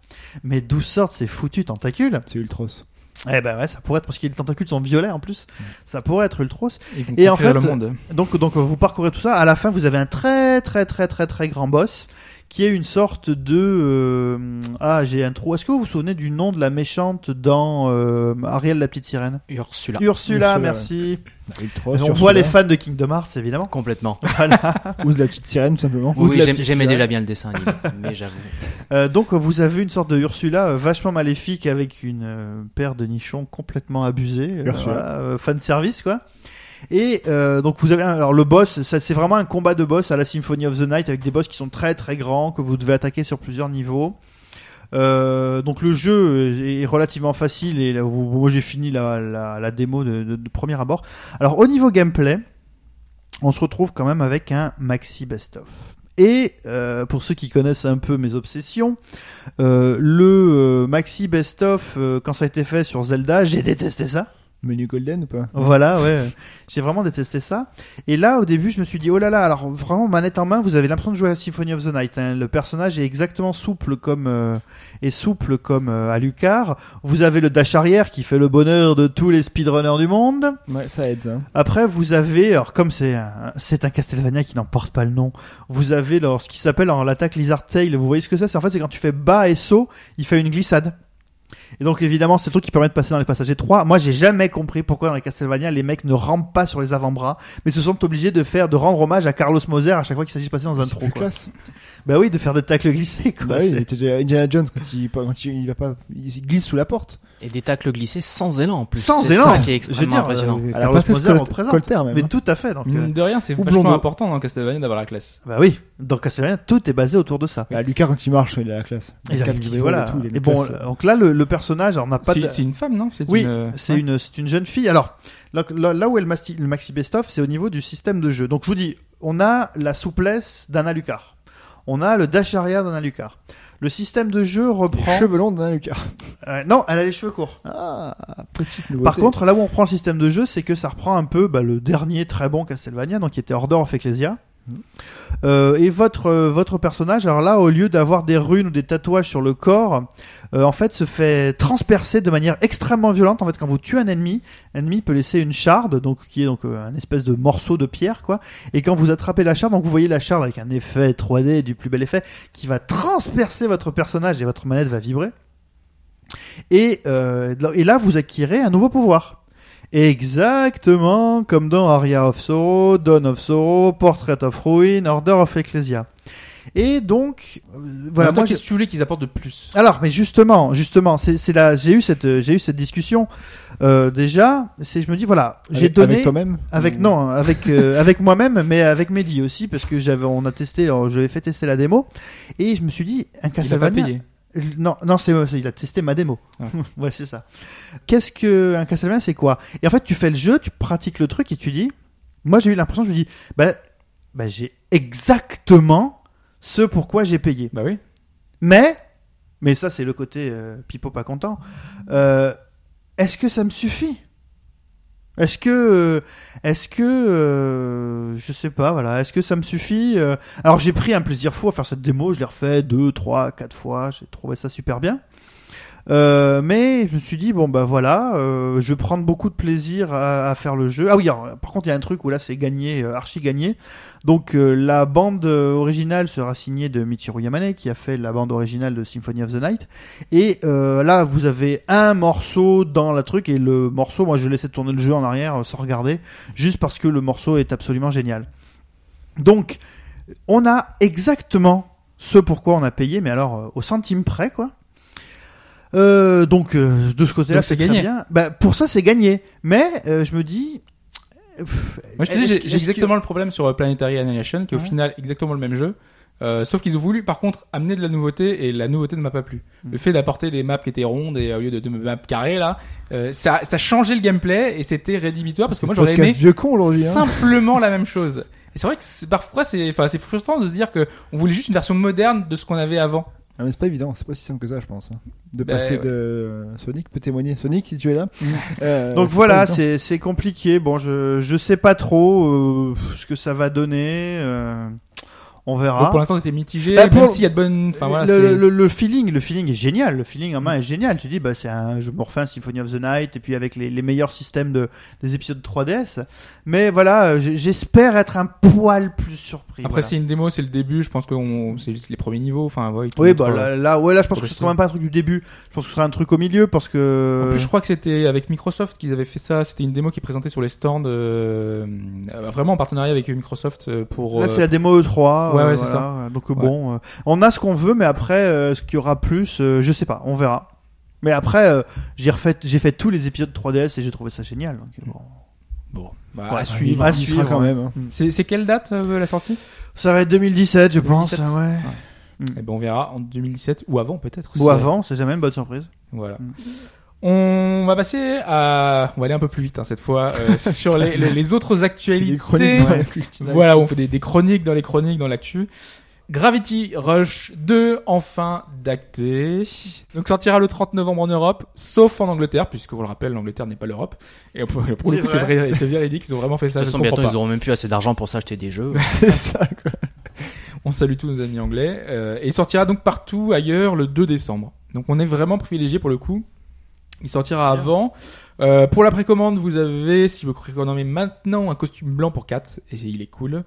S3: Mais d'où sortent ces foutus tentacules
S5: C'est Ultros.
S3: Eh ben ouais, ça pourrait être parce que les tentacules sont violets en plus. Ça pourrait être Ultros.
S2: Ils vont
S3: Et en
S2: conquérir
S3: fait,
S2: le monde.
S3: Donc, donc euh, vous parcourez tout ça. À la fin, vous avez un très très très très très grand boss qui est une sorte de euh, ah j'ai un trou. Est-ce que vous vous souvenez du nom de la méchante dans euh, Ariel la petite sirène
S4: Ursula.
S3: Ursula,
S5: Ursula,
S3: merci.
S5: Ultros.
S3: On
S5: Ursula,
S3: voit les fans de Kingdom Hearts évidemment.
S4: Complètement.
S5: Ou de la petite sirène, tout simplement.
S3: Ou de
S4: Oui,
S3: la
S4: j'aime-
S3: petite
S4: j'aimais
S3: sirène.
S4: déjà bien le dessin animé, mais j'avoue.
S3: Euh, donc euh, vous avez une sorte de Ursula euh, vachement maléfique avec une euh, paire de nichons complètement abusés. Euh,
S5: Ursula.
S3: voilà, euh, fan service quoi. Et euh, donc vous avez un- alors le boss, ça c'est vraiment un combat de boss à la Symphony of the Night avec des boss qui sont très très grands que vous devez attaquer sur plusieurs niveaux. Euh, donc le jeu est relativement facile et là, vous- moi j'ai fini la, la, la démo de, de- de premier abord. Alors au niveau gameplay, on se retrouve quand même avec un maxi best-of. Et euh, pour ceux qui connaissent un peu mes obsessions, euh, le euh, maxi best-of euh, quand ça a été fait sur Zelda, j'ai détesté ça.
S5: Menu Golden ou pas
S3: Voilà, ouais. J'ai vraiment détesté ça. Et là, au début, je me suis dit, oh là là, alors vraiment, manette en main, vous avez l'impression de jouer à Symphony of the Night. hein. Le personnage est exactement souple comme euh, et souple comme euh, Alucard. Vous avez le dash arrière qui fait le bonheur de tous les speedrunners du monde.
S5: Ouais, ça aide ça.
S3: Après, vous avez, alors comme c'est un, c'est un Castlevania qui n'en porte pas le nom, vous avez alors, ce qui s'appelle alors, l'attaque Lizard Tail. Vous voyez ce que c'est C'est en fait, c'est quand tu fais bas et saut, il fait une glissade. Et donc évidemment, c'est le truc qui permet de passer dans les passages étroits. Moi, j'ai jamais compris pourquoi dans les Castlevania, les mecs ne rampent pas sur les avant-bras, mais se sont obligés de faire, de rendre hommage à Carlos Moser à chaque fois qu'il s'agit de passer dans un
S5: C'est
S3: trou.
S5: plus
S3: quoi.
S5: classe.
S3: Bah oui, de faire des tacles glissés. Quoi.
S5: Bah oui,
S3: C'est-
S5: il était déjà Indiana Jones quand il, quand il, il va pas, il glisse sous la porte.
S4: Et des tacles glissés sans élan en plus.
S3: Sans
S4: C'est
S3: élan.
S4: ça
S3: Je
S4: qui est
S3: veux
S4: extrêmement
S3: dire,
S4: impressionnant.
S3: euh,
S5: À la
S3: Carlos
S5: place
S3: Moser, on le
S5: Colter,
S3: présente.
S5: Colter même.
S3: Mais
S5: hein.
S3: tout à fait. Donc, euh,
S2: Mine de rien, c'est
S5: ou
S2: vachement
S5: Blondo.
S2: important dans Castlevania d'avoir la classe.
S3: bah oui. Dans Castlevania, tout est basé autour de ça.
S5: Bah, Lucas, quand il marche, il a la classe.
S3: Et,
S5: Le cap qui vole
S3: voilà.
S5: Et, tout, il a la
S3: et bon,
S5: classe.
S3: donc là, le, le personnage, alors, on n'a pas
S2: C'est
S3: de...
S2: c'est une femme, non C'est
S3: Oui,
S2: une-
S3: c'est
S2: hein
S3: une, c'est une jeune fille. Alors, là, là- là où est le, masti- le maxi best-of, c'est au niveau du système de jeu. Donc, je vous dis, on a la souplesse d'un Alucard. On a le dash arrière d'un Alucard. Le système de jeu reprend...
S5: Les cheveux longs d'un Lucas.
S3: Euh, non, elle a les cheveux courts.
S5: Ah, petite nouveauté.
S3: Par contre, là où on reprend le système de jeu, c'est que ça reprend un peu bah, le dernier très bon Castlevania, donc qui était Order of Ecclesia. Euh, et votre euh, votre personnage, alors là, au lieu d'avoir des runes ou des tatouages sur le corps, euh, en fait, se fait transpercer de manière extrêmement violente. En fait, quand vous tuez un ennemi, l'ennemi peut laisser une charde, donc qui est donc euh, un espèce de morceau de pierre, quoi. Et quand vous attrapez la charde, donc vous voyez la charde avec un effet 3D du plus bel effet, qui va transpercer votre personnage et votre manette va vibrer. Et, euh, et là, vous acquérez un nouveau pouvoir. Exactement comme dans Aria of Sorrow, Dawn of Sorrow, Portrait of Ruin, Order of Ecclesia. Et donc, euh, voilà.
S2: En même temps,
S3: moi, je-
S2: qu'est-ce que tu voulais qu'ils apportent de plus
S3: alors, mais justement, justement, c'est c'est là, j'ai eu cette, euh, j'ai eu cette discussion euh, déjà. C'est, je me dis voilà,
S5: Avec-
S3: j'ai donné
S5: Avec toi-même
S2: Hmm.
S3: avec- non, avec euh, <laughs> avec moi-même, mais avec Mehdi aussi parce que j'avais, on a testé, euh, je l'ai fait tester la démo et je me suis dit
S2: Il
S3: un
S2: a pas
S3: Castlevania.
S2: payé.
S3: Non, non, c'est c'est- il a testé ma démo.
S2: Ah.
S3: <laughs> ouais, c'est ça. Qu'est-ce que un Castlevania, c'est quoi Et en fait, tu fais le jeu, tu pratiques le truc et tu dis. Moi, j'ai eu l'impression, je me dis, bah, bah, j'ai exactement ce pourquoi j'ai payé.
S2: Bah oui.
S3: Mais, mais ça c'est le côté euh, pipo pas content. Euh, est-ce que ça me suffit Est-ce que, est-ce que, euh, je sais pas, voilà, est-ce que ça me suffit Euh, Alors j'ai pris un plaisir fou à faire cette démo, je l'ai refait deux, trois, quatre fois, j'ai trouvé ça super bien. Euh, mais je me suis dit bon bah voilà, euh, je vais prendre beaucoup de plaisir à, à faire le jeu. Ah oui, alors, par contre il y a un truc où là c'est gagné, euh, archi gagné. Donc euh, la bande euh, originale sera signée de Michiru Yamane qui a fait la bande originale de Symphony of the Night. Et euh, là vous avez un morceau dans la truc et le morceau, moi je laissais tourner le jeu en arrière euh, sans regarder, juste parce que le morceau est absolument génial. Donc on a exactement ce pourquoi on a payé, mais alors euh, au centime près quoi. Euh, donc euh, de ce côté-là
S2: Donc, c'est
S3: c'est très
S2: gagné.
S3: bien. Bah, pour ça c'est gagné, mais euh, je me dis. pff,
S2: Moi, je te dis,
S3: est-ce
S2: j'ai
S3: que-
S2: j'ai
S3: est-ce que-
S2: exactement le problème sur euh, Planetary Annihilation, qui est au
S3: Ouais.
S2: final exactement le même jeu, Euh, sauf qu'ils ont voulu, par contre, amener de la nouveauté et la nouveauté ne m'a pas plu.
S3: Mm.
S2: Le fait d'apporter des maps qui étaient rondes et au lieu de, de maps carrées là, euh, ça, ça changeait le gameplay et c'était rédhibitoire parce que moi j'aurais
S5: Podcast
S2: aimé
S5: vieux con aujourd'hui. hein.
S2: simplement la même chose. Et c'est vrai que c'est- parfois c'est, enfin, c'est frustrant de se dire que on voulait juste une version moderne de ce qu'on avait avant.
S5: Ah, mais c'est pas évident, c'est pas si simple que ça, je pense. hein. De
S2: Ben,
S5: passer
S2: ouais.
S5: de. Sonic peut témoigner. Sonic, si tu es là.
S3: Mm.
S5: Euh,
S3: Donc
S5: c'est
S3: voilà,
S5: pas évident.
S3: c'est c'est compliqué. Bon, je je sais pas trop euh, ce que ça va donner. euh, on verra.
S2: Donc, pour l'instant c'était mitigé,
S3: Bah,
S2: même
S3: pour-
S2: s'il y a de bonnes, enfin voilà, c'est-
S3: le, le- le feeling, le feeling est génial. Le feeling en main est génial. Tu dis, bah, c'est un, je me refais un Symphony of the Night et puis avec les, les meilleurs systèmes de, des épisodes 3DS. Mais voilà, euh, j'- j'espère être un poil plus surpris.
S2: Après
S3: voilà.
S2: c'est une démo, c'est le début, je pense que on- c'est juste les premiers niveaux, enfin ouais. ils te
S3: Oui,
S2: montrent,
S3: bah,
S2: euh,
S3: là, là, ouais, là, je pense
S2: Faut
S3: que ce
S2: rester.
S3: sera même pas un truc du début. Je pense que ce sera un truc au milieu parce que.
S2: En plus, je crois que c'était avec Microsoft qu'ils avaient fait ça. C'était une démo qui présentait sur les stands, euh, euh, vraiment en partenariat avec Microsoft euh, pour.
S3: Là,
S2: euh,
S3: c'est la démo E3.
S2: Ouais,
S3: euh,
S2: ouais, c'est
S3: voilà. Donc, euh, bon, euh, on a ce qu'on veut, mais après, euh, ce qu'il y aura plus, euh, je sais pas, on verra. Mais après, euh, j'ai refait, j'ai fait tous les épisodes 3DS et j'ai trouvé ça génial. Donc, euh, bon.
S2: Bon, bah,
S3: Ouais,
S2: à
S3: il
S2: suivre.
S3: va
S5: Il y sera
S3: suivre,
S5: quand
S3: ouais.
S5: même. hein.
S2: C'est c'est quelle date euh, la sortie
S3: Ça va être 2017, je pense.
S2: 2017.
S3: Ouais. euh,
S2: Eh ben, on verra en 2017 ou avant peut-être.
S3: Ou
S2: C'est-
S3: avant, c'est jamais une bonne surprise.
S2: Voilà.
S3: Mm.
S2: On va passer à, on va aller un peu plus vite hein, cette fois euh,
S3: <laughs>
S2: sur les, les- les autres
S5: C'est des
S2: actualités.
S5: chroniques dans la culture.
S2: Voilà, on fait des, des chroniques dans les chroniques, dans l'actu. Gravity Rush 2, enfin d'acté. Donc sortira le 30 novembre en Europe, sauf en Angleterre, puisque on le rappelle, l'Angleterre n'est pas l'Europe. Et pour, pour le
S3: C'est
S2: coup, c'est
S3: vrai.
S2: vrai, c'est véridique, ils ont vraiment fait ça.
S4: De
S2: Je
S4: toute façon,
S2: comprends
S4: bientôt,
S2: pas.
S4: ils auront même plus assez d'argent pour s'acheter des jeux.
S5: <laughs> C'est ça, quoi.
S2: On salue tous nos amis anglais. euh, et il sortira donc partout ailleurs le 2 décembre. Donc on est vraiment privilégié pour le coup. Il sortira
S3: Bien.
S2: avant. Euh, pour la précommande, vous avez, si vous précommandez maintenant, un costume blanc pour Kat, et il est cool.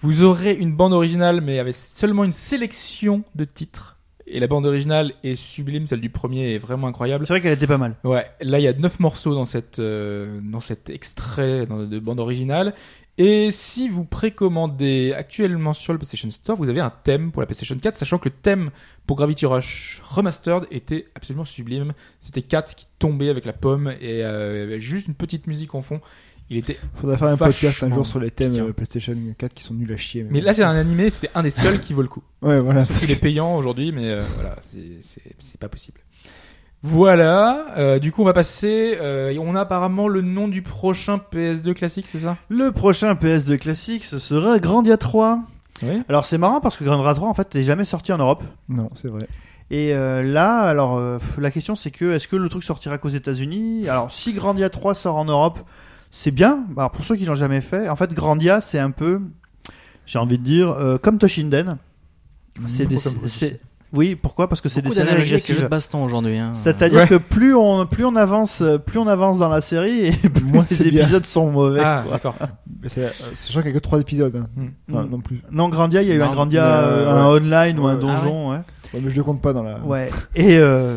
S2: Vous aurez une bande originale, mais avec seulement une sélection de titres. Et la bande originale est sublime, celle du premier est vraiment incroyable.
S3: C'est vrai qu'elle était pas mal.
S2: Ouais, là il y a neuf morceaux dans cette euh, dans cet extrait dans- de bande originale. Et si vous précommandez actuellement sur le PlayStation Store, vous avez un thème pour la PlayStation 4, sachant que le thème pour Gravity Rush Remastered était absolument sublime. C'était Kat qui tombait avec la pomme et euh, avec juste une petite musique en fond. Il était.
S5: Faudrait faire un
S2: Vachement
S5: podcast un jour sur les thèmes
S2: bien.
S5: euh, PlayStation 4 qui sont nuls à chier.
S2: Mais là c'est un animé, c'était un des seuls qui vaut le coup.
S5: Ouais, voilà.
S2: Sauf
S3: <laughs>
S2: qu'il est payant aujourd'hui, mais euh, voilà, c'est- c'est c'est pas possible. Voilà, euh, du coup on va passer, euh, et on a apparemment le nom du prochain PS2 classique, c'est ça
S3: Le prochain PS2 classique, ce sera Grandia 3.
S2: Oui.
S3: Alors c'est marrant parce que Grandia 3 en fait n'est jamais sorti en Europe.
S5: Non, c'est vrai.
S3: Et euh, là, alors euh, pff, la question c'est que est-ce que le truc sortira qu'aux États-Unis Alors si Grandia 3 sort en Europe, c'est bien. Alors pour ceux qui l'ont jamais fait, en fait Grandia c'est un peu, j'ai envie de dire, euh, comme Toshinden. C'est des,
S2: Pourquoi comme
S3: c'est- oui, pourquoi Parce que c'est des
S4: Beaucoup
S3: séries
S4: d'analogies avec les jeux de
S3: régressives.
S4: baston aujourd'hui. hein.
S3: C'est-à-dire
S2: Ouais.
S3: que plus on plus on avance, euh, plus on avance dans la série et plus
S5: Moins
S3: les
S5: c'est bien.
S3: épisodes sont mauvais.
S2: Ah,
S3: quoi. <laughs>
S2: d'accord.
S5: Mais c'est- euh, Sachant qu'il y a que 3 épisodes. hein.
S2: Hmm.
S5: Enfin,
S3: Hmm.
S5: non plus.
S3: Non, Grandia, il y a eu
S4: Non,
S3: un Grandia,
S5: euh,
S3: euh, un online ou un
S5: Ouais.
S3: donjon, ouais.
S5: Ouais, mais je le compte pas dans la.
S3: Ouais. Et euh,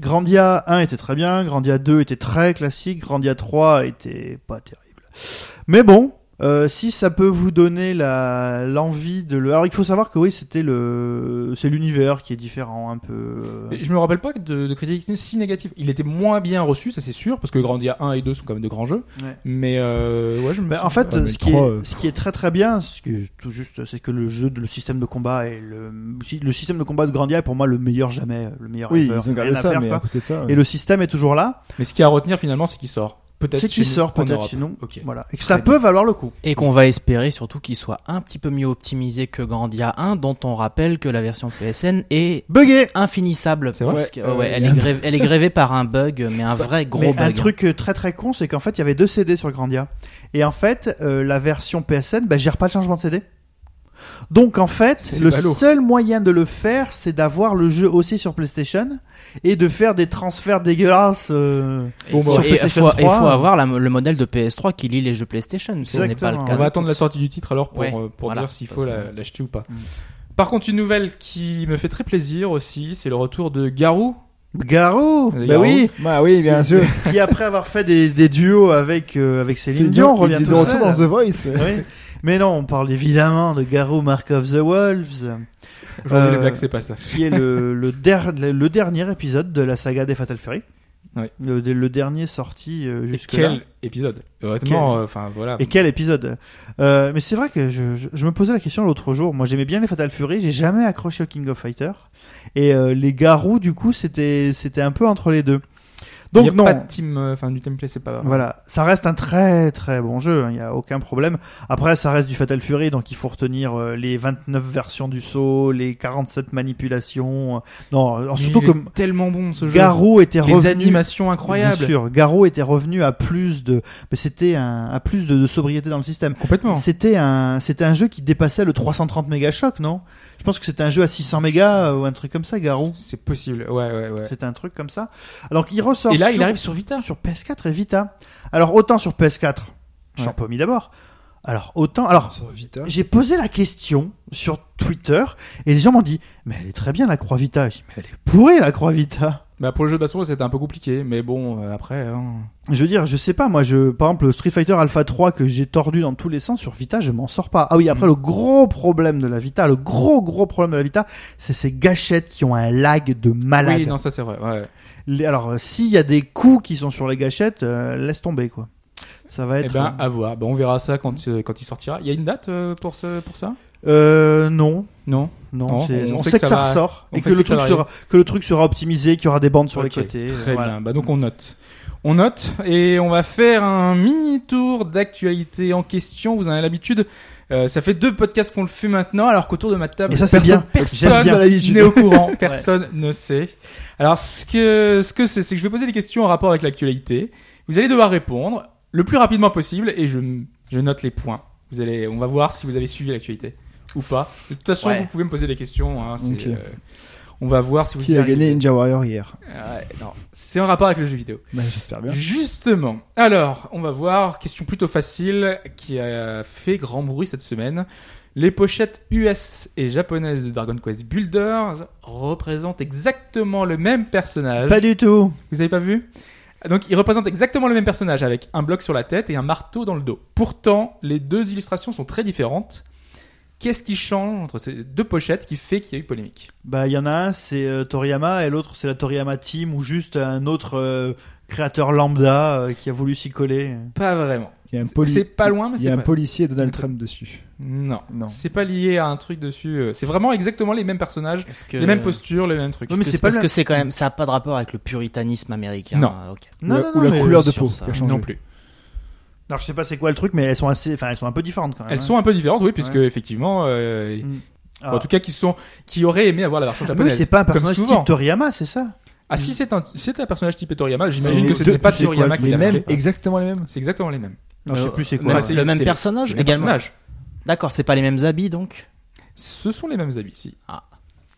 S3: Grandia 1 était très bien, Grandia 2 était très classique, Grandia 3 était pas terrible. Mais bon, euh, si ça peut vous donner la l'envie de le. Alors il faut savoir que oui, c'était le, c'est l'univers qui est différent un peu. euh.
S2: Et Je me rappelle pas de, de critiques si négatives. Il était moins bien reçu, ça c'est sûr, parce que Grandia 1 et 2 sont quand même de grands jeux.
S3: Ouais.
S2: Mais euh, ouais, je me
S3: Ben,
S2: souviens
S3: en fait,
S2: pas.
S5: mais
S3: ce qui,
S5: 3,
S3: est,
S5: euh,
S3: ce qui est très très bien, ce que, tout juste, c'est que le jeu, de, le système de combat et le, le système de combat de Grandia est pour moi le meilleur jamais, le meilleur
S5: Oui,
S3: ever.
S5: ils ont gardé
S3: Rien à
S5: ça,
S3: faire,
S5: mais
S3: quoi.
S5: à côté de ça.
S3: Et le système est toujours là.
S2: mais ce qui est à retenir finalement, c'est qu'il sort. Peut-être.
S3: C'est
S2: chez
S3: qu'il
S2: nous,
S3: sort
S2: en
S3: peut-être
S2: Europe.
S3: chez nous.
S2: Ok.
S3: Voilà. Et que ça peut valoir le coup.
S4: Et qu'on va espérer surtout qu'il soit un petit peu mieux optimisé que Grandia 1, dont on rappelle que la version PSN est
S3: Bugué!
S4: infinissable.
S2: C'est vrai
S4: parce que-
S5: Ouais,
S4: ouais,
S5: euh,
S4: elle,
S5: y
S4: est
S5: a-
S4: grévée, elle est grévée par un bug, mais un vrai gros
S3: Mais
S4: bug.
S3: un truc euh, très très con, c'est qu'en fait il y avait deux CD sur Grandia. Et en fait, euh, la version PSN, bah, gère pas le changement de CD. Donc en fait,
S2: C'est
S3: le
S2: ballot.
S3: seul moyen de le faire, c'est d'avoir le jeu aussi sur PlayStation et de faire des transferts dégueulasses. euh,
S4: Et
S2: Bon,
S4: faut-
S3: bah,
S4: et
S3: PlayStation
S4: faut, et
S3: 3,
S4: faut
S3: euh,
S4: avoir la- le modèle de PS3 qui lit les jeux PlayStation. Ce n'est pas le
S3: Exactement.
S4: cas.
S2: On va attendre la sortie du titre alors pour,
S4: Ouais,
S2: euh, pour
S4: voilà,
S2: dire s'il
S4: ça,
S2: faut
S4: c'est
S2: la-
S4: vrai.
S2: l'acheter ou pas.
S5: Mm.
S2: Par contre, une nouvelle qui me fait très plaisir aussi, c'est le retour de Garou.
S3: Garou,
S2: Les
S3: bah
S2: Garous.
S3: oui,
S5: Bah oui, bien sûr.
S3: qui après avoir fait des, des duos avec euh, avec Céline Dion
S5: Il
S3: revient
S5: est
S3: tout
S5: de retour
S3: seul.
S5: dans The Voice.
S3: Oui. Mais non, on parle évidemment de Garou Mark of the Wolves,
S2: Aujourd'hui,
S3: Euh,
S2: les blagues, c'est pas ça.
S3: qui est le le, der- le dernier épisode de la saga des Fatal Fury.
S2: Ouais.
S3: Le, le dernier sorti euh,
S2: Et
S3: jusque
S2: quel
S3: là.
S2: épisode Honnêtement, euh, enfin voilà.
S3: Et quel épisode Euh, Mais c'est vrai que je, je- je me posais la question l'autre jour. Moi, j'aimais bien les Fatal Fury. J'ai jamais accroché au King of Fighter. Et euh, les Garous, du coup, c'était c'était un peu entre les deux.
S2: Il y
S3: Donc
S2: a
S3: non.
S2: pas de team, euh, enfin du template, c'est pas.
S3: Voilà, ça reste un très très bon jeu, il n'y a aucun problème. Après, ça reste du Fatal Fury, donc il faut retenir euh, les 29 versions du saut, les 47 manipulations. euh, Non, alors,
S2: Mais
S3: surtout
S2: il
S3: que
S2: est tellement bon ce jeu.
S3: Garou était
S2: les
S3: revenu.
S2: animations incroyables.
S3: Bien sûr, Garou était revenu à plus de, mais c'était un, à plus de, de sobriété dans le système.
S2: Complètement.
S3: C'était un, c'était un jeu qui dépassait le 330 mégas choc, non Je pense que c'était un jeu à 600 mégas euh, ou un truc comme ça, Garou.
S2: C'est possible. Ouais, ouais, ouais.
S3: C'était un truc comme ça. Alors qu'il ressort.
S2: Et là, il
S3: sur-
S2: arrive sur Vita.
S3: sur PS4 et Vita. Alors autant sur PS4, j'en
S2: Ouais.
S3: peux mis d'abord. Alors autant, alors
S5: Sur Vita.
S3: j'ai posé la question sur Twitter et les gens m'ont dit mais elle est très bien la croix Vita. J'ai dit, mais elle est pourrie la croix Vita.
S2: Bah pour le jeu de baston, c'était un peu compliqué, mais bon, euh, après. hein.
S3: Je veux dire, je sais pas moi, je par exemple Street Fighter Alpha 3 que j'ai tordu dans tous les sens sur Vita, je m'en sors pas. Ah oui, après
S2: Mm.
S3: le gros problème de la Vita, le gros gros problème de la Vita, c'est ces gâchettes qui ont un lag de malade.
S2: Oui, non, ça c'est vrai. Ouais. Eh
S3: Les- alors euh, s'il y a des coups qui sont sur les gâchettes, euh, laisse tomber quoi. Ça va
S2: Eh
S3: être
S2: ben, à voir. Ben, on verra ça quand, euh, quand il sortira. Il y a une date euh, pour, ce, pour ça
S3: euh non,
S2: Non
S3: Non,
S2: Non,
S3: c'est-
S2: on-
S3: on,
S2: on
S3: sait que, ça,
S2: va-
S3: ressort
S2: on
S3: et
S2: fait
S3: que le,
S2: que ça va
S3: truc sera, que le truc sera optimisé, qu'il y aura des bandes sur
S2: Ok,
S3: les côtés.
S2: Très
S3: voilà.
S2: bien. Bah, donc on note. On note et on va faire un mini tour d'actualité en question. Vous en avez l'habitude. Euh, ça fait deux podcasts qu'on le fait maintenant, alors qu'autour de ma table,
S3: Et ça, c'est
S2: personne,
S3: bien. J'aime bien
S2: personne n'est au
S3: <laughs>
S2: courant, personne ne sait. Alors ce que ce que c'est, c'est que je vais poser des questions en rapport avec l'actualité. Vous allez devoir répondre le plus rapidement possible et je je note les points. Vous allez, on va voir si vous avez suivi l'actualité ou pas. De toute façon,
S4: Ouais.
S2: vous pouvez me poser des questions. hein, c'est,
S5: Ok.
S2: euh, on va voir si vous
S5: Qui
S2: y
S5: a gagné
S2: arrivez.
S5: Ninja Warrior hier
S2: Ouais, non, c'est en rapport avec le jeu vidéo.
S5: bah, J'espère bien.
S2: Justement. Alors, on va voir, question plutôt facile, qui a fait grand bruit cette semaine. Les pochettes US et japonaises de Dragon Quest Builders représentent exactement le même personnage.
S3: Pas du tout.
S2: Vous avez pas vu Donc, ils représentent exactement le même personnage avec un bloc sur la tête et un marteau dans le dos. Pourtant, les deux illustrations sont très différentes. Qu'est-ce qui change entre ces deux pochettes qui fait qu'il y a eu polémique
S3: Bah il y en a un, c'est euh, Toriyama et l'autre c'est la Toriyama Team ou juste un autre euh, créateur lambda euh, qui a voulu s'y coller.
S2: Pas vraiment.
S5: Il y a un,
S2: C'est-
S5: poli-
S2: C'est pas loin, mais
S5: il y a
S2: c'est
S5: un
S2: pas...
S5: policier et Donald Trump dessus.
S2: Non.
S5: Non.
S2: C'est pas lié à un truc dessus. euh, C'est vraiment exactement les mêmes personnages,
S4: Est-ce que-
S2: les mêmes postures, les mêmes trucs.
S3: Oui, mais
S4: Parce
S3: c'est
S4: que-
S3: pas
S4: parce
S3: le-
S4: que c'est quand même, ça n'a pas de rapport avec le puritanisme américain.
S2: Non.
S4: Ah, ok.
S5: ou la, ou la
S3: mais-
S5: couleur de
S4: sur
S5: peau.
S4: ça.
S5: qui a changé.
S2: Non plus.
S3: Alors je sais pas c'est quoi le truc, mais elles sont assez, enfin elles sont un peu différentes quand même.
S2: Elles
S3: hein.
S2: sont un peu différentes, oui, puisque effectivement, euh,
S3: Ah.
S2: en tout cas, qui sont, qui auraient aimé avoir la version
S3: Ah, mais oui,
S2: japonaise.
S3: c'est pas un
S2: comme
S3: personnage
S2: souvent.
S3: type Toriyama, c'est ça
S2: Ah si, c'est un, c'est un personnage typé Toriyama. J'imagine
S5: C'est-
S2: que c'était
S5: de-
S2: pas
S5: c'est quoi,
S2: Toriyama qui
S5: Les
S2: l'a
S5: mêmes,
S2: fait.
S5: exactement les mêmes.
S2: C'est exactement les mêmes.
S3: Non, je sais plus c'est
S4: Mais
S3: quoi.
S2: Euh, bah, c'est-
S4: le même
S2: c'est-
S4: personnage
S2: Les mêmes
S4: également.
S2: personnages.
S4: D'accord, c'est pas les mêmes habits donc.
S2: Ce sont les mêmes habits, si.
S4: Ah.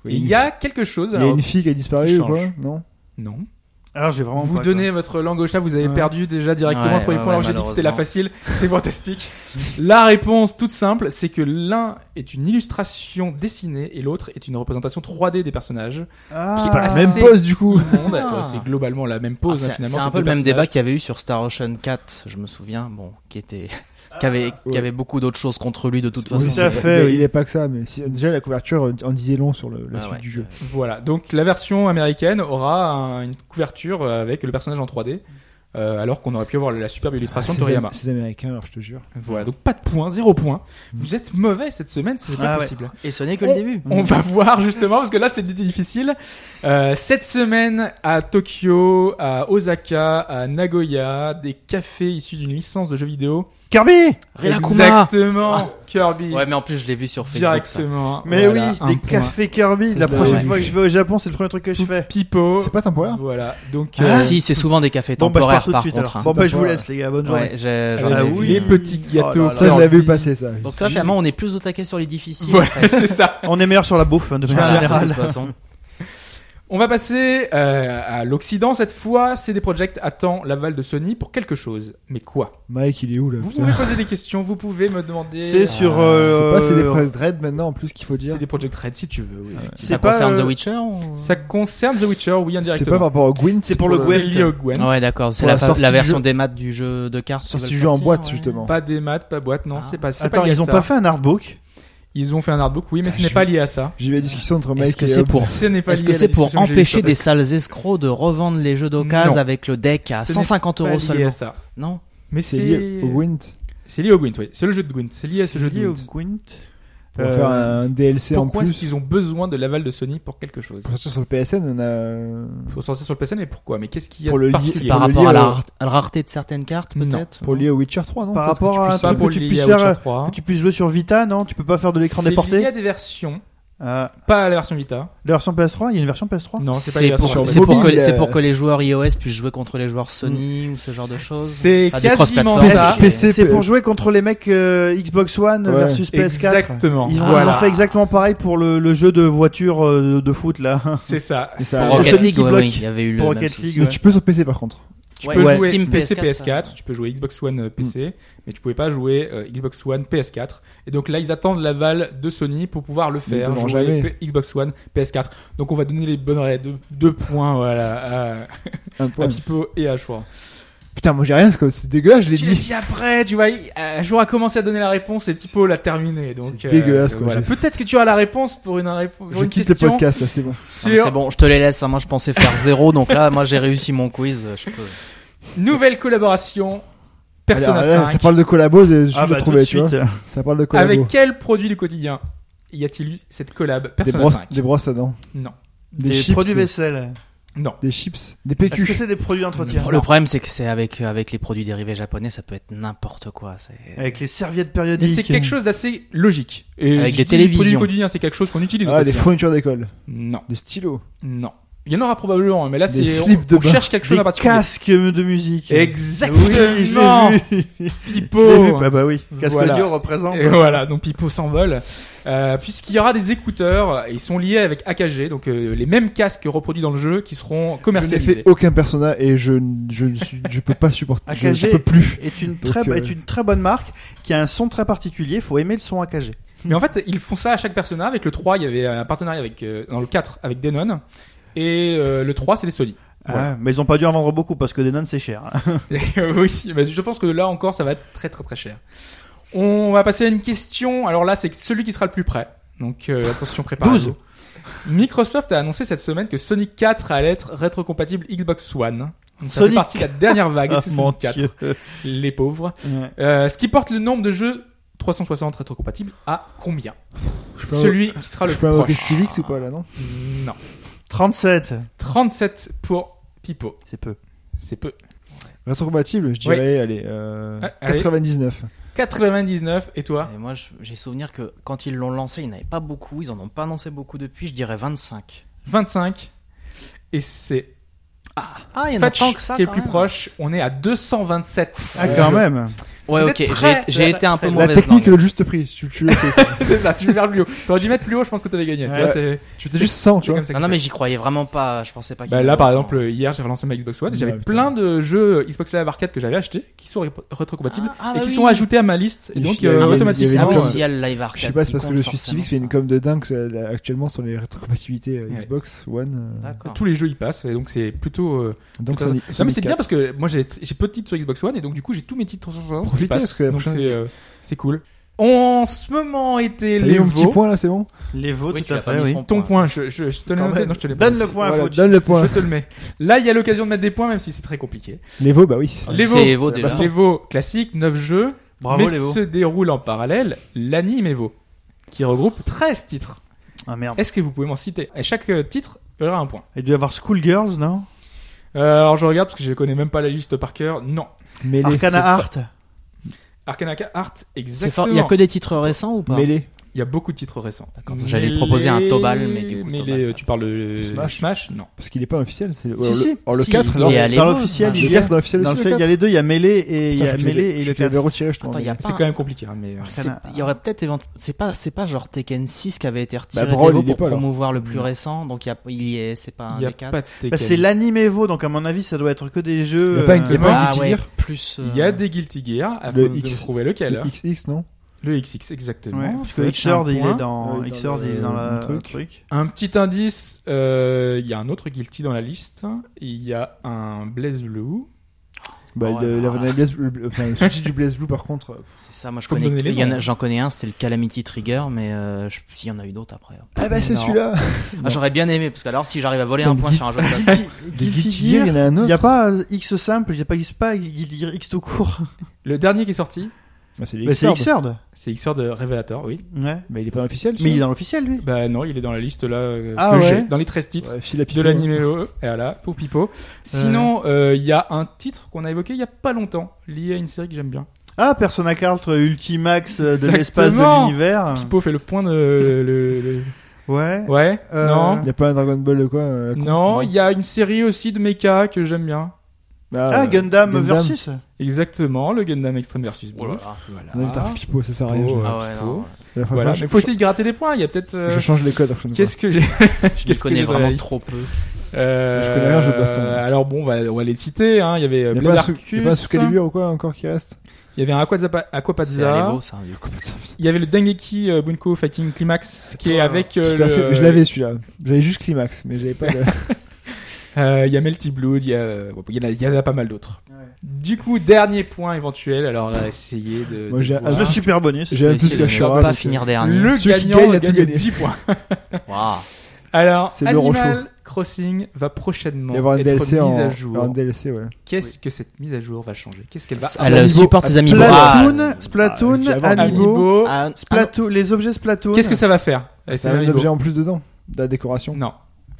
S2: Oui, Il y a quelque chose.
S5: Il y a
S2: alors-
S5: une fille qui a disparu
S2: qui
S5: ou quoi
S2: change.
S5: Non
S2: Non.
S3: Alors j'ai vraiment
S2: Vous
S3: pas,
S2: donnez votre langue au chat, vous avez
S3: Ouais.
S2: perdu déjà directement
S4: Ouais,
S2: le premier
S4: ouais,
S2: point. Alors
S4: ouais,
S2: j'ai dit que c'était la
S4: malheureusement. <laughs>
S2: facile, c'est fantastique. la réponse toute simple, c'est que l'un est une illustration dessinée et l'autre est une représentation 3D des personnages.
S3: quoi. Ah,
S2: C'est pas la
S5: Même
S2: c'est-
S5: pose du coup.
S2: Tout le monde,
S4: Ah.
S2: euh, c'est globalement la même
S4: Ah,
S2: pose hein,
S4: c'est
S2: finalement.
S4: c'est un
S2: sur
S4: peu le
S2: deux
S4: même débat
S2: personnages.
S4: qu'il y avait eu sur Star Ocean 4, je me souviens, bon, qui était, <laughs> qui avait, qui
S5: Ouais.
S4: avait beaucoup d'autres choses contre lui de toute
S3: Oui,
S4: façon.
S3: tout à fait,
S5: Mais
S3: oui.
S5: Il est pas que ça, mais si- déjà la couverture euh, en disait long sur le, la
S4: Ah
S5: suite
S4: ouais.
S5: du jeu.
S2: Voilà, donc la version américaine aura un- une couverture euh, avec le personnage en 3D. euh, alors qu'on aurait pu avoir la superbe illustration
S5: Ah,
S2: de
S5: ces
S2: Toriyama.
S5: Am- Ces Américains, alors je te jure.
S2: Voilà, donc pas de points, zéro point.
S4: Mm.
S2: Vous êtes mauvais cette semaine, c'est pas
S3: Ah ouais.
S2: possible.
S4: Et ce n'est que le début.
S3: Mm.
S2: On va <laughs> voir justement, parce que là c'est difficile. Euh, cette semaine à Tokyo, à Osaka, à Nagoya, des cafés issus d'une licence de jeux vidéo.
S3: Kirby
S4: Rilakuma
S2: Exactement, Kirby.
S4: Ouais, mais en plus, je l'ai vu sur Facebook. ça.
S2: directement.
S3: Ah. Mais
S2: Voilà, un
S3: oui, des
S2: point.
S3: cafés Kirby. La
S5: de la-
S3: prochaine
S4: ouais.
S3: fois que je vais au Japon, c'est le premier truc que je fais.
S2: Pipo.
S5: C'est pas temporaire
S2: Voilà, donc
S3: Ah,
S2: euh,
S4: Si, c'est souvent des cafés
S3: Bon bah je pars
S4: temporaires
S3: tout de
S4: par
S3: suite.
S4: contre.
S3: alors.
S4: hein.
S3: Bon bah je vous
S5: Temporaire.
S3: laisse les gars, bonne journée.
S4: Ouais, j'ai- j'en
S2: avec
S3: Ah
S4: ai
S3: oui.
S4: vu.
S2: les petits
S3: Oh
S2: gâteaux.
S3: là là.
S5: Ça, je l'ai vu passer ça.
S4: Donc toi, finalement, on est plus au taquet sur les difficiles.
S2: Voilà,
S4: en
S2: <laughs>
S4: fait.
S2: c'est ça.
S3: On est meilleur sur la bouffe hein, de manière
S4: Voilà,
S2: Voilà.
S4: de
S3: générale.
S4: toute façon.
S2: On va passer euh, à l'Occident cette fois. CD Projekt attend l'aval de Sony pour quelque chose. Mais quoi
S5: Mike, il est où là
S2: Vous
S5: putain
S2: pouvez poser des questions, vous pouvez me demander.
S3: Ah. C'est sur.
S4: Ah,
S5: C'est
S3: euh,
S5: pas c'est des press dread maintenant en plus qu'il faut dire.
S2: CD Projekt Red si tu veux. oui, effectivement.
S4: Ça
S3: pas,
S4: concerne
S3: euh,
S4: The Witcher ou-
S2: Ça concerne The Witcher, oui,
S5: C'est pas par
S2: indirectement.
S5: rapport au Gwyn,
S3: C'est pour le
S2: C'est
S3: Gwent.
S2: lié au Gwent.
S4: Ouais, d'accord. C'est
S5: Pour
S4: la,
S5: la
S4: fa-
S5: sortie
S4: la
S5: du
S4: version
S5: jeu.
S4: des maeux du jeu de cartes.
S5: Sortie
S4: qu'ils veulent
S5: du jeu en
S4: sortir,
S5: boîte
S4: ouais.
S5: justement.
S2: Pas des maths, pas boîte, non,
S4: Ah.
S2: c'est pas. c'est
S3: Attends,
S2: lié à
S3: ils ont Bah,
S2: ça.
S3: pas fait un artbook
S2: Ils ont fait un artbook, oui, mais
S5: Putain,
S2: ce n'est
S5: je
S2: pas
S5: veux-
S2: lié à ça.
S5: J'ai eu la discussion entre Mike
S4: Est-ce que
S5: et
S4: c'est
S5: Hobbs.
S4: pour-
S2: Ce n'est pas
S4: Est-ce
S2: lié
S4: que
S2: à la
S4: c'est pour
S2: discussion que j'ai eue sur
S4: empêcher des
S2: Doc.
S4: sales escrocs de revendre les jeux
S2: Non.
S4: d'occasion avec le deck à
S2: Ce n'est
S4: 150 euros
S2: pas lié à
S4: seulement
S2: ça.
S4: Non
S2: Mais
S5: C'est lié au
S2: c'est
S5: Gwent
S2: c'est lié au Gwent, oui. C'est le jeu de Gwent. C'est lié à ce jeu de
S3: lié au
S2: Gwent.
S3: Gwent.
S5: pour
S3: Euh,
S5: faire un DLC en
S2: Pourquoi est-ce
S5: plus.
S2: qu'ils ont besoin de l'aval de Sony pour quelque chose
S5: Pour sortir sur le PSN, on a.
S2: Il faut sortir sur le PSN, mais pourquoi Mais qu'est-ce qu'il y a
S5: Pour le
S2: de
S5: lier-
S2: particulier
S5: Pour
S4: Par
S5: le
S4: rapport
S5: lier
S4: à la,
S5: au-
S4: rar- à la rareté de certaines cartes,
S2: Non.
S4: peut-être
S5: Pour lier au Witcher 3, non
S3: Par
S5: Parce que
S3: rapport
S5: tu
S3: à un
S5: puisses-
S2: Pas
S3: truc
S2: pour
S3: que tu
S2: le
S3: puisses
S2: lier à
S3: faire,
S2: Witcher
S3: euh,
S2: 3.
S3: Que tu puisses jouer sur Vita, non Tu peux pas faire de l'écran
S2: Il
S3: déporté
S2: y a des versions,
S3: Ah,
S2: pas la version Vita.
S3: La version PS3, il y a une version PS3
S2: Non, c'est pas
S4: C'est
S2: la version
S4: pour,
S5: sur
S4: c'est
S2: Vita.
S4: pour
S5: mobile,
S4: que, c'est
S5: euh,
S4: pour que les joueurs iOS puissent jouer contre les joueurs Sony ou ce genre de choses
S2: C'est
S4: Enfin, des
S2: quasiment
S4: cross-platforms,
S2: ça.
S4: c'est-
S5: PC,
S3: C'est pour
S5: euh,
S3: jouer contre les mecs euh, Xbox One
S5: Ouais.
S3: versus PS4.
S2: Exactement.
S3: Ils ont,
S2: Voilà.
S3: ils ont fait exactement pareil pour le, le jeu de voiture euh, de, de foot
S5: <laughs>
S3: là.
S2: C'est ça.
S5: Et ça-
S4: Pour
S3: C'est
S4: Rocket
S3: Sony
S4: League,
S3: qui
S4: ouais,
S3: bloque.
S4: oui, il y avait eu le
S3: Pour
S4: même
S3: Rocket
S4: souci.
S3: League,
S5: Mais tu peux sur PC par contre.
S2: Tu
S4: Ouais,
S2: peux
S4: ouais.
S2: jouer
S4: Steam,
S2: PC,
S4: PS4,
S2: PS4, tu peux jouer Xbox One, euh, PC,
S5: Hmm.
S2: mais tu pouvais pas jouer euh, Xbox One, PS4. Et donc là, ils attendent l'aval de Sony pour pouvoir le
S5: Ils
S2: faire,
S5: le donneront
S2: jouer
S5: jamais.
S2: P- Xbox One, PS4. Donc on va donner les bonnes ra- deux, deux points voilà, à,
S5: Un
S2: à
S5: point.
S2: Pipo et à Chouard.
S5: Ah, Putain, moi j'ai rien, c'est quoi, c'est dégueulasse, je l'ai
S2: Tu l'as
S5: dit.
S2: dit après, tu vois, il- euh, Jour a commencé à donner la réponse et Pipo l'a terminée. Donc euh,
S5: C'est dégueulasse, quoi.
S2: voilà.
S5: J'ai-
S2: Peut-être que tu auras la réponse pour une, répo- pour
S5: Je
S2: une
S5: quitte le
S2: question
S5: podcast, là, c'est bon.
S4: Non, mais
S2: sur
S4: C'est bon, je te les laisse. hein. Moi, je pensais faire zéro, donc là, moi, j'ai réussi mon quiz. Je peux.
S2: nouvelle collaboration Persona
S5: Alors, là,
S2: 5.
S5: ça parle de collabo, j'ai juste
S3: Ah bah, tout de
S5: trouvé, tu vois.
S3: suite.
S5: Ça parle de collabo.
S2: Avec quel produit du quotidien y a-t-il eu cette collab
S5: des
S2: Persona
S5: brosses,
S2: 5
S5: des brosses à dents.
S2: Non.
S5: Des,
S3: Des
S5: chips.
S3: produits vaisselle.
S2: Non.
S5: Des chips. Des
S3: Est-ce que
S5: PQ.
S3: c'est des produits d'entretien
S4: Le problème, c'est que c'est avec avec les produits dérivés japonais, ça peut être n'importe quoi. c'est-
S3: Avec les serviettes
S2: Mais
S3: périodiques.
S2: c'est quelque chose d'assez logique. Et
S4: Avec
S2: je dis
S4: des
S2: produit
S4: télévisions.
S2: du quotidien, c'est quelque chose qu'on utilise. au
S5: Ah, des
S2: quotidien.
S5: fournitures d'école.
S2: Non,
S5: Des stylos.
S2: non. Il y en aura probablement, hein, mais là,
S5: Des
S2: c'est on,
S5: slips de
S2: on
S5: bain.
S2: cherche quelque chose
S3: Des
S2: à particulier.
S3: casques de musique.
S2: Exactement.
S3: Oui,
S2: <laughs>
S3: je l'ai vu. Je l'ai vu.
S2: Pipo.
S3: Bah, bah oui. Casque
S2: Voilà.
S3: audio représente.
S2: Et voilà, donc Pipo s'envole. Euh, Puisqu'il y aura des écouteurs, ils sont liés avec AKG, donc euh, les mêmes casques reproduits dans le jeu qui seront
S5: Je n'ai
S2: commercialisés.
S5: fait aucun persona et je, je, ne suis- je peux pas supporter. je, je
S3: AKG.
S5: peux plus.
S3: Est une,
S5: Donc,
S3: très,
S5: euh,
S3: est une très bonne marque qui a un son très particulier. Faut aimer le son AKG.
S2: Mais en fait, ils font ça à chaque persona. Avec le 3, il y avait un partenariat avec, euh, dans le 4 avec Denon. Et euh, le 3, c'est les Sony. Voilà.
S3: Ah, mais ils ont pas dû en vendre beaucoup parce que des nonnes c'est cher.
S5: Ah,
S3: hein.
S2: <laughs> oui, mais je pense que là encore, ça va être très très très cher. On va passer à une question. Alors là, c'est celui qui sera le plus près. Donc euh, attention, préparez-vous.
S3: 12.
S2: Microsoft a annoncé cette semaine que Sonic 4 allait être rétrocompatible Xbox One. Donc, ça fait
S3: Sonic.
S2: partie de la dernière vague,
S3: <laughs> Ah,
S2: c'est
S3: mon
S2: Sonic 4.
S3: Dieu.
S2: Les pauvres.
S3: Ouais.
S2: Euh, ce qui porte le nombre de jeux 360 rétrocompatibles à combien
S5: Je peux
S2: Celui qui sera
S5: invo-
S2: le
S5: je
S2: plus
S5: peux invoquer
S2: proche.
S5: Stylix ou pas là, non
S2: Non.
S3: 37.
S2: 37 pour Pipo.
S3: C'est peu.
S2: C'est peu.
S5: Rétrocompatible, je
S2: Oui.
S5: dirais, allez, euh,
S2: Ah, allez.
S5: 99.
S2: 99 et toi
S4: Et moi, je- j'ai souvenir que quand ils l'ont lancé, ils n'avaient pas beaucoup. Ils en ont pas annoncé beaucoup depuis. Je dirais 25.
S2: 25. Et c'est
S4: Ah, il y en a
S2: Fetch
S4: tant que ça.
S2: qui est le
S4: quand
S2: plus
S4: même.
S2: proche. On est à 227.
S3: Ah, quand même.
S4: Ouais,
S2: Vous
S4: ok.
S2: êtes
S4: j'ai-
S2: très-
S4: J'ai été un peu
S2: La
S5: La
S4: mauvaise
S5: technique et
S4: langue.
S5: le juste prix. Tu, tu, le sais, ça.
S2: <laughs> c'est ça, tu veux faire plus haut. T'aurais dû mettre plus haut, je pense que t'avais gagné. Tu
S3: Ouais.
S2: vois, c'est
S5: tu fais juste
S2: <laughs>
S5: 100, tu
S2: c'est
S5: vois.
S2: comme ça.
S4: Non,
S2: que
S4: non,
S2: je
S4: mais
S2: fais.
S4: j'y croyais vraiment pas. Je pensais pas. qu'il y
S2: Bah
S4: avait
S2: là, par
S4: autant.
S2: exemple, hier, j'ai relancé ma Xbox One. et J'avais
S5: Ouais, putain.
S2: plein de jeux Xbox Live Arcade que j'avais achetés qui sont ré- rétrocompatibles
S4: Ah, ah,
S2: et
S4: bah
S2: qui
S4: oui.
S2: sont ajoutés à ma liste. Et
S5: Il
S2: donc,
S5: y a-
S2: euh,
S5: il y a-
S4: c'est
S2: automatiquement.
S5: il y avait
S2: euh,
S5: une-
S4: officiel live arcade.
S5: Je sais pas, c'est
S4: qui
S5: parce que
S4: compte
S5: je suis Stylix, mais il y a une
S4: forcément,
S5: com de dingue ça, là, actuellement sur les rétrocompatibilités euh,
S2: Ouais.
S5: Xbox One. euh,
S4: ça. D'accord.
S2: Tous les jeux y passent, et donc c'est plutôt. euh,
S5: donc
S2: plutôt intéressant.
S5: Sony-
S2: non, mais
S5: Sonic
S2: c'est bien
S5: 4.
S2: parce que moi j'ai j'ai peu de titres sur Xbox One, et donc du coup j'ai tous mes titres 360 qui
S5: Profitez,
S2: passent.
S5: parce que la
S2: donc
S5: prochaine-
S2: c'est euh, c'est cool. En ce moment était
S5: T'as
S2: les
S5: eu mon petit
S2: vos.
S5: point là, c'est bon
S3: Les veaux,
S4: Oui, tu
S3: tout à
S4: l'as pas
S3: fait,
S4: mis
S3: oui.
S4: son
S2: Ton
S4: point.
S2: point, je, je, je te l'ai
S5: Quand
S2: noté.
S5: même.
S2: Non, je te l'ai pas
S3: Donne le point
S5: Voilà,
S3: à Fauci.
S5: Donne le
S2: Je
S5: point.
S2: te le mets. Là, il y a l'occasion de mettre des points, même si c'est très compliqué.
S5: Les veaux, bah oui.
S2: Les
S4: C'est
S2: veaux.
S4: Evo déjà.
S2: Parce que les veaux classiques, 9 jeux,
S3: Bravo,
S2: mais
S3: les veaux.
S2: se déroule en parallèle l'anime Evo, qui regroupe 13 titres.
S3: Ah merde.
S2: Est-ce que vous pouvez m'en citer Et chaque euh, titre aura un point.
S3: Il doit y avoir Schoolgirls, non
S2: Euh, alors je regarde parce que je connais même pas la liste par cœur. Non.
S5: Mêlé.
S3: Arcana Art.
S2: Arcanaka Art,
S4: C'est
S2: exactement.
S4: fort. Il y a que des titres récents ou pas
S5: Mêlé.
S2: Il y a beaucoup de titres récents.
S4: D'accord, j'allais proposer un Tobal, mais du coup,
S2: Mais
S4: Tobal,
S2: les-
S4: ça-
S2: tu parles de euh,
S5: Smash.
S2: Smash Non.
S5: Parce qu'il est pas officiel. C'est...
S3: Si,
S5: le,
S3: si.
S5: alors, le
S4: Si,
S5: 4,
S4: il
S5: alors,
S4: est allé
S3: dans
S4: voir,
S3: l'officiel,
S4: hein.
S3: il
S5: le
S3: y a-
S5: 4 dans l'officiel
S3: Dans le
S5: aussi.
S3: fait, il y a les deux, il y a Melee et, il y a Melee et le 4.
S5: avait retiré, je crois.
S4: Attends, il y a pas.
S2: C'est quand même compliqué, hein, mais.
S4: Ah. C'est-
S3: Arcana.
S4: Il y aurait peut-être évent- c'est pas c'est pas genre Tekken 6 qui avait été retiré
S5: Brawl,
S4: d'Evo
S5: il y est
S4: pour
S5: pas, alors.
S4: promouvoir le plus récent donc il y a il y est c'est pas
S2: Il
S4: un
S2: n'y a
S4: des quatre.
S2: pas de Tekken.
S3: Bah, c'est l'anime Evo, donc à mon avis, ça doit être que des jeux. euh,
S5: Il y a pas une- il y a pas
S4: ah
S5: Guilty
S4: ouais,
S5: Gear.
S4: plus euh,
S2: Il y a des Guilty Gear, à vous
S5: Le
S2: de
S5: X.
S2: trouver lequel.
S5: Le XX, non
S2: Le XX, exactement.
S3: Ouais, parce
S2: Faut
S3: que
S2: être un
S3: Xord, il
S2: point.
S3: est dans.
S5: Ouais, il est
S3: Xord,
S5: dans
S3: il est
S5: le-
S3: dans la-
S5: le
S3: le
S5: truc.
S3: truc.
S2: Un petit indice, euh, il y a un autre Guilty dans la liste. Il y a un Blaze Blue.
S5: Bah,
S4: Ouais,
S5: le,
S4: bah.
S5: la- la Blaze Blue- enfin, le sushi du Blaze Blue, par contre, euh,
S4: C'est ça, moi je
S2: Faut me
S4: connais.
S2: donner les
S4: il y en a-
S2: noms.
S4: J'en connais un, c'était le Calamity Trigger, mais euh, je- il y en a eu d'autres après.
S5: ah bah c'est
S4: Non.
S5: celui-là.
S4: Ah, j'aurais bien aimé, parce que alors si j'arrive à voler un
S3: Putain,
S4: point sur un <laughs> jeu de baston.
S3: Guilty
S5: Guilty Gear,
S3: Gear,
S5: il y en a un
S3: Il
S5: autre.
S3: n'y a pas euh, X simple, il n'y a pas X pas, Guilty Gear X tout court.
S2: Le dernier qui est sorti,
S5: Bah, c'est
S3: Bah, c'est
S5: Xrd.
S3: Xrd.
S2: c'est Xor de Révélateur, oui.
S3: Ouais.
S5: Mais il est pas officiel.
S3: Mais il est dans l'officiel, lui.
S2: Bah non, il est dans la liste là, euh,
S3: Ah
S2: que
S3: ouais
S2: j'ai, dans les 13 titres. de l'anime E. et voilà pour Pipo sinon euh, il y a un titre qu'on a évoqué il y a pas longtemps lié à une série que j'aime bien
S3: Ah, Persona 4 Ultimax euh, de l'espace de
S2: Exactement.
S3: l'univers.
S2: Pipo fait le point de le, le-
S3: Ouais.
S2: ouais
S3: Euh,
S2: non
S5: Il y a pas un Dragon Ball de quoi euh,
S2: non il y a une série aussi de mecha que j'aime bien
S3: Ah,
S5: euh,
S3: Gundam, versus.
S2: Ah. exactement le Gundam Extreme versus
S4: Oh
S2: Blue
S4: là là.
S5: Non, putain, Pipo, ça sert à rien.
S2: Pipo, euh,
S5: je-
S4: Ah ouais, non.
S5: la fois-
S2: voilà
S5: je-
S2: mais faut essayer de gratter des points il y a peut-être euh,
S5: Je change les codes. alors que je ne
S2: qu'est-ce que j'ai
S4: Je les
S2: Qu'est-ce que
S4: connais
S2: les
S4: vraiment
S2: journalistes
S4: trop peu.
S2: euh,
S5: Je connais rien aux jeux de baston.
S2: alors bon on va, on va les citer hein. il y avait euh,
S5: Il y a
S2: Blade
S5: pas un sous- il y a pas un
S2: Arcus
S5: Soulcalibur ou quoi encore qui reste
S2: il y avait un Aquazapa-
S4: C'est à
S2: Aquapadza
S4: l'Evo, ça. du coup.
S2: il y avait le Dengeki euh, Bunko Fighting Climax qui est
S3: Toi,
S2: avec euh,
S5: Tout à fait,
S2: le-
S5: mais Je l'avais celui-là. J'avais juste Climax, mais j'avais pas. le-
S2: Euh, Il y a Melty Blood, il y, a, euh, bon, il y en a- il y en a pas mal d'autres. Du coup, dernier point éventuel, alors on va essayer de.
S5: Moi,
S2: de
S5: j'ai-
S2: voir.
S3: Le super bonus.
S5: J'ai un
S4: Mais
S5: plus
S4: si, je
S5: qu'à
S4: ne
S5: Shura.
S4: vais pas
S5: donc, euh,
S4: finir dernier.
S2: Le
S5: Celui qui
S2: gagnant
S5: gagne a
S2: gagne,
S5: tout
S2: le
S5: gagné.
S2: 10
S5: <laughs>
S2: points. Bah,
S4: Waouh.
S2: Alors,
S5: C'est le
S2: Animal Crossing va prochainement
S5: Il y avoir un
S2: être
S5: DLC
S2: mise
S5: en,
S2: à jour.
S5: en DLC, ouais.
S2: Qu'est-ce que cette mise à jour va changer Qu'est-ce qu'elle va
S4: Ah, Elle euh,
S5: Amiibo.
S4: supporte les amiibo.
S3: Splatoon,
S4: Ah,
S3: Splatoon,
S5: Ah, j'ai avant-
S3: Amiibo,
S2: Amiibo.
S4: Ah, ah,
S3: Splatoon, les objets Splatoon.
S2: Qu'est-ce que ça va faire Euh,
S5: C'est un
S2: Amiibo.
S5: objet en plus dedans, de la décoration.
S2: Non.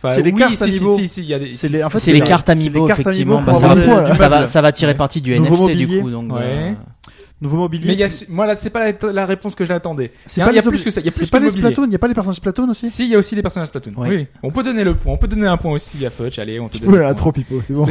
S2: Enfin,
S3: C'est les
S2: oui,
S3: cartes
S2: si,
S3: Amiibo.
S2: Si, si, si, il y a des.
S3: C'est les, en fait,
S4: C'est les
S3: la-
S4: cartes
S3: c'est
S4: amiibo,
S3: cartes
S4: effectivement,
S3: amiibo
S4: bah,
S3: pour
S4: ça
S3: avoir
S4: va-
S3: des-
S5: ça
S3: du
S4: Ça va,
S3: meuble.
S4: ça va tirer parti du
S3: Nouveau
S4: NFC du
S3: mobilier.
S4: coup. Donc,
S2: Ouais.
S4: euh,
S3: Nouveau mobilier.
S2: Mais il y a, moi là, c'est pas la, la réponse que j'attendais.
S3: C'est
S2: Il y
S3: pas
S2: a, il y a
S3: les
S2: plus
S3: obje-
S2: que ça. Il y a plus
S3: C'est
S2: que
S3: pas
S2: le
S3: les
S2: mobilier.
S3: Splatoon, il n'y a pas les personnages Splatoon aussi
S2: Si, il y a aussi les personnages Splatoon.
S4: Ouais.
S2: Oui. On peut donner le point. On peut donner un point aussi à Fudge. Allez, on te donne.
S5: Ouh
S2: le
S5: là là,
S2: point.
S5: trop pipo, c'est bon.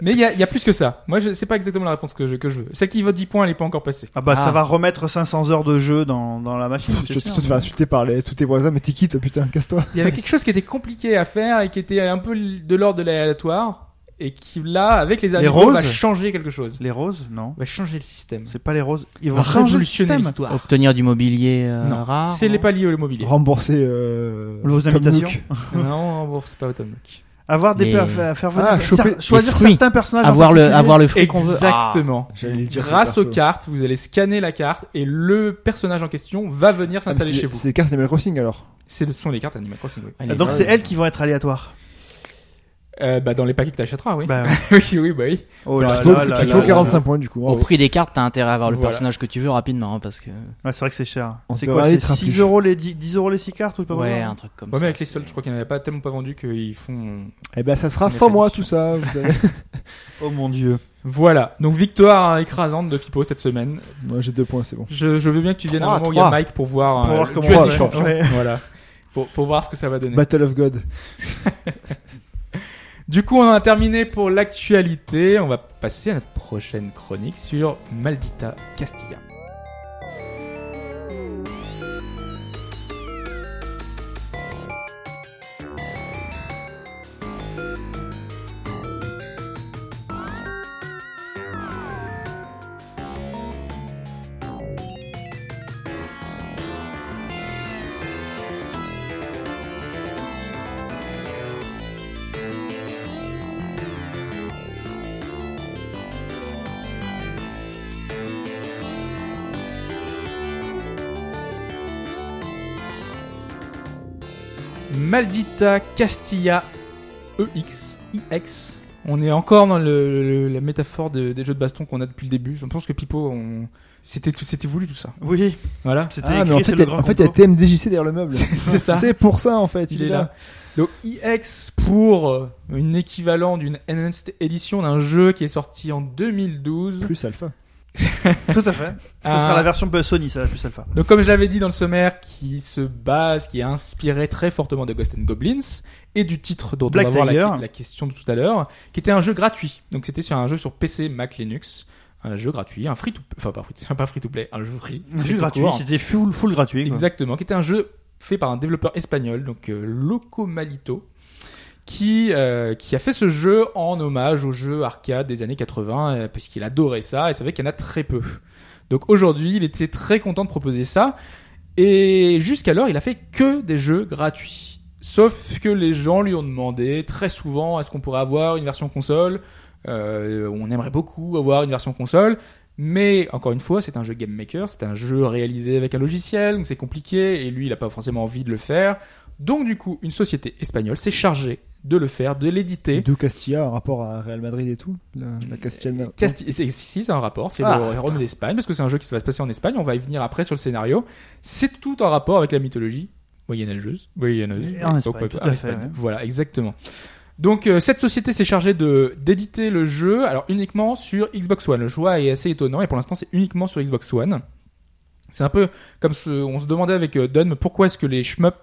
S2: Mais il y a, il y a plus que ça. Moi, je c'est pas exactement la réponse que je, que je veux. Celle qui vaut 10 points, elle est pas encore passée.
S3: Ah bah
S4: Ah.
S3: ça va remettre 500 heures de jeu dans, dans la machine.
S5: Tu
S3: c'est
S5: vas
S3: sûr. hein.
S5: tout te faire insulter par les, tous tes voisins, mais t'es qui toi putain, casse-toi.
S2: Il y avait quelque chose qui était compliqué à faire et qui était un peu de l'ordre de l'aléatoire et qui là, avec les amiibo,
S3: roses
S2: va changer quelque chose.
S3: Les roses Non.
S2: Va changer le système.
S3: C'est pas les roses. Ils vont
S2: Va
S3: changer le
S2: révolutionner
S3: système.
S2: l'histoire.
S4: obtenir du mobilier euh,
S2: Non.
S4: rare.
S2: Bah. C'est les
S4: non
S2: paliers au mobilier.
S5: Rembourser euh,
S3: Vos
S5: Tom
S3: invitations.
S5: Nook.
S2: non, bon, c'est pas automatique.
S3: Avoir des
S4: Les-
S3: per- faire faire venir
S5: Ah, choper
S3: cer- choisir
S4: les fruits.
S3: certains personnages. en
S4: Avoir le,
S3: particulier.
S4: avoir le Ah. fruit qu'on veut.
S2: Exactement.
S5: J'allais le dire, ce
S2: Grâce aux
S5: perso. Ah,
S2: cartes, vous allez scanner la carte et le personnage en question va venir
S5: Ah, mais
S2: s'installer
S5: c'est-
S2: chez vous.
S5: C'est les cartes Animal Crossing alors.
S2: C'est- Ce sont les cartes Animal Crossing. oui.
S4: Ah,
S3: Ah,
S4: les
S3: Donc
S4: roses.
S3: c'est elles qui vont être aléatoires.
S2: Euh, bah, <laughs> dans les paquets que t'achèteras, oui.
S3: Bah, ouais.
S2: oui, oui, bah oui.
S3: oh
S2: Enfin,
S3: là
S5: Pipo,
S3: là là
S5: Pipo,
S3: là.
S5: 45 points du coup.
S4: Au
S5: bravo.
S4: prix des cartes, t'as intérêt à avoir le
S2: Voilà.
S4: personnage que tu veux rapidement, hein, parce que.
S3: Ouais, c'est vrai que c'est cher.
S5: On
S3: C'est
S5: te
S3: quoi C'est
S5: réinvitera
S3: 6
S5: plus.
S3: euros les 10, 10 euros les 6 cartes ou pas
S4: Ouais,
S3: vraiment
S4: un truc comme
S2: Ouais,
S4: ça.
S2: mais avec les
S4: c'est-
S2: soldes, je crois qu'il n'y en avait pas tellement pas vendu qu'ils font.
S5: Eh ben ça sera
S2: On
S5: 100
S2: fait
S5: mois
S2: attention.
S5: tout ça, vous savez.
S3: Oh mon dieu.
S2: Voilà. Donc victoire hein, écrasante de Pipo cette semaine.
S5: Moi j'ai deux points, c'est bon.
S2: Je, je veux bien que tu viennes à un moment
S4: Trois,
S2: où il y a
S4: trois.
S2: Mike pour voir.
S3: Pour
S2: euh,
S3: voir
S2: le
S3: comment
S2: duel
S3: on
S2: des
S3: fait.
S2: champions.
S3: Ouais.
S2: Voilà. Pour, pour voir ce que ça va donner.
S5: Battle of God.
S2: Du coup, on en a terminé pour l'actualité. On va passer à notre prochaine chronique sur Maldita Castilla. Maldita Castilla E EX. IX. On est encore dans le, le- la métaphore de- des jeux de baston qu'on a depuis le début. Je pense que Pipo, on... c'était tout- c'était voulu tout ça.
S3: Oui,
S2: Voilà.
S3: c'était
S5: Ah mais
S3: écrit,
S5: en
S3: c'est
S5: fait,
S3: le
S5: il y a-
S3: grand
S5: en fait il y a
S3: complot.
S5: TMDJC derrière le meuble.
S2: C'est ça.
S5: C'est pour ça en fait,
S2: Il est là. Donc EX pour euh, une équivalent d'une enhanced édition d'un jeu qui est sorti en 2012.
S5: Plus alpha.
S3: Tout à fait. Ce
S2: Un-
S3: sera la version peu Sony, ça la plus alpha.
S2: Donc comme je l'avais dit dans le sommaire, qui se base, qui est inspiré très fortement de Ghost and Goblins et du titre dont
S3: Black
S2: on va voir
S3: Tiger.
S2: la, la question de tout à l'heure, qui était un jeu gratuit. Donc c'était sur un jeu sur PC, Mac, Linux, un jeu gratuit, un free to, enfin pas free, <laughs> pas free to play, un jeu free,
S3: Un
S2: free
S3: jeu
S2: to
S3: gratuit,
S2: court.
S3: c'était full, full gratuit. quoi.
S2: Exactement, qui était un jeu fait par un développeur espagnol, donc euh, Loco Malito, qui, euh, qui a fait ce jeu en hommage au jeu arcade des années 80, euh, puisqu'il adorait ça et savait qu'il y en a très peu. Donc aujourd'hui, il était très content de proposer ça, et jusqu'alors, il a fait que des jeux gratuits. Sauf que les gens lui ont demandé très souvent est-ce qu'on pourrait avoir une version console Euh, on aimerait beaucoup avoir une version console. Mais encore une fois, c'est un jeu game maker, c'est un jeu réalisé avec un logiciel, donc c'est compliqué, et lui, il n'a pas forcément envie de le faire. Donc du coup, une société espagnole s'est chargée de le faire, de l'éditer.
S5: D'où Castilla en rapport à Real Madrid et tout La, la Castilla.
S2: Casti- c'est- si, si, c'est un rapport, c'est
S5: Ah,
S2: le Rome d'Espagne, parce que c'est un jeu qui va se passer en Espagne, on va y venir après sur le scénario. C'est tout en rapport avec la mythologie moyenâgeuse. moyenâgeuse.
S3: Et en
S2: Ouais,
S3: Espagne,
S2: ouais,
S3: Ah, tout
S2: ouais,
S3: à
S2: en
S3: fait,
S2: Espagne.
S3: ouais.
S2: Voilà, exactement. Donc euh, cette société s'est chargée de d'éditer le jeu, alors uniquement sur Xbox One. Le choix est assez étonnant et pour l'instant c'est uniquement sur Xbox One. C'est un peu comme ce, on se demandait avec euh, Dunm pourquoi est-ce que les shmup,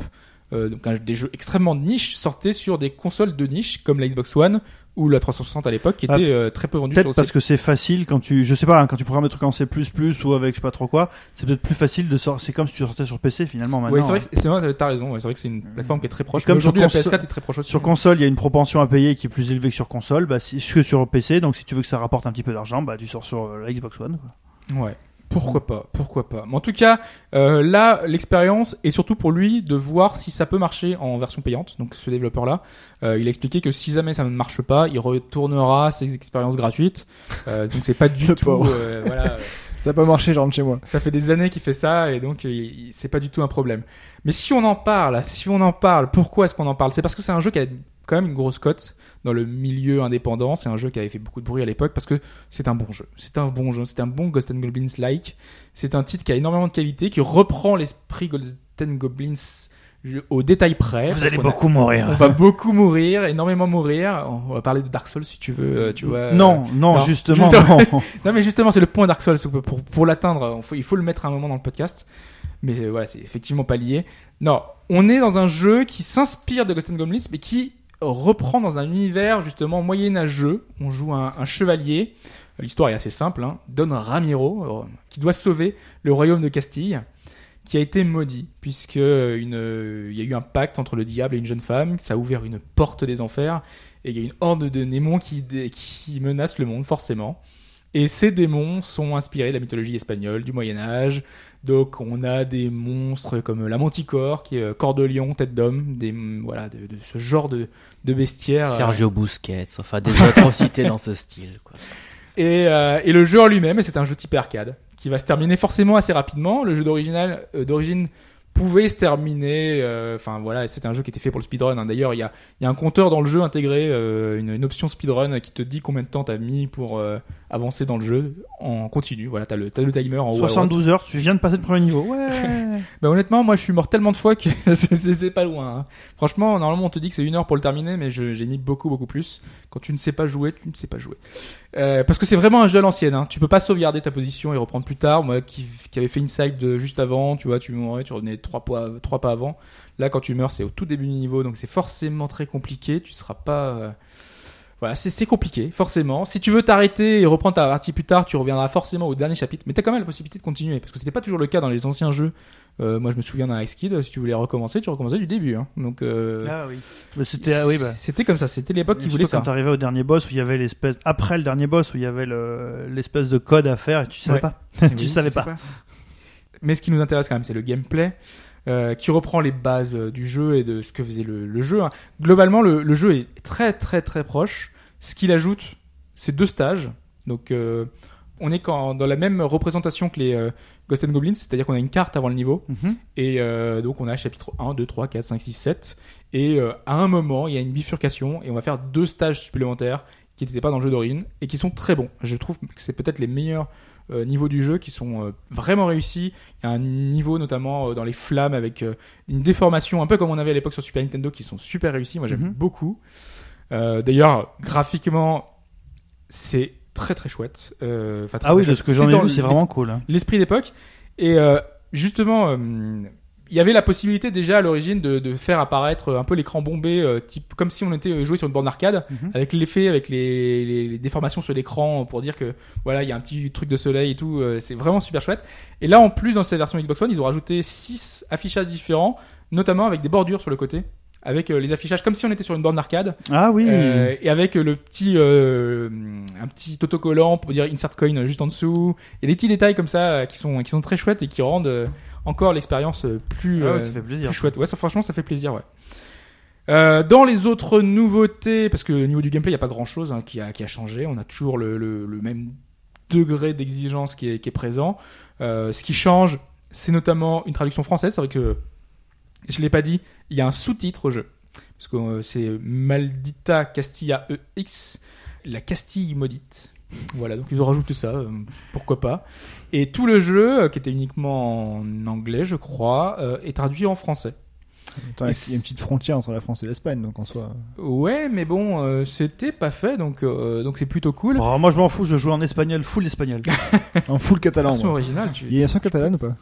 S2: euh, donc un- des jeux extrêmement de niche, sortaient sur des consoles de niche comme la Xbox One ou la 360 à l'époque qui
S3: Ah,
S2: était euh, très peu vendue sur le
S3: Peut-être parce
S2: site.
S3: que c'est facile quand tu, je sais pas, hein, quand tu programmes des trucs en C++ ou avec je sais pas trop quoi, c'est peut-être plus facile de sortir. C'est comme si tu sortais sur PC finalement maintenant.
S2: Ouais, c'est vrai,
S3: hein.
S2: que c'est- c'est vrai, t'as raison. ouais, c'est vrai que c'est une plateforme qui est très proche.
S3: Comme
S2: Comme aujourd'hui, la
S3: sur conso-
S2: PS4 est très proche aussi.
S3: Sur console, il y a une propension à payer qui est plus élevée que sur console, bah, si- que sur PC. Donc si tu veux que ça rapporte un petit peu d'argent, bah tu sors sur euh, la Xbox One. quoi.
S2: Eh, Ouais. Pourquoi pas, pourquoi pas. Mais en tout cas, euh, là, l'expérience est surtout pour lui de voir si ça peut marcher en version payante. Donc ce développeur-là, euh, il a expliqué que si jamais ça ne marche pas, il retournera ses expériences gratuites. Euh, donc c'est pas du
S5: Le
S2: tout,
S5: pauvre.
S2: euh, voilà,
S5: Ça a pas marché, je rentre chez moi.
S2: Ça fait des années qu'il fait ça et donc euh, il- il- c'est pas du tout un problème. Mais si on en parle, si on en parle, pourquoi est-ce qu'on en parle C'est parce que c'est un jeu qui a quand même une grosse cote dans le milieu indépendant. C'est un jeu qui avait fait beaucoup de bruit à l'époque parce que c'est un bon jeu. C'est un bon jeu. C'est un bon Ghost and Goblins like. C'est un titre qui a énormément de qualité, qui reprend l'esprit Ghost and Goblins au détail près.
S3: Vous
S2: Parce
S3: allez
S2: qu'on a-
S3: beaucoup mourir.
S2: on va beaucoup mourir, énormément mourir. On va parler de Dark Souls si tu veux, euh, tu vois.
S3: non, non,
S2: non.
S3: justement,
S2: Justement. <laughs>
S3: non.
S2: Non, mais justement, c'est le point Dark Souls. c'est que Pour, pour l'atteindre, on faut- il faut le mettre à un moment dans le podcast. Mais euh, voilà, c'est effectivement pas lié. Non, on est dans un jeu qui s'inspire de Ghost and Goblins, mais qui reprend dans un univers justement moyenâgeux. On joue un, un chevalier. L'histoire est assez simple. Hein. Don Ramiro, euh, qui doit sauver le royaume de Castille, qui a été maudit, puisque une, euh, il y a eu un pacte entre le diable et une jeune femme. Ça a ouvert une porte des enfers. Et il y a une horde de démons qui, dé- qui menace le monde, forcément. Et ces démons sont inspirés de la mythologie espagnole, du Moyen Âge. Donc on a des monstres comme la manticore, qui est euh, corps de lion, tête d'homme, des voilà de, de ce genre de, de bestiaire. euh,
S4: Sergio Busquets, enfin
S2: <laughs>
S4: des atrocités dans ce style. Quoi.
S2: et, euh, et le jeu en lui-même, et c'est un jeu type arcade, qui va se terminer forcément assez rapidement. Le jeu d'original, euh, d'origine pouvait se terminer. euh, Enfin voilà, c'est un jeu qui était fait pour le speedrun. hein. D'ailleurs, il y a, il y a un compteur dans le jeu intégré, euh, une, une option speedrun qui te dit combien de temps t'as mis pour euh, avancer dans le jeu en continu. Voilà, t'as le, t'as le timer en haut. à droite.
S3: 72 heures, tu viens de passer le premier niveau. Ouais.
S2: Bah honnêtement, moi je suis mort tellement de fois que <laughs> c'est- c'est c'est pas loin. hein. Franchement, normalement on te dit que c'est une heure pour le terminer, mais je- j'ai mis beaucoup beaucoup plus. Quand tu ne sais pas jouer, tu ne sais pas jouer. Euh, parce que c'est vraiment un jeu à l'ancienne. Hein. Tu peux pas sauvegarder ta position et reprendre plus tard. Moi qui, qui avait fait une side de juste avant, tu vois, tu mourais, tu revenais trois pas, trois pas avant. Là, quand tu meurs, c'est au tout début du niveau, donc c'est forcément très compliqué. Tu seras pas. euh, Voilà, c'est c'est compliqué, forcément. Si tu veux t'arrêter et reprendre ta partie plus tard, tu reviendras forcément au dernier chapitre. Mais t'as quand même la possibilité de continuer, parce que c'était pas toujours le cas dans les anciens jeux. Euh, moi, je me souviens d'un Ice Kid. Si tu voulais recommencer, tu recommençais du début. hein. Donc, euh,
S3: ah oui. Bah, c'était, ah oui, bah.
S2: c'était comme ça. C'était l'époque qui
S3: Surtout
S2: voulait ça.
S3: quand t'arrivais au dernier boss où il y avait l'espèce après le dernier boss où il y avait le- l'espèce de code à faire et tu savais
S2: Ouais.
S3: pas
S2: Oui,
S3: <laughs> tu savais
S2: sais
S3: pas.
S2: Mais ce qui nous intéresse quand même, c'est le gameplay. euh, qui reprend les bases euh, du jeu et de ce que faisait le, le jeu. hein. Globalement, le, le jeu est très très très proche. Ce qu'il ajoute, c'est deux stages. Donc, euh, on est quand, dans la même représentation que les euh, Ghost and Goblins, c'est-à-dire qu'on a une carte avant le niveau.
S3: Mhm.
S2: Et euh, donc on a chapitre 1, 2, 3, 4, 5, 6, 7. Et euh, à un moment, il y a une bifurcation et on va faire deux stages supplémentaires qui n'étaient pas dans le jeu d'origine et qui sont très bons. Je trouve que c'est peut-être les meilleurs euh, niveaux du jeu qui sont euh, vraiment réussis. Il y a un niveau notamment euh, dans les flammes avec euh, une déformation un peu comme on avait à l'époque sur Super Nintendo qui sont super réussis. Moi j'aime
S3: Mhm.
S2: beaucoup. Euh, D'ailleurs, graphiquement, c'est très très chouette. Euh, enfin, très,
S3: ah oui
S2: très
S3: de ce que
S2: chouette.
S3: j'en ai
S2: dans
S3: vu c'est
S2: l'es-
S3: vraiment cool hein.
S2: l'esprit d'époque. Et euh, justement, euh, il y avait la possibilité déjà à l'origine de, de faire apparaître un peu l'écran bombé, euh, type comme si on était euh, joué sur une borne d'arcade,
S3: Mhm.
S2: avec l'effet, avec les, les- les déformations sur l'écran pour dire que voilà, il y a un petit truc de soleil et tout. euh, c'est vraiment super chouette. Et là, en plus, dans cette version Xbox One, ils ont rajouté six affichages différents, notamment avec des bordures sur le côté. Avec euh, les affichages comme si on était sur une borne d'arcade,
S3: ah oui
S2: euh, et avec le petit, euh, un petit autocollant pour dire insert coin juste en dessous. Et des petits détails comme ça euh, qui sont, qui sont très chouettes et qui rendent euh, encore l'expérience euh, plus,
S3: Ah ouais,
S2: euh,
S3: ça fait plaisir
S2: plus chouette. Ouais, ça, franchement, ça fait plaisir, ouais. Euh, dans les autres nouveautés, parce que au niveau du gameplay, il n'y a pas grand-chose hein, qui, a, qui a changé. On a toujours le, le- le même degré d'exigence qui est, qui est présent. Euh, ce qui change, c'est notamment une traduction française. C'est vrai que je l'ai pas dit, il y a un sous-titre au jeu. Parce que euh, c'est Maldita Castilla EX, la Castille maudite. Voilà, donc ils ont rajouté ça, euh, pourquoi pas. Et tout le jeu, euh, qui était uniquement en anglais, je crois, euh, est traduit en français.
S5: Attends, Il y a une petite frontière entre la France et l'Espagne, donc en soi.
S2: Ouais, mais bon, euh, c'était pas fait, donc euh, donc c'est plutôt cool.
S3: Oh, moi je m'en fous, je joue en espagnol, full espagnol.
S5: En full catalan.
S2: Version
S5: moi.
S2: originale, tu-
S5: Il y a un son catalan ou pas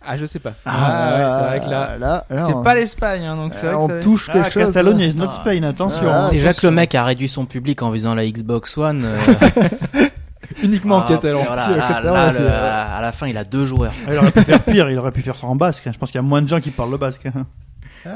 S2: Ah, je sais pas. Ah, ouais, c'est vrai que là,
S5: là, là,
S2: c'est
S5: on-
S2: pas l'Espagne, hein, donc c'est
S5: là,
S2: vrai que
S5: on
S2: ça-
S5: touche
S3: Ah,
S5: quelque chose. hein.
S3: Catalogne
S5: là.
S2: hein.
S3: is not Spain, attention.
S5: Ah,
S3: hein.
S4: Déjà que le mec a réduit son public en visant la Xbox One. euh,
S2: uniquement en
S4: ah,
S2: catalan.
S4: voilà,
S2: C'est-
S4: là,
S5: catalan,
S4: là,
S5: c'est-
S4: le- à la fin, il a deux joueurs.
S3: Ah, Il aurait pu faire pire, il aurait pu faire ça en basque. hein. Je pense qu'il y a moins de gens qui parlent le basque. hein.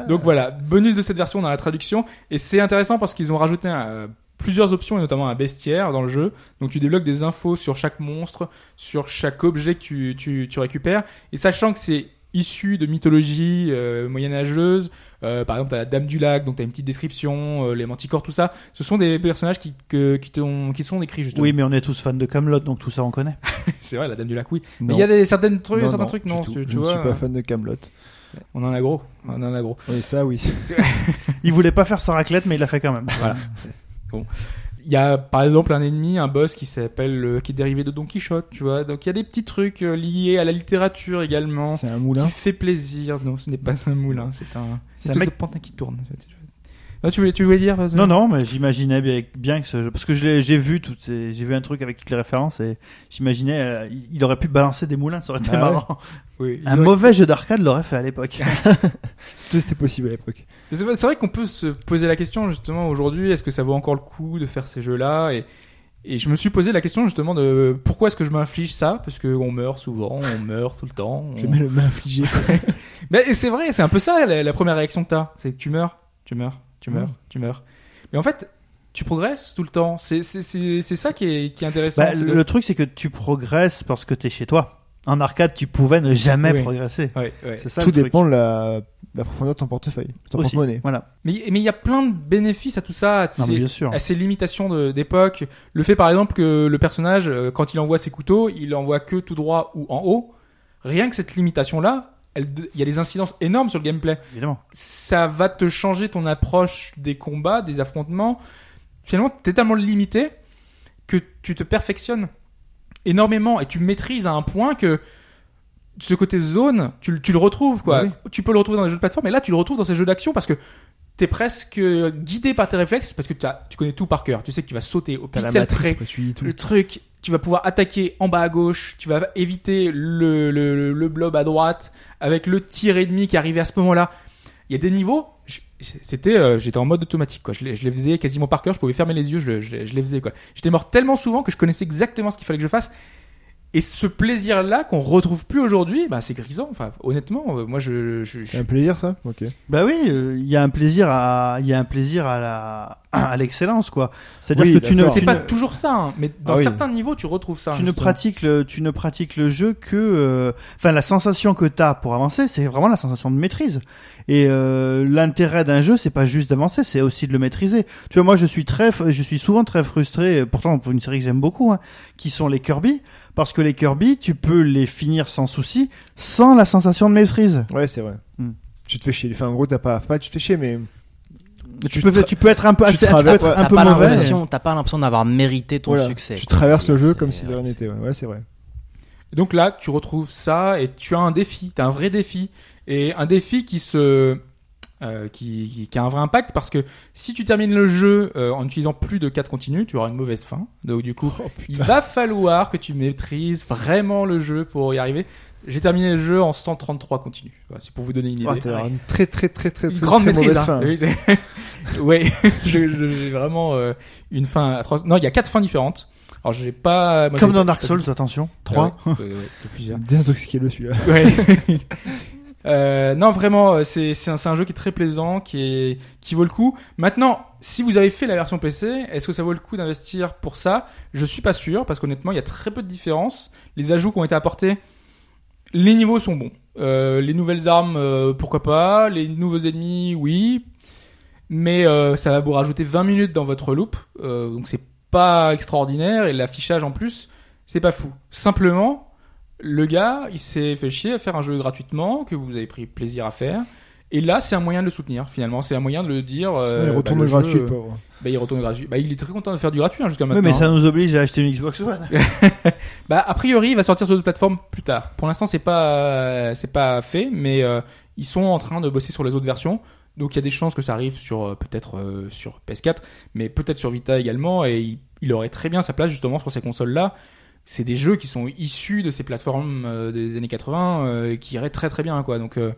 S2: Donc voilà, bonus de cette version dans la traduction. Et c'est intéressant parce qu'ils ont rajouté euh, plusieurs options et notamment un bestiaire dans le jeu. Donc tu débloques des infos sur chaque monstre, sur chaque objet que tu, tu, tu récupères. Et sachant que c'est issu de mythologie euh, moyenâgeuse, euh, par exemple t'as la Dame du Lac, donc t'as une petite description, euh, les manticores, tout ça. Ce sont des personnages qui, que- qui, t'ont- qui sont décrits justement.
S3: Oui, mais on est tous fans de Camelot, donc tout ça on connaît.
S2: <laughs> c'est vrai, la Dame du Lac, oui. Mais
S5: Non.
S2: il y a des, certaines trucs,
S5: Non,
S2: certains
S5: non,
S2: trucs,
S5: du
S2: non,
S5: tout.
S2: tu, tu
S5: je
S2: vois.
S5: ne suis
S2: euh,
S5: pas fan de Camelot.
S2: On en a gros, on en a gros.
S5: Oui, ça, oui.
S3: Il voulait pas faire sa raclette, mais il l'a fait quand même.
S2: Il y a par exemple un ennemi, un boss qui s'appelle euh, qui est dérivé de Don Quichotte, tu vois. Donc il y a des petits trucs euh, liés à la littérature également
S5: <laughs> C'est un
S2: qui
S5: moulin.
S2: fait plaisir. Non, ce n'est pas un moulin, c'est un
S3: C'est
S2: c'est
S3: un
S2: un
S3: mec-
S2: de pantin qui tourne. Non, tu voulais tu voulais dire
S3: Non, non, mais j'imaginais bien, bien que ce jeu- parce que je l'ai- j'ai vu toutes ces- j'ai vu un truc avec toutes les références et j'imaginais, euh, il il aurait pu balancer des moulins, ça aurait été
S5: Ah ouais.
S3: marrant.
S2: Oui,
S3: Un mauvais jeu d'arcade l'aurait fait à l'époque.
S5: Tout était possible à l'époque.
S2: Mais C'est vrai- c'est vrai qu'on peut se poser la question justement aujourd'hui, est-ce que ça vaut encore le coup de faire ces jeux-là et, et je me suis posé la question justement de pourquoi est-ce que je m'inflige ça Parce qu'on meurt souvent, on meurt tout le temps. on-
S5: J'aimais le m'infliger.
S2: Mais et c'est vrai, c'est un peu ça la, la première réaction que t'as, c'est que tu meurs, tu meurs, tu meurs, tu meurs. Mais en fait, tu progresses tout le temps. C'est c'est c'est c'est ça qui est qui est intéressant.
S3: Bah,
S2: c'est
S3: le,
S2: de-
S3: truc c'est que tu progresses parce que t'es chez toi. En arcade, tu pouvais ne jamais
S2: Oui.
S3: progresser.
S2: Ouais, ouais.
S3: C'est ça
S5: Tout
S3: le truc.
S5: dépend de la, la profondeur de ton portefeuille, de ton
S3: Aussi.
S5: porte-monnaie.
S3: Voilà.
S2: Mais mais il y a plein de bénéfices à tout ça, à
S3: Non, mais
S2: ces-
S3: bien sûr.
S2: à ces limitations de- d'époque. Le fait par exemple que le personnage, euh, quand il envoie ses couteaux, il envoie que tout droit ou en haut. Rien que cette limitation là. elle- Il y a des incidences énormes sur le gameplay.
S3: Évidemment.
S2: Ça va te changer ton approche des combats, des affrontements. Finalement, t'es tellement limité que tu te perfectionnes énormément et tu maîtrises à un point que ce côté zone, tu, le- tu le retrouves quoi.
S5: Oui.
S2: Tu peux le retrouver dans les jeux de plateforme, mais là tu le retrouves dans ces jeux d'action parce que t'es presque guidé par tes réflexes parce que t'as- tu connais tout par cœur. Tu sais que tu vas sauter au
S5: T'as la
S2: pixel
S5: matrice,
S2: près.
S5: quoi, tu lis tout.
S2: Le truc, tu vas pouvoir attaquer en bas à gauche, tu vas éviter le, le, le blob à droite avec le tir ennemi qui arrivait à ce moment-là. Il y a des niveaux, je- c'était, euh, j'étais en mode automatique quoi. Je les, je les faisais quasiment par cœur, je pouvais fermer les yeux, je, le- je les- je les faisais quoi. J'étais mort tellement souvent que je connaissais exactement ce qu'il fallait que je fasse. Et ce plaisir-là qu'on retrouve plus aujourd'hui, bah c'est grisant. Enfin, honnêtement, euh, moi je, je, je-
S5: C'est un plaisir, ça Ok.
S3: Bah oui, euh, il y a un plaisir à, il y a un plaisir à la, <clears throat> à l'excellence quoi. C'est-à-dire
S5: Oui,
S3: que tu ne,
S5: d'accord.
S3: tu
S2: c'est pas
S3: ne-
S2: toujours ça, hein, mais dans
S5: Ah oui.
S2: certains niveaux tu retrouves ça.
S3: tu ne
S2: justement.
S3: pratiques le, tu ne pratiques le jeu que, euh, enfin la sensation que t'as pour avancer, c'est vraiment la sensation de maîtrise. Et euh, l'intérêt d'un jeu, c'est pas juste d'avancer, c'est aussi de le maîtriser. Tu vois, moi je suis très, f- je suis souvent très frustré, euh, pourtant pour une série que j'aime beaucoup, hein, qui sont les Kirby, parce que les Kirby, tu peux les finir sans souci, sans la sensation de maîtrise.
S5: Ouais, c'est vrai.
S3: Hmm.
S5: Tu te fais chier. Enfin, en gros, t'as pas, pas tu te fais chier, mais
S3: Tu, peux,
S5: tra-
S3: tu peux être un peu,
S5: tu
S3: assez-
S5: traverses-
S3: être
S5: ouais,
S3: un
S4: T'as
S3: peu
S4: pas
S3: mauvais.
S4: l'impression, t'as pas l'impression d'avoir mérité ton
S5: Voilà.
S4: succès.
S5: tu
S4: quoi.
S5: traverses le jeu
S4: C'est-
S5: comme si de rien
S4: ouais,
S5: n'était. Ouais, Ouais, c'est vrai.
S2: Donc là, tu retrouves ça et tu as un défi, tu as un vrai défi et un défi qui se euh, qui, qui- qui a un vrai impact parce que si tu termines le jeu euh, en utilisant plus de 4 continus, tu auras une mauvaise fin. Donc du
S5: Oh, <laughs>
S2: coup, il va falloir que tu maîtrises vraiment le jeu pour y arriver. J'ai terminé le jeu en 133 continus. Voilà, C'est pour vous donner une idée.
S5: Ah, t'as une très très très très
S2: Une
S5: très,
S2: grande
S5: très
S2: maîtrise.
S5: mauvaise
S2: hein.
S5: fin.
S2: Oui, c'est- <laughs> ouais, je- je- j'ai vraiment euh, une fin atroce. Non, il y a quatre fins différentes. Alors j'ai pas moi,
S3: Comme
S2: j'ai-
S3: dans Dark Souls, attention. Trois.
S2: Ah ouais, ouais, ouais, de plusieurs.
S5: Désintoxiquez-le celui-là.
S2: <laughs> Ouais. Euh, non, vraiment, euh, c'est c'est un, c'est un jeu qui est très plaisant, qui, est, qui vaut le coup. Maintenant, si vous avez fait la version PC, est-ce que ça vaut le coup d'investir pour ça Je suis pas sûr, parce qu'honnêtement, il y a très peu de différences. Les ajouts qui ont été apportés, les niveaux sont bons. Euh, les nouvelles armes, euh, pourquoi pas. Les nouveaux ennemis, oui. mais euh, ça va vous rajouter 20 minutes dans votre loop, euh, donc c'est pas extraordinaire, et l'affichage en plus, c'est pas fou. Simplement, le gars, il s'est fait chier à faire un jeu gratuitement, que vous avez pris plaisir à faire, et là, c'est un moyen de le soutenir, finalement, c'est un moyen de le dire...
S5: Sinon,
S2: euh,
S5: il
S2: bah,
S5: retourne
S2: le
S5: le gratuit,
S2: jeu, euh,
S5: pauvre.
S2: bah, il retourne gratuit. Bah, il est très content de faire du gratuit hein, jusqu'à
S3: Oui,
S2: maintenant.
S3: mais
S2: hein.
S3: ça nous oblige à acheter une Xbox One.
S2: Bah a priori, il va sortir sur d'autres plateformes plus tard. Pour l'instant, c'est pas euh, c'est pas fait, mais euh, ils sont en train de bosser sur les autres versions. Donc il y a des chances que ça arrive sur euh, peut-être euh, sur PS4, mais peut-être sur Vita également. Et il, il aurait très bien sa place justement sur ces consoles-là. C'est des jeux qui sont issus de ces plateformes euh, des années 80 euh, et qui iraient très très bien quoi. Donc euh,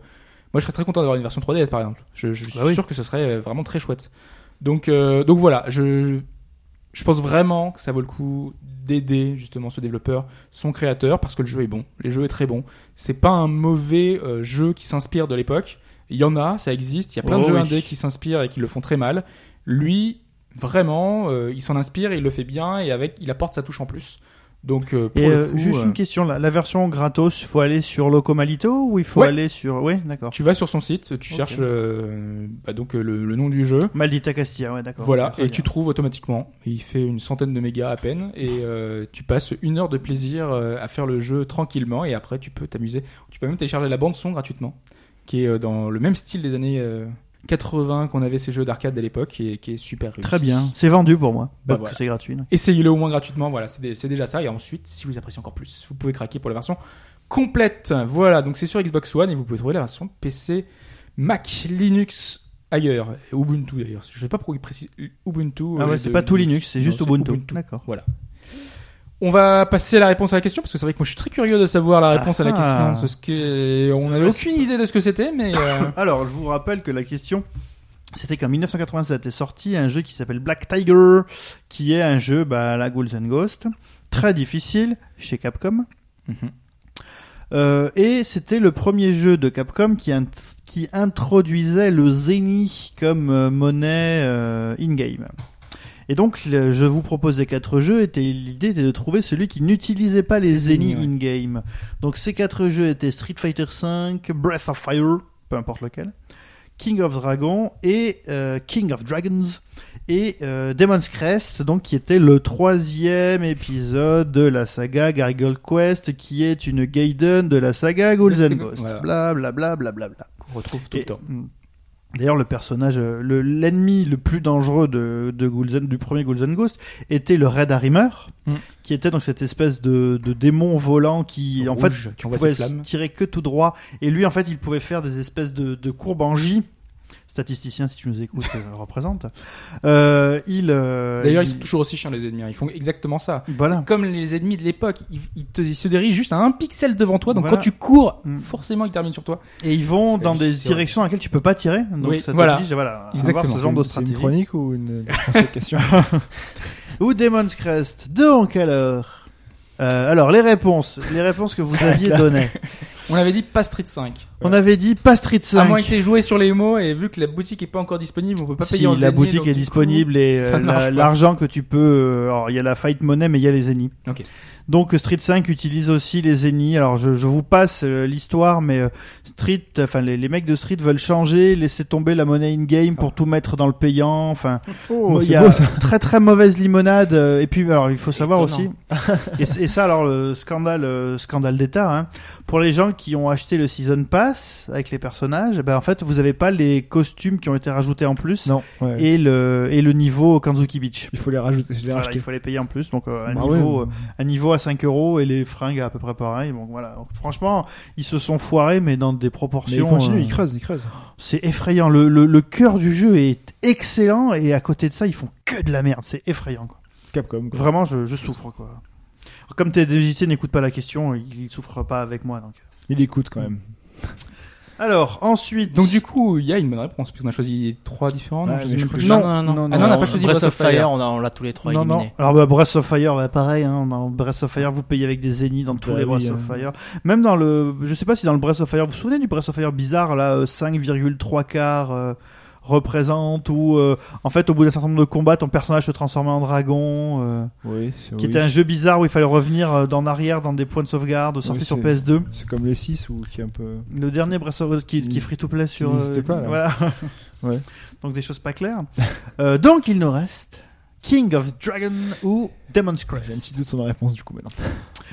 S2: moi je serais très content d'avoir une version 3DS par exemple. Je, je suis
S3: Bah oui.
S2: sûr que ce serait euh, vraiment très chouette. Donc euh, donc voilà, je, je je pense vraiment que ça vaut le coup d'aider justement ce développeur, son créateur, parce que le jeu est bon. Le jeu est très bon. C'est pas un mauvais euh, jeu qui s'inspire de l'époque. Il y en a, ça existe. Il y a plein de
S3: Oh
S2: jeux
S3: oui.
S2: indés qui s'inspirent et qui le font très mal. Lui, vraiment, euh, il s'en inspire, et il le fait bien et avec, il apporte sa touche en plus. Donc euh, <laughs> pour
S3: Et
S2: le
S3: euh,
S2: coup,
S3: juste
S2: euh,
S3: une question, la, la version gratos, faut aller sur Locomalito ou il faut
S2: Ouais.
S3: aller sur... Oui, d'accord.
S2: tu vas sur son site, tu cherches euh, bah, donc euh, le, le nom du jeu.
S3: Maldita Castilla, ouais, d'accord.
S2: Voilà,
S3: Très
S2: et
S3: bien.
S2: tu trouves automatiquement. Et Il fait une centaine de mégas à peine, et euh, tu passes une heure de plaisir euh, à faire le jeu tranquillement, et après tu peux t'amuser. Tu peux même télécharger la bande son gratuitement, qui est euh, dans le même style des années euh, 80 qu'on avait ces jeux d'arcade à l'époque, et qui est super réussi.
S3: Très bien. C'est vendu pour moi.
S2: Bah
S3: Bah,
S2: voilà.
S3: C'est gratuit. non.
S2: Essayez-le au moins gratuitement, voilà, c'est dé- c'est déjà ça. Et ensuite, si vous appréciez encore plus, vous pouvez craquer pour la version complète. Voilà, donc c'est sur Xbox One et vous pouvez trouver la version PC, Mac, Linux, ailleurs, et Ubuntu d'ailleurs. Je sais pas pourquoi il précise Ubuntu.
S3: Ah
S2: euh,
S3: ouais, c'est
S2: de-
S3: pas tout Linux, c'est
S2: Non,
S3: juste
S2: c'est
S3: Ubuntu.
S2: Ubuntu.
S3: D'accord.
S2: Voilà. On va passer à la réponse à la question parce que c'est vrai que moi je suis très curieux de savoir la réponse à la
S3: Ah.
S2: question. Parce que on n'avait aucune idée de ce que c'était, mais euh,
S3: <laughs> Alors, je vous rappelle que la question, c'était qu'en 1987 est sorti un jeu qui s'appelle Black Tiger, qui est un jeu bah, à la Ghouls and Ghost, très difficile chez Capcom.
S2: Mhm.
S3: Euh, et c'était le premier jeu de Capcom qui, int- qui introduisait le Zeni comme euh, monnaie euh, in-game. Et donc, le- je vous proposais quatre jeux, et l'idée était de trouver celui qui n'utilisait pas les Zeni
S5: Zeni, ouais.
S3: in-game. Donc, ces quatre jeux étaient Street Fighter V, Breath of Fire, peu importe lequel, King of Dragon et euh, King of Dragons, et euh, Demon's Crest, donc qui était le troisième épisode de la saga Gargoyle Quest, qui est une Gaiden de la saga Ghouls and Ghosts.
S2: Voilà.
S3: Bla bla bla bla bla bla.
S2: qu'on retrouve tout
S3: Et,
S2: le temps.
S3: mm, D'ailleurs, le personnage, euh, le- l'ennemi le, plus dangereux de, de Ghouls and- du premier Ghouls and Ghost était le Red Harrimer,
S2: Mm.
S3: qui était donc cette espèce de, de démon volant qui, en fait,
S2: Rouge, qui
S3: on
S2: envoie
S3: pouvait
S2: ses flammes.
S3: tirer que tout droit. Et lui, en fait, il pouvait faire des espèces de, de courbes en J. Statisticien, si tu nous écoutes, je
S2: <laughs>
S3: le représente. Euh, il. euh,
S2: D'ailleurs, ils
S3: il-
S2: sont toujours aussi chiants les ennemis. hein. Ils font exactement ça.
S3: Voilà.
S2: Comme les ennemis de l'époque, ils, ils te- ils se dirigent juste à un pixel devant toi. Donc
S3: Voilà.
S2: quand tu cours,
S3: Mm.
S2: forcément, ils terminent sur toi.
S3: Et ils vont
S2: C'est
S3: dans des
S2: hallucinant.
S3: directions dans lesquelles tu peux pas tirer. Donc
S2: Oui,
S3: ça
S2: voilà.
S3: t'oblige voilà, à avoir
S2: Exactement.
S3: ce genre de
S5: C'est une
S3: stratégie.
S5: chronique ou une,
S3: <laughs>
S5: une question
S3: Ou Demon's Crest. Donc alors. Euh, alors les réponses, les réponses que vous aviez données.
S2: On avait dit pas Street 5.
S3: On avait dit pas Street
S2: À moins que
S3: 5.
S2: t'aies joué sur les mots et vu que la boutique est pas encore disponible, on peut pas
S3: Si
S2: payer en
S3: la
S2: Zenny,
S3: boutique
S2: donc
S3: est
S2: du coup-
S3: disponible et
S2: ça
S3: euh,
S2: marche
S3: la-
S2: pas.
S3: l'argent que tu peux, euh, alors il y a la fight money mais il y a les ennemis.
S2: Ok.
S3: Donc euh, Street 5 utilise aussi les ennemis. Alors je, je vous passe euh, l'histoire, mais euh, Street, enfin les, les mecs de Street veulent changer, laisser tomber la monnaie in game
S2: Ah.
S3: pour tout mettre dans le payant. Enfin,
S5: Oh,
S3: Moi, il
S5: c'est
S3: y a
S5: beau ça. <laughs>
S3: très très mauvaise limonade euh, et puis alors il faut savoir
S4: Étonnant.
S3: aussi et, c- et ça alors le scandale euh, scandale d'état hein. pour les gens qui ont acheté le season pass avec les personnages eh ben en fait vous avez pas les costumes qui ont été rajoutés en plus
S5: Non, ouais.
S3: et le et le niveau au Kanzuki Beach
S5: il faut les rajouter. Je les ai
S3: Voilà,
S5: rachetés.
S3: il faut les payer en plus donc euh, un
S5: Bah
S3: niveau
S5: ouais.
S3: euh, un niveau à 5 euros et les fringues à, à peu près pareil donc voilà Donc, franchement ils se sont foirés mais dans des
S5: Mais il
S3: proportions
S5: continue,
S3: euh,
S5: il creuse, il creuse.
S3: c'est effrayant le, le le cœur du jeu est excellent et à côté de ça ils font que de la merde c'est effrayant quoi.
S5: Capcom. quoi.
S3: Vraiment, je, je souffre, quoi. Comme tes logiciels n'écoutent pas la question, ils ils souffrent pas avec moi, donc.
S5: Il écoute quand même.
S3: Alors, ensuite...
S2: Donc du coup, il y a une bonne réponse puisqu'on a choisi trois différents.
S3: Ah,
S5: Ouais,
S2: je
S5: mais
S2: sais
S5: je
S2: même
S5: crois
S2: plus.
S5: que-
S3: Non, non,
S4: non,
S2: Ah non, on n'a
S4: Alors,
S2: pas choisi
S4: Breath of Fire, on a- on l'a tous les trois
S3: non, non.
S4: éliminés.
S3: Alors, bah, Breath of Fire, bah, pareil, hein, dans Breath of Fire, vous payez avec des zéniths dans tous
S5: Bah
S3: les
S5: oui,
S3: Breath of
S5: hein.
S3: Fire. Même dans le... Je sais pas si dans le Breath of Fire... Vous vous souvenez du Breath of Fire bizarre, là, euh, 5,3 quarts... euh, représente ou euh, en fait au bout d'un certain nombre de combats ton personnage se transformait en dragon euh,
S5: Oui, c'est
S3: qui
S5: oui.
S3: était un jeu bizarre où il fallait revenir euh, d'en arrière dans des points de sauvegarde sorti
S5: Oui,
S3: sur
S5: c'est-
S3: PS2
S5: C'est comme les 6 ou qui est un peu.
S3: le dernier Breath of the- qui, qui
S5: Il-
S3: free to play sur
S5: il n'existe
S3: euh,
S5: pas, là.
S3: voilà.
S5: <laughs> Ouais.
S3: donc des choses pas claires <laughs> Euh, donc il nous reste King of Dragon ou Demon's
S5: J'ai un
S3: Crest
S5: petit doute sur ma réponse du coup maintenant.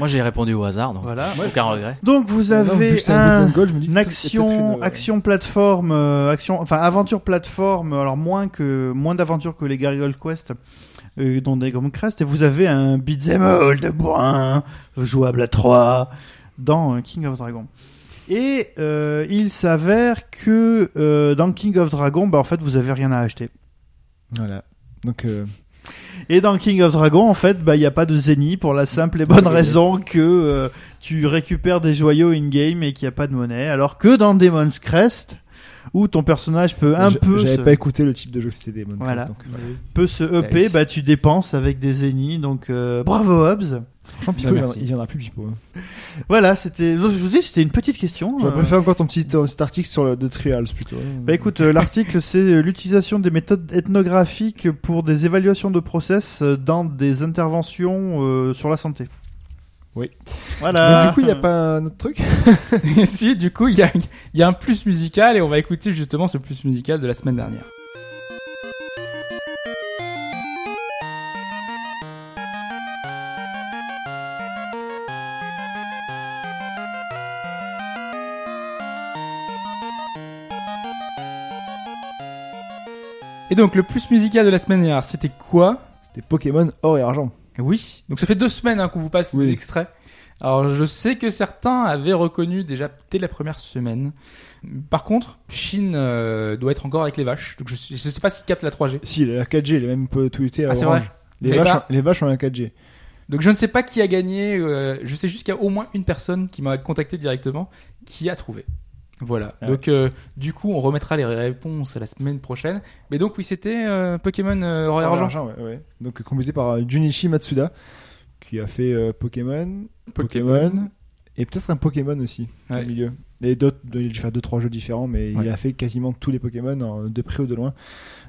S4: Moi j'ai répondu au hasard, donc
S3: voilà
S4: aucun regret.
S3: donc vous
S5: Non, vu que
S3: avez
S5: c'est
S3: un
S5: beat'em goal, je me dis,
S3: une
S5: peut-être- il y a peut-être
S3: action
S5: une, euh,
S3: action plateforme euh, action enfin aventure plateforme alors moins que moins d'aventure que les Gargoyle Quest euh, dont des Grand Crest et vous avez un beat'em all de bourrin jouable à 3 dans euh, King of Dragon et euh, il s'avère que euh, dans King of Dragon bah en fait vous avez rien à acheter
S5: Voilà. Donc, euh,
S3: et dans King of Dragon, en fait, bah, il n'y a pas de zénith pour la simple et bonne raison que euh, tu récupères des joyaux in-game et qu'il n'y a pas de monnaie. Alors que dans Demon's Crest, où ton personnage peut un
S5: j'a-
S3: peu
S5: J'avais
S3: se,
S5: pas écouté le type de jeu que c'était Demon
S3: Voilà.
S5: Crest, donc,
S3: peut se EP, bah, tu dépenses avec des zéniths. Donc euh, bravo Hobbs.
S5: Franchement, Pipo,
S3: Ah,
S4: Bah,
S5: il y en-
S4: merci.
S5: il y en a plus, Pipo.
S3: Voilà, c'était. Je vous ai dit, c'était une petite question.
S5: J'aurais
S3: Euh,
S5: préféré encore ton petit euh, cet article sur le de Trials plutôt.
S3: Bah écoute, euh, l'article c'est euh, l'utilisation des méthodes ethnographiques pour des évaluations de process euh, dans des interventions euh, sur la santé.
S5: Oui.
S3: Voilà.
S5: Donc, du coup, il y a pas un autre truc
S2: <laughs> si, du coup, il y a, il y a un plus musical et on va écouter justement ce plus musical de la semaine dernière. Et donc, le plus musical de la semaine dernière, c'était quoi
S5: C'était Pokémon or et argent.
S2: Oui, donc ça fait deux semaines hein, qu'on vous passe
S5: Oui.
S2: des extraits. Alors je sais que certains avaient reconnu déjà dès la première semaine. Par contre, Chine euh, doit être encore avec les vaches, donc je, sais- je sais pas s'il capte la 3G.
S5: Si, la 4G, il est même peu tweeté à
S2: Ah, c'est
S5: Orange.
S2: vrai.
S5: Les
S2: Mais
S5: vaches,
S2: bah-
S5: ont- les vaches ont la 4G.
S2: Donc je ne sais pas qui a gagné, euh, je sais juste qu'il y a au moins une personne qui m'a contacté directement qui a trouvé. Voilà,
S5: Ah
S2: donc euh, du coup on remettra les réponses à la semaine prochaine. Mais donc oui c'était euh, Pokémon euh, Or et
S5: Or et
S2: Argent.
S5: argent, ouais, ouais. Donc, composé par euh, Junichi Matsuda, qui a fait euh, Pokémon, Pokémon, et peut-être un Pokémon aussi
S2: Ouais.
S5: au milieu. Et d'autres, il a dû faire deux trois jeux différents, mais
S2: Ouais.
S5: il a fait quasiment tous les Pokémon en- de près ou de loin.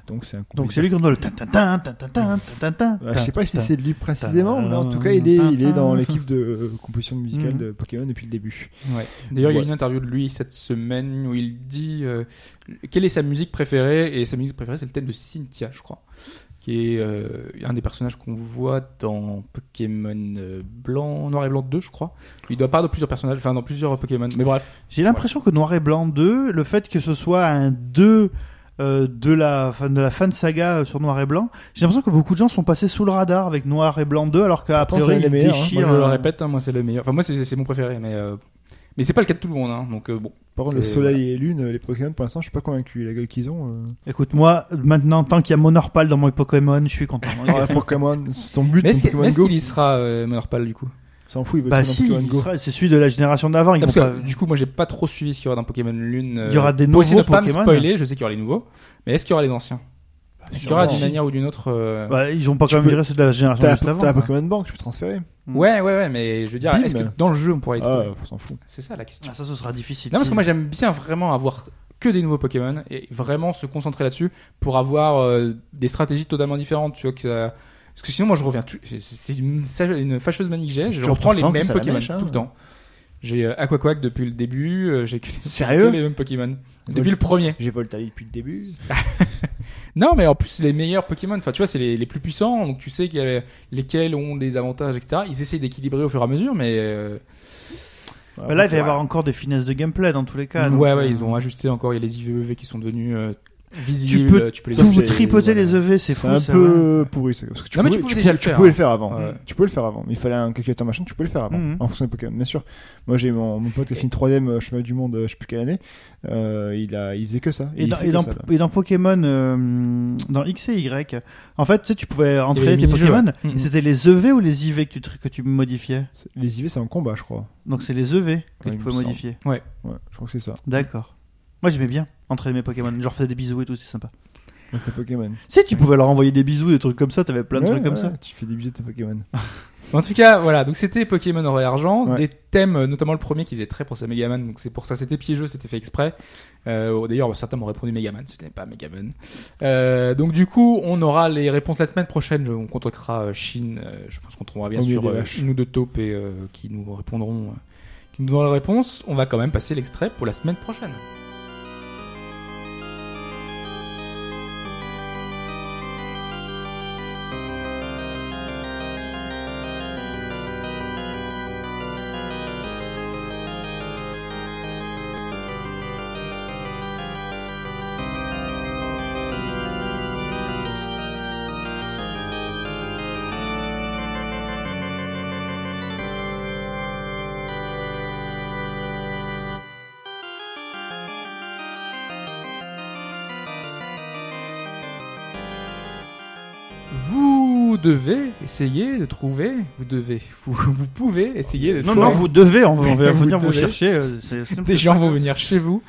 S5: Donc c'est un.
S3: Donc c'est lui qui entend le tin tin tin tin tin tin tin tin.
S5: Ouais, je sais pas si
S3: Tin,
S5: c'est de lui précisément, mais en tout cas il est il est dans l'équipe de euh, composition musicale
S3: Mhm.
S5: de Pokémon depuis le début.
S2: Ouais. D'ailleurs, il y a
S5: Ouais.
S2: une interview de lui cette semaine où il dit euh, quelle est sa musique préférée et sa musique préférée c'est le thème de Cynthia, je crois, qui est euh, un des personnages qu'on voit dans Pokémon euh, blanc, noir et blanc 2, je crois. Il doit part de plusieurs personnages, enfin dans plusieurs euh, Pokémon. Mais bref,
S3: J'ai l'impression que Noir et Blanc 2, le fait que ce soit un 2 euh, de la fin de la fin de saga euh, sur Noir et Blanc, j'ai l'impression que beaucoup de gens sont passés sous le radar avec Noir et Blanc 2 alors qu'à
S5: Pourtant,
S3: priori
S5: c'est
S3: ils
S5: les meilleurs, hein.
S2: moi,
S3: déchirent.
S2: je le
S3: euh,
S2: répète, hein, moi c'est le meilleur. Enfin moi c'est c'est mon préféré, mais euh, mais c'est pas le cas de tout le monde, hein, donc euh, bon.
S5: Par contre le
S2: C'est-
S5: Soleil et Lune, les Pokémon pour l'instant je suis pas convaincu. La gueule qu'ils ont. euh.
S3: Écoute, moi maintenant tant qu'il y a Monorpal dans mon Pokémon, je suis content.
S2: Ah,
S5: Alors,
S3: <laughs>
S5: la Pokémon, c'est son but.
S2: Mais
S5: dans
S2: est-ce qu'il
S5: Pokémon
S2: mais est-ce
S5: Go,
S2: qu'il y sera euh, Monorpal, du coup
S5: s'en fout, il veut
S3: bah
S5: être dans
S3: si,
S5: Pokémon
S3: il
S5: Go.
S3: sera- c'est celui de la génération d'avant. ils
S2: Ah, Parce
S3: vont
S2: que
S3: pas-
S2: du coup moi j'ai pas trop suivi ce qu'il y aura dans Pokémon Lune. euh,
S3: Il y aura des
S2: pour essayer de
S3: nouveaux
S2: pas me
S3: Pokémon.
S2: spoiler, je sais qu'il y aura les nouveaux, mais est-ce qu'il y aura les anciens Est-ce qu'il y aura
S5: sûrement.
S2: d'une manière ou d'une autre euh,
S3: Bah, ils ont pas
S5: Tu
S3: quand même
S5: peux-
S3: viré ceux de la génération
S5: T'as
S3: juste
S5: t'as
S3: avant. hein.
S5: la
S3: quoi.
S5: Pokémon Bank, tu peux transférer.
S2: Ouais, ouais, ouais, mais je veux dire,
S5: Bim.
S2: est-ce que dans le jeu on pourrait les
S5: Ah,
S2: trouver
S5: on s'en fout.
S2: C'est ça la question.
S3: Ah, ça ce sera difficile.
S2: non, parce que moi j'aime bien vraiment avoir que des nouveaux Pokémon et vraiment se concentrer là-dessus pour avoir euh, des stratégies totalement différentes, tu vois. Que ça- Parce que sinon, moi je reviens. tout- c'est- C'est une, sa- une fâcheuse manie que j'ai, je
S5: Tu
S2: reprends
S5: reprends
S2: les
S5: tout le temps que
S2: mêmes
S5: ça la
S2: Pokémon
S5: mèche, hein.
S2: tout le temps. J'ai euh, Aquaquack depuis le début, euh, j'ai que, c'est
S5: Sérieux
S2: que les mêmes Pokémon. Depuis
S5: Vol-
S2: le premier.
S5: J'ai Voltaï depuis le début.
S2: Non, mais en plus, c'est les meilleurs Pokémon, enfin, tu vois, c'est les, les plus puissants, donc tu sais qu'il y a- lesquels ont des avantages, etc. Ils essayent d'équilibrer au fur et à mesure, mais. euh,
S3: Mais Bah, là, il va y avoir encore des finesses de gameplay dans tous les cas. donc,
S2: ouais, ouais,
S3: euh,
S2: ils ont ajusté encore. Il y a les IVEV qui sont devenus euh, visibles.
S3: Tu peux
S2: euh, tu peux les
S5: Ça,
S3: Tout
S5: c'est-
S3: tripoter
S5: voilà.
S3: les EV, c'est
S5: C'est
S3: fou.
S5: un
S3: ça,
S5: peu pourri ça. Parce que tu
S2: Non, mais
S5: pouvais,
S2: tu pouvais déjà le
S5: tu
S2: faire,
S5: pouvais le faire avant.
S2: Ouais.
S5: Tu pouvais le faire avant. Il fallait un calculateur machin, tu pouvais le faire avant.
S3: Mhm.
S5: En fonction des Pokémon, bien sûr. Moi j'ai mon, mon pote qui a fini 3 ème chemin du monde, euh, je sais plus quelle année. Euh, il, a, il faisait que ça.
S3: Et
S5: il
S3: dans,
S5: fait
S3: et
S5: que
S3: dans,
S5: ça, là.
S3: et dans Pokémon, euh, dans X et Y, en fait, tu sais, tu pouvais entraîner
S2: les
S3: tes
S2: mini-jeux,
S3: Pokémon,
S2: ouais.
S3: et
S2: Mhm.
S3: c'était les EV ou les IV que tu, tr- que tu modifiais
S5: C'est- Les IV c'est en combat, je crois.
S3: Donc c'est les EV que
S5: Ouais,
S3: tu
S5: il me
S3: pouvais
S5: semble.
S3: modifier.
S5: Ouais, je crois que c'est ça.
S3: D'accord. Moi, j'aimais bien entraîner mes Pokémon. Je leur faisais des bisous et tout, c'est sympa.
S5: Donc, les Pokémon.
S3: Si tu pouvais leur envoyer des bisous, des trucs comme ça, t'avais plein de
S5: Ouais,
S3: trucs comme
S5: ouais,
S3: ça.
S5: Tu fais des bisous de tes Pokémon.
S2: En tout cas, voilà. Donc c'était Pokémon Or et Argent,
S5: Ouais.
S2: des thèmes, euh, notamment le premier qui faisait très penser à Megaman. Donc c'est pour ça, c'était piégeux, c'était fait exprès. Euh, D'ailleurs, certains m'ont répondu Megaman, ce n'était pas Megaman. Euh, donc du coup, on aura les réponses la semaine prochaine. Je- on contactera euh, Chine. euh, je pense qu'on trouvera bien
S5: Au milieu
S2: sûr
S5: des
S2: euh,
S5: vaches.
S2: une ou deux taupes et euh, qui nous répondront, euh, qui nous donneront la réponse. On va quand même passer l'extrait pour la semaine prochaine. Vous devez essayer de trouver. Vous devez. Vous, vous pouvez essayer de
S3: Non,
S2: trouver.
S3: non, vous devez, on va on va
S2: Vous
S3: venir vous
S2: devez.
S3: chercher. euh, c'est-
S2: <laughs>
S3: c'est
S2: Des gens vont venir chez vous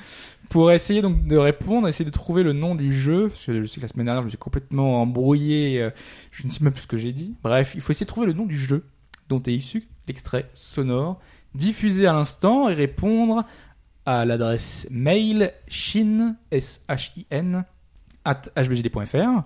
S2: pour essayer donc de répondre, essayer de trouver le nom du jeu. Parce que je sais que la semaine dernière, je me suis complètement embrouillé. euh, Je ne sais même plus ce que j'ai dit. Bref, il faut essayer de trouver le nom du jeu dont est issu l'extrait sonore, diffusé à l'instant et répondre à l'adresse mail shin, S-H-I-N, at hbgd.fr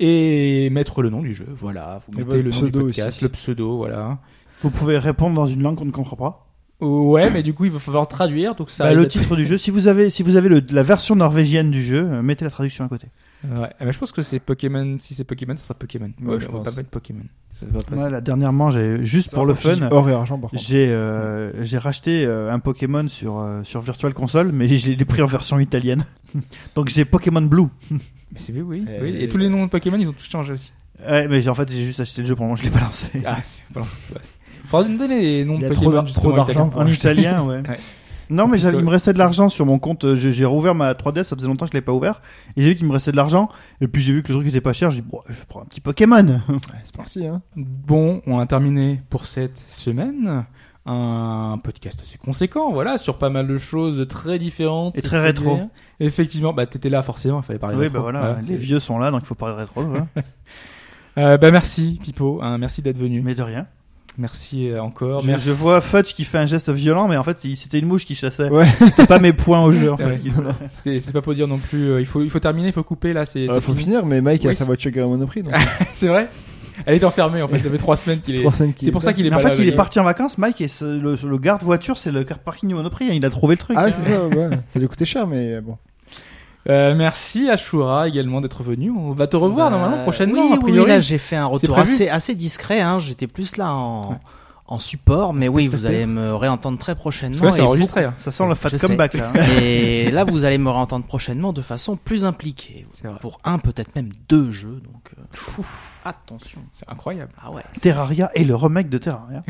S2: et mettre le nom du jeu. Voilà, vous
S5: Et
S2: mettez
S5: votre
S2: le nom du
S5: pseudo
S2: podcast,
S5: aussi.
S2: le pseudo, voilà.
S3: Vous pouvez répondre dans une langue qu'on ne comprend pas.
S2: Ouais, mais du coup, il va falloir traduire, donc ça
S3: Bah,
S2: arrive
S3: le
S2: d'être-
S3: titre du jeu, si vous avez, si vous avez le- la version norvégienne du jeu, euh, mettez la traduction à côté.
S2: Ouais, Ah, mais je pense que c'est Pokémon. Si c'est Pokémon, ça sera Pokémon.
S5: Ouais,
S2: Ouais,
S5: je
S2: je pense.
S5: pense.
S2: pas mettre Pokémon. Ça va pas
S3: Moi, là, dernièrement, j'ai juste pour le
S5: Je dis
S3: fun,
S5: Or et argent, par contre.
S3: j'ai euh, j'ai racheté euh, un Pokémon sur euh, sur Virtual Console, mais je l'ai pris en version italienne. <laughs> Donc j'ai Pokémon Blue.
S2: Mais c'est oui, oui.
S5: Euh,
S2: oui. Et tous les noms de Pokémon, ils ont tous changé
S3: <laughs>
S2: aussi.
S3: Ouais, mais j'ai- en fait, j'ai juste acheté le jeu pour le moment, je l'ai pas lancé.
S2: Ah, pardon. Ouais. Faudra nous donner les noms
S5: Il y
S2: de
S5: a trop
S2: Pokémon.
S5: d'ar-
S2: justement,
S5: trop d'argent
S2: italiens.
S5: pour
S3: En italien, ouais.
S2: Ouais.
S3: Non, mais j'avais- il me restait de l'argent sur mon compte. euh, J'ai j'ai rouvert ma 3DS, ça faisait longtemps que je l'avais pas ouvert. Et j'ai vu qu'il me restait de l'argent. Et puis j'ai vu que le truc était pas cher. J'ai dit, bon, je prends un petit Pokémon.
S5: Ouais, C'est parti, hein.
S2: Bon, on a terminé pour cette semaine. Un podcast assez conséquent, voilà, sur pas mal de choses très différentes.
S3: Et très rétro.
S2: bien. Effectivement, bah t'étais là forcément, il fallait parler
S3: oui,
S2: rétro.
S3: bah voilà.
S2: Ouais.
S3: Les vieux sont là, donc il faut parler rétro. hein. voilà.
S2: <laughs> Euh, bah merci Pipo, hein, merci d'être venu.
S3: mais de rien.
S2: Merci euh, encore.
S3: Je,
S2: merci.
S3: je vois Fudge qui fait un geste violent, mais en fait, il- c'était une mouche qui chassait.
S5: Ouais.
S3: C'était pas mes points au jeu.
S2: <laughs>
S3: En
S2: Ouais.
S3: fait.
S2: C'était- C'est pas pour dire non plus. euh, Il faut, il faut terminer, il faut couper là. C'est
S5: Euh,
S2: c'est
S5: faut
S2: fini.
S5: finir, mais Mike
S2: Oui.
S5: a sa voiture garée à
S2: <laughs>
S5: Monoprix, donc
S2: C'est vrai Elle est enfermée en fait, ça fait trois semaines
S5: <laughs>
S2: qu'il est.
S5: trois semaines qu'il
S2: C'est pour ça qu'il est
S3: Mais
S2: pas
S3: en
S2: là
S3: fait, il
S2: avec
S3: est
S2: nous.
S3: parti en vacances, Mike, et ce- le, le garde voiture, c'est le car parking du Monoprix. hein, il a trouvé le truc.
S5: Ah,
S3: hein.
S5: ouais, c'est ça, ouais. Ça lui coûtait cher, mais euh, bon.
S2: Euh, merci Ashura également d'être venu. On va te revoir
S4: Bah,
S2: normalement prochainement.
S4: oui,
S2: a priori.
S4: oui, là j'ai fait un retour
S2: prévu.
S4: assez, assez discret. Hein. J'étais plus là en, en support, mais oui, vous allez me réentendre très
S2: Parce
S4: prochainement.
S2: que là, c'est
S4: et
S2: enregistré. hein.
S3: Ça sent le fat
S4: Je sais.
S3: comeback là.
S5: <laughs>
S3: hein.
S4: beaucoup- Et là, vous allez me réentendre prochainement de façon plus impliquée.
S2: C'est vrai.
S4: Pour un, peut-être même deux jeux. Donc, euh, attention.
S2: C'est incroyable.
S4: Ah ouais.
S3: Terraria et le remake de Terraria.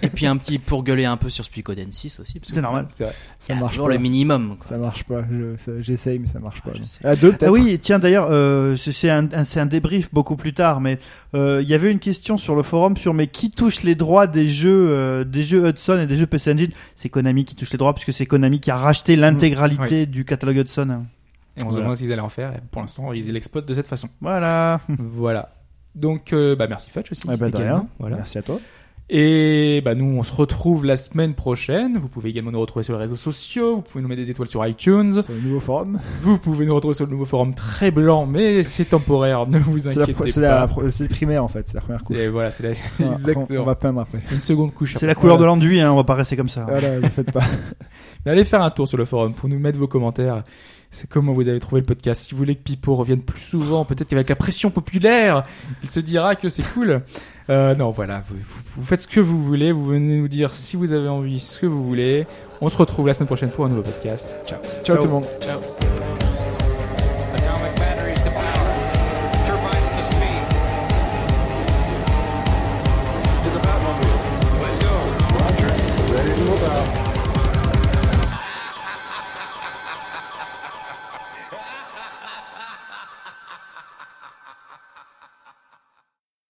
S4: Et puis un petit pour gueuler un peu sur Spicoden 6 aussi. Parce que
S3: C'est normal.
S2: C'est vrai.
S4: il
S5: Ça
S4: y a
S5: marche
S4: toujours
S5: pas.
S4: le minimum. Quoi.
S5: Ça marche pas. Je- ça- J'essaye, mais ça marche pas.
S4: Ah, je
S5: non.
S4: sais.
S5: À deux,
S3: Ah
S5: <laughs> peut-être.
S3: oui, tiens d'ailleurs, euh, c'est- c'est un, un- c'est un débrief beaucoup plus tard, mais euh, il y avait une question sur le forum sur mais qui touche les droits des jeux, euh, des jeux Hudson et des jeux PC Engine C'est Konami qui touche les droits puisque c'est Konami qui a racheté
S2: Mm.
S3: l'intégralité du catalogue Hudson.
S2: Et on se
S5: Voilà.
S2: demande ce qu'ils allaient en faire. Et pour l'instant, ils l'exploitent de cette façon. <laughs>
S3: Voilà.
S2: voilà. Donc, euh, bah, merci Fudge aussi.
S5: Ah bah, de
S2: également.
S5: rien.
S2: Voilà.
S5: Merci
S2: <laughs>
S5: à toi.
S2: Et bah, nous, on se retrouve la semaine prochaine. Vous pouvez également nous retrouver sur les réseaux sociaux. Vous pouvez nous mettre des étoiles sur iTunes.
S5: Sur le nouveau forum.
S2: Vous pouvez nous retrouver sur le nouveau forum très blanc, mais c'est temporaire. Ne vous
S5: C'est la
S2: inquiétez
S5: pro-
S2: pas.
S5: c'est la pro- c'est le primaire, en fait. C'est la première couche.
S2: Et voilà, c'est la...
S5: Voilà, On,
S2: <laughs>
S5: on
S2: exactement.
S5: va peindre après.
S2: Une seconde couche.
S3: C'est
S2: après.
S3: la couleur de l'enduit, hein, on va pas rester comme ça.
S2: Ah.
S5: Voilà, ne faites pas.
S2: Mais allez faire un tour sur le forum pour nous mettre vos commentaires. C'est comment vous avez trouvé le podcast. Si vous voulez que Pipo revienne plus souvent, peut-être qu'avec la pression populaire, il se dira que c'est cool. Euh, non, voilà, vous, vous- vous faites ce que vous voulez. Vous venez nous dire si vous avez envie, ce que vous voulez. On se retrouve la semaine prochaine pour un nouveau podcast. Ciao.
S5: Ciao tout le monde.
S2: Ciao.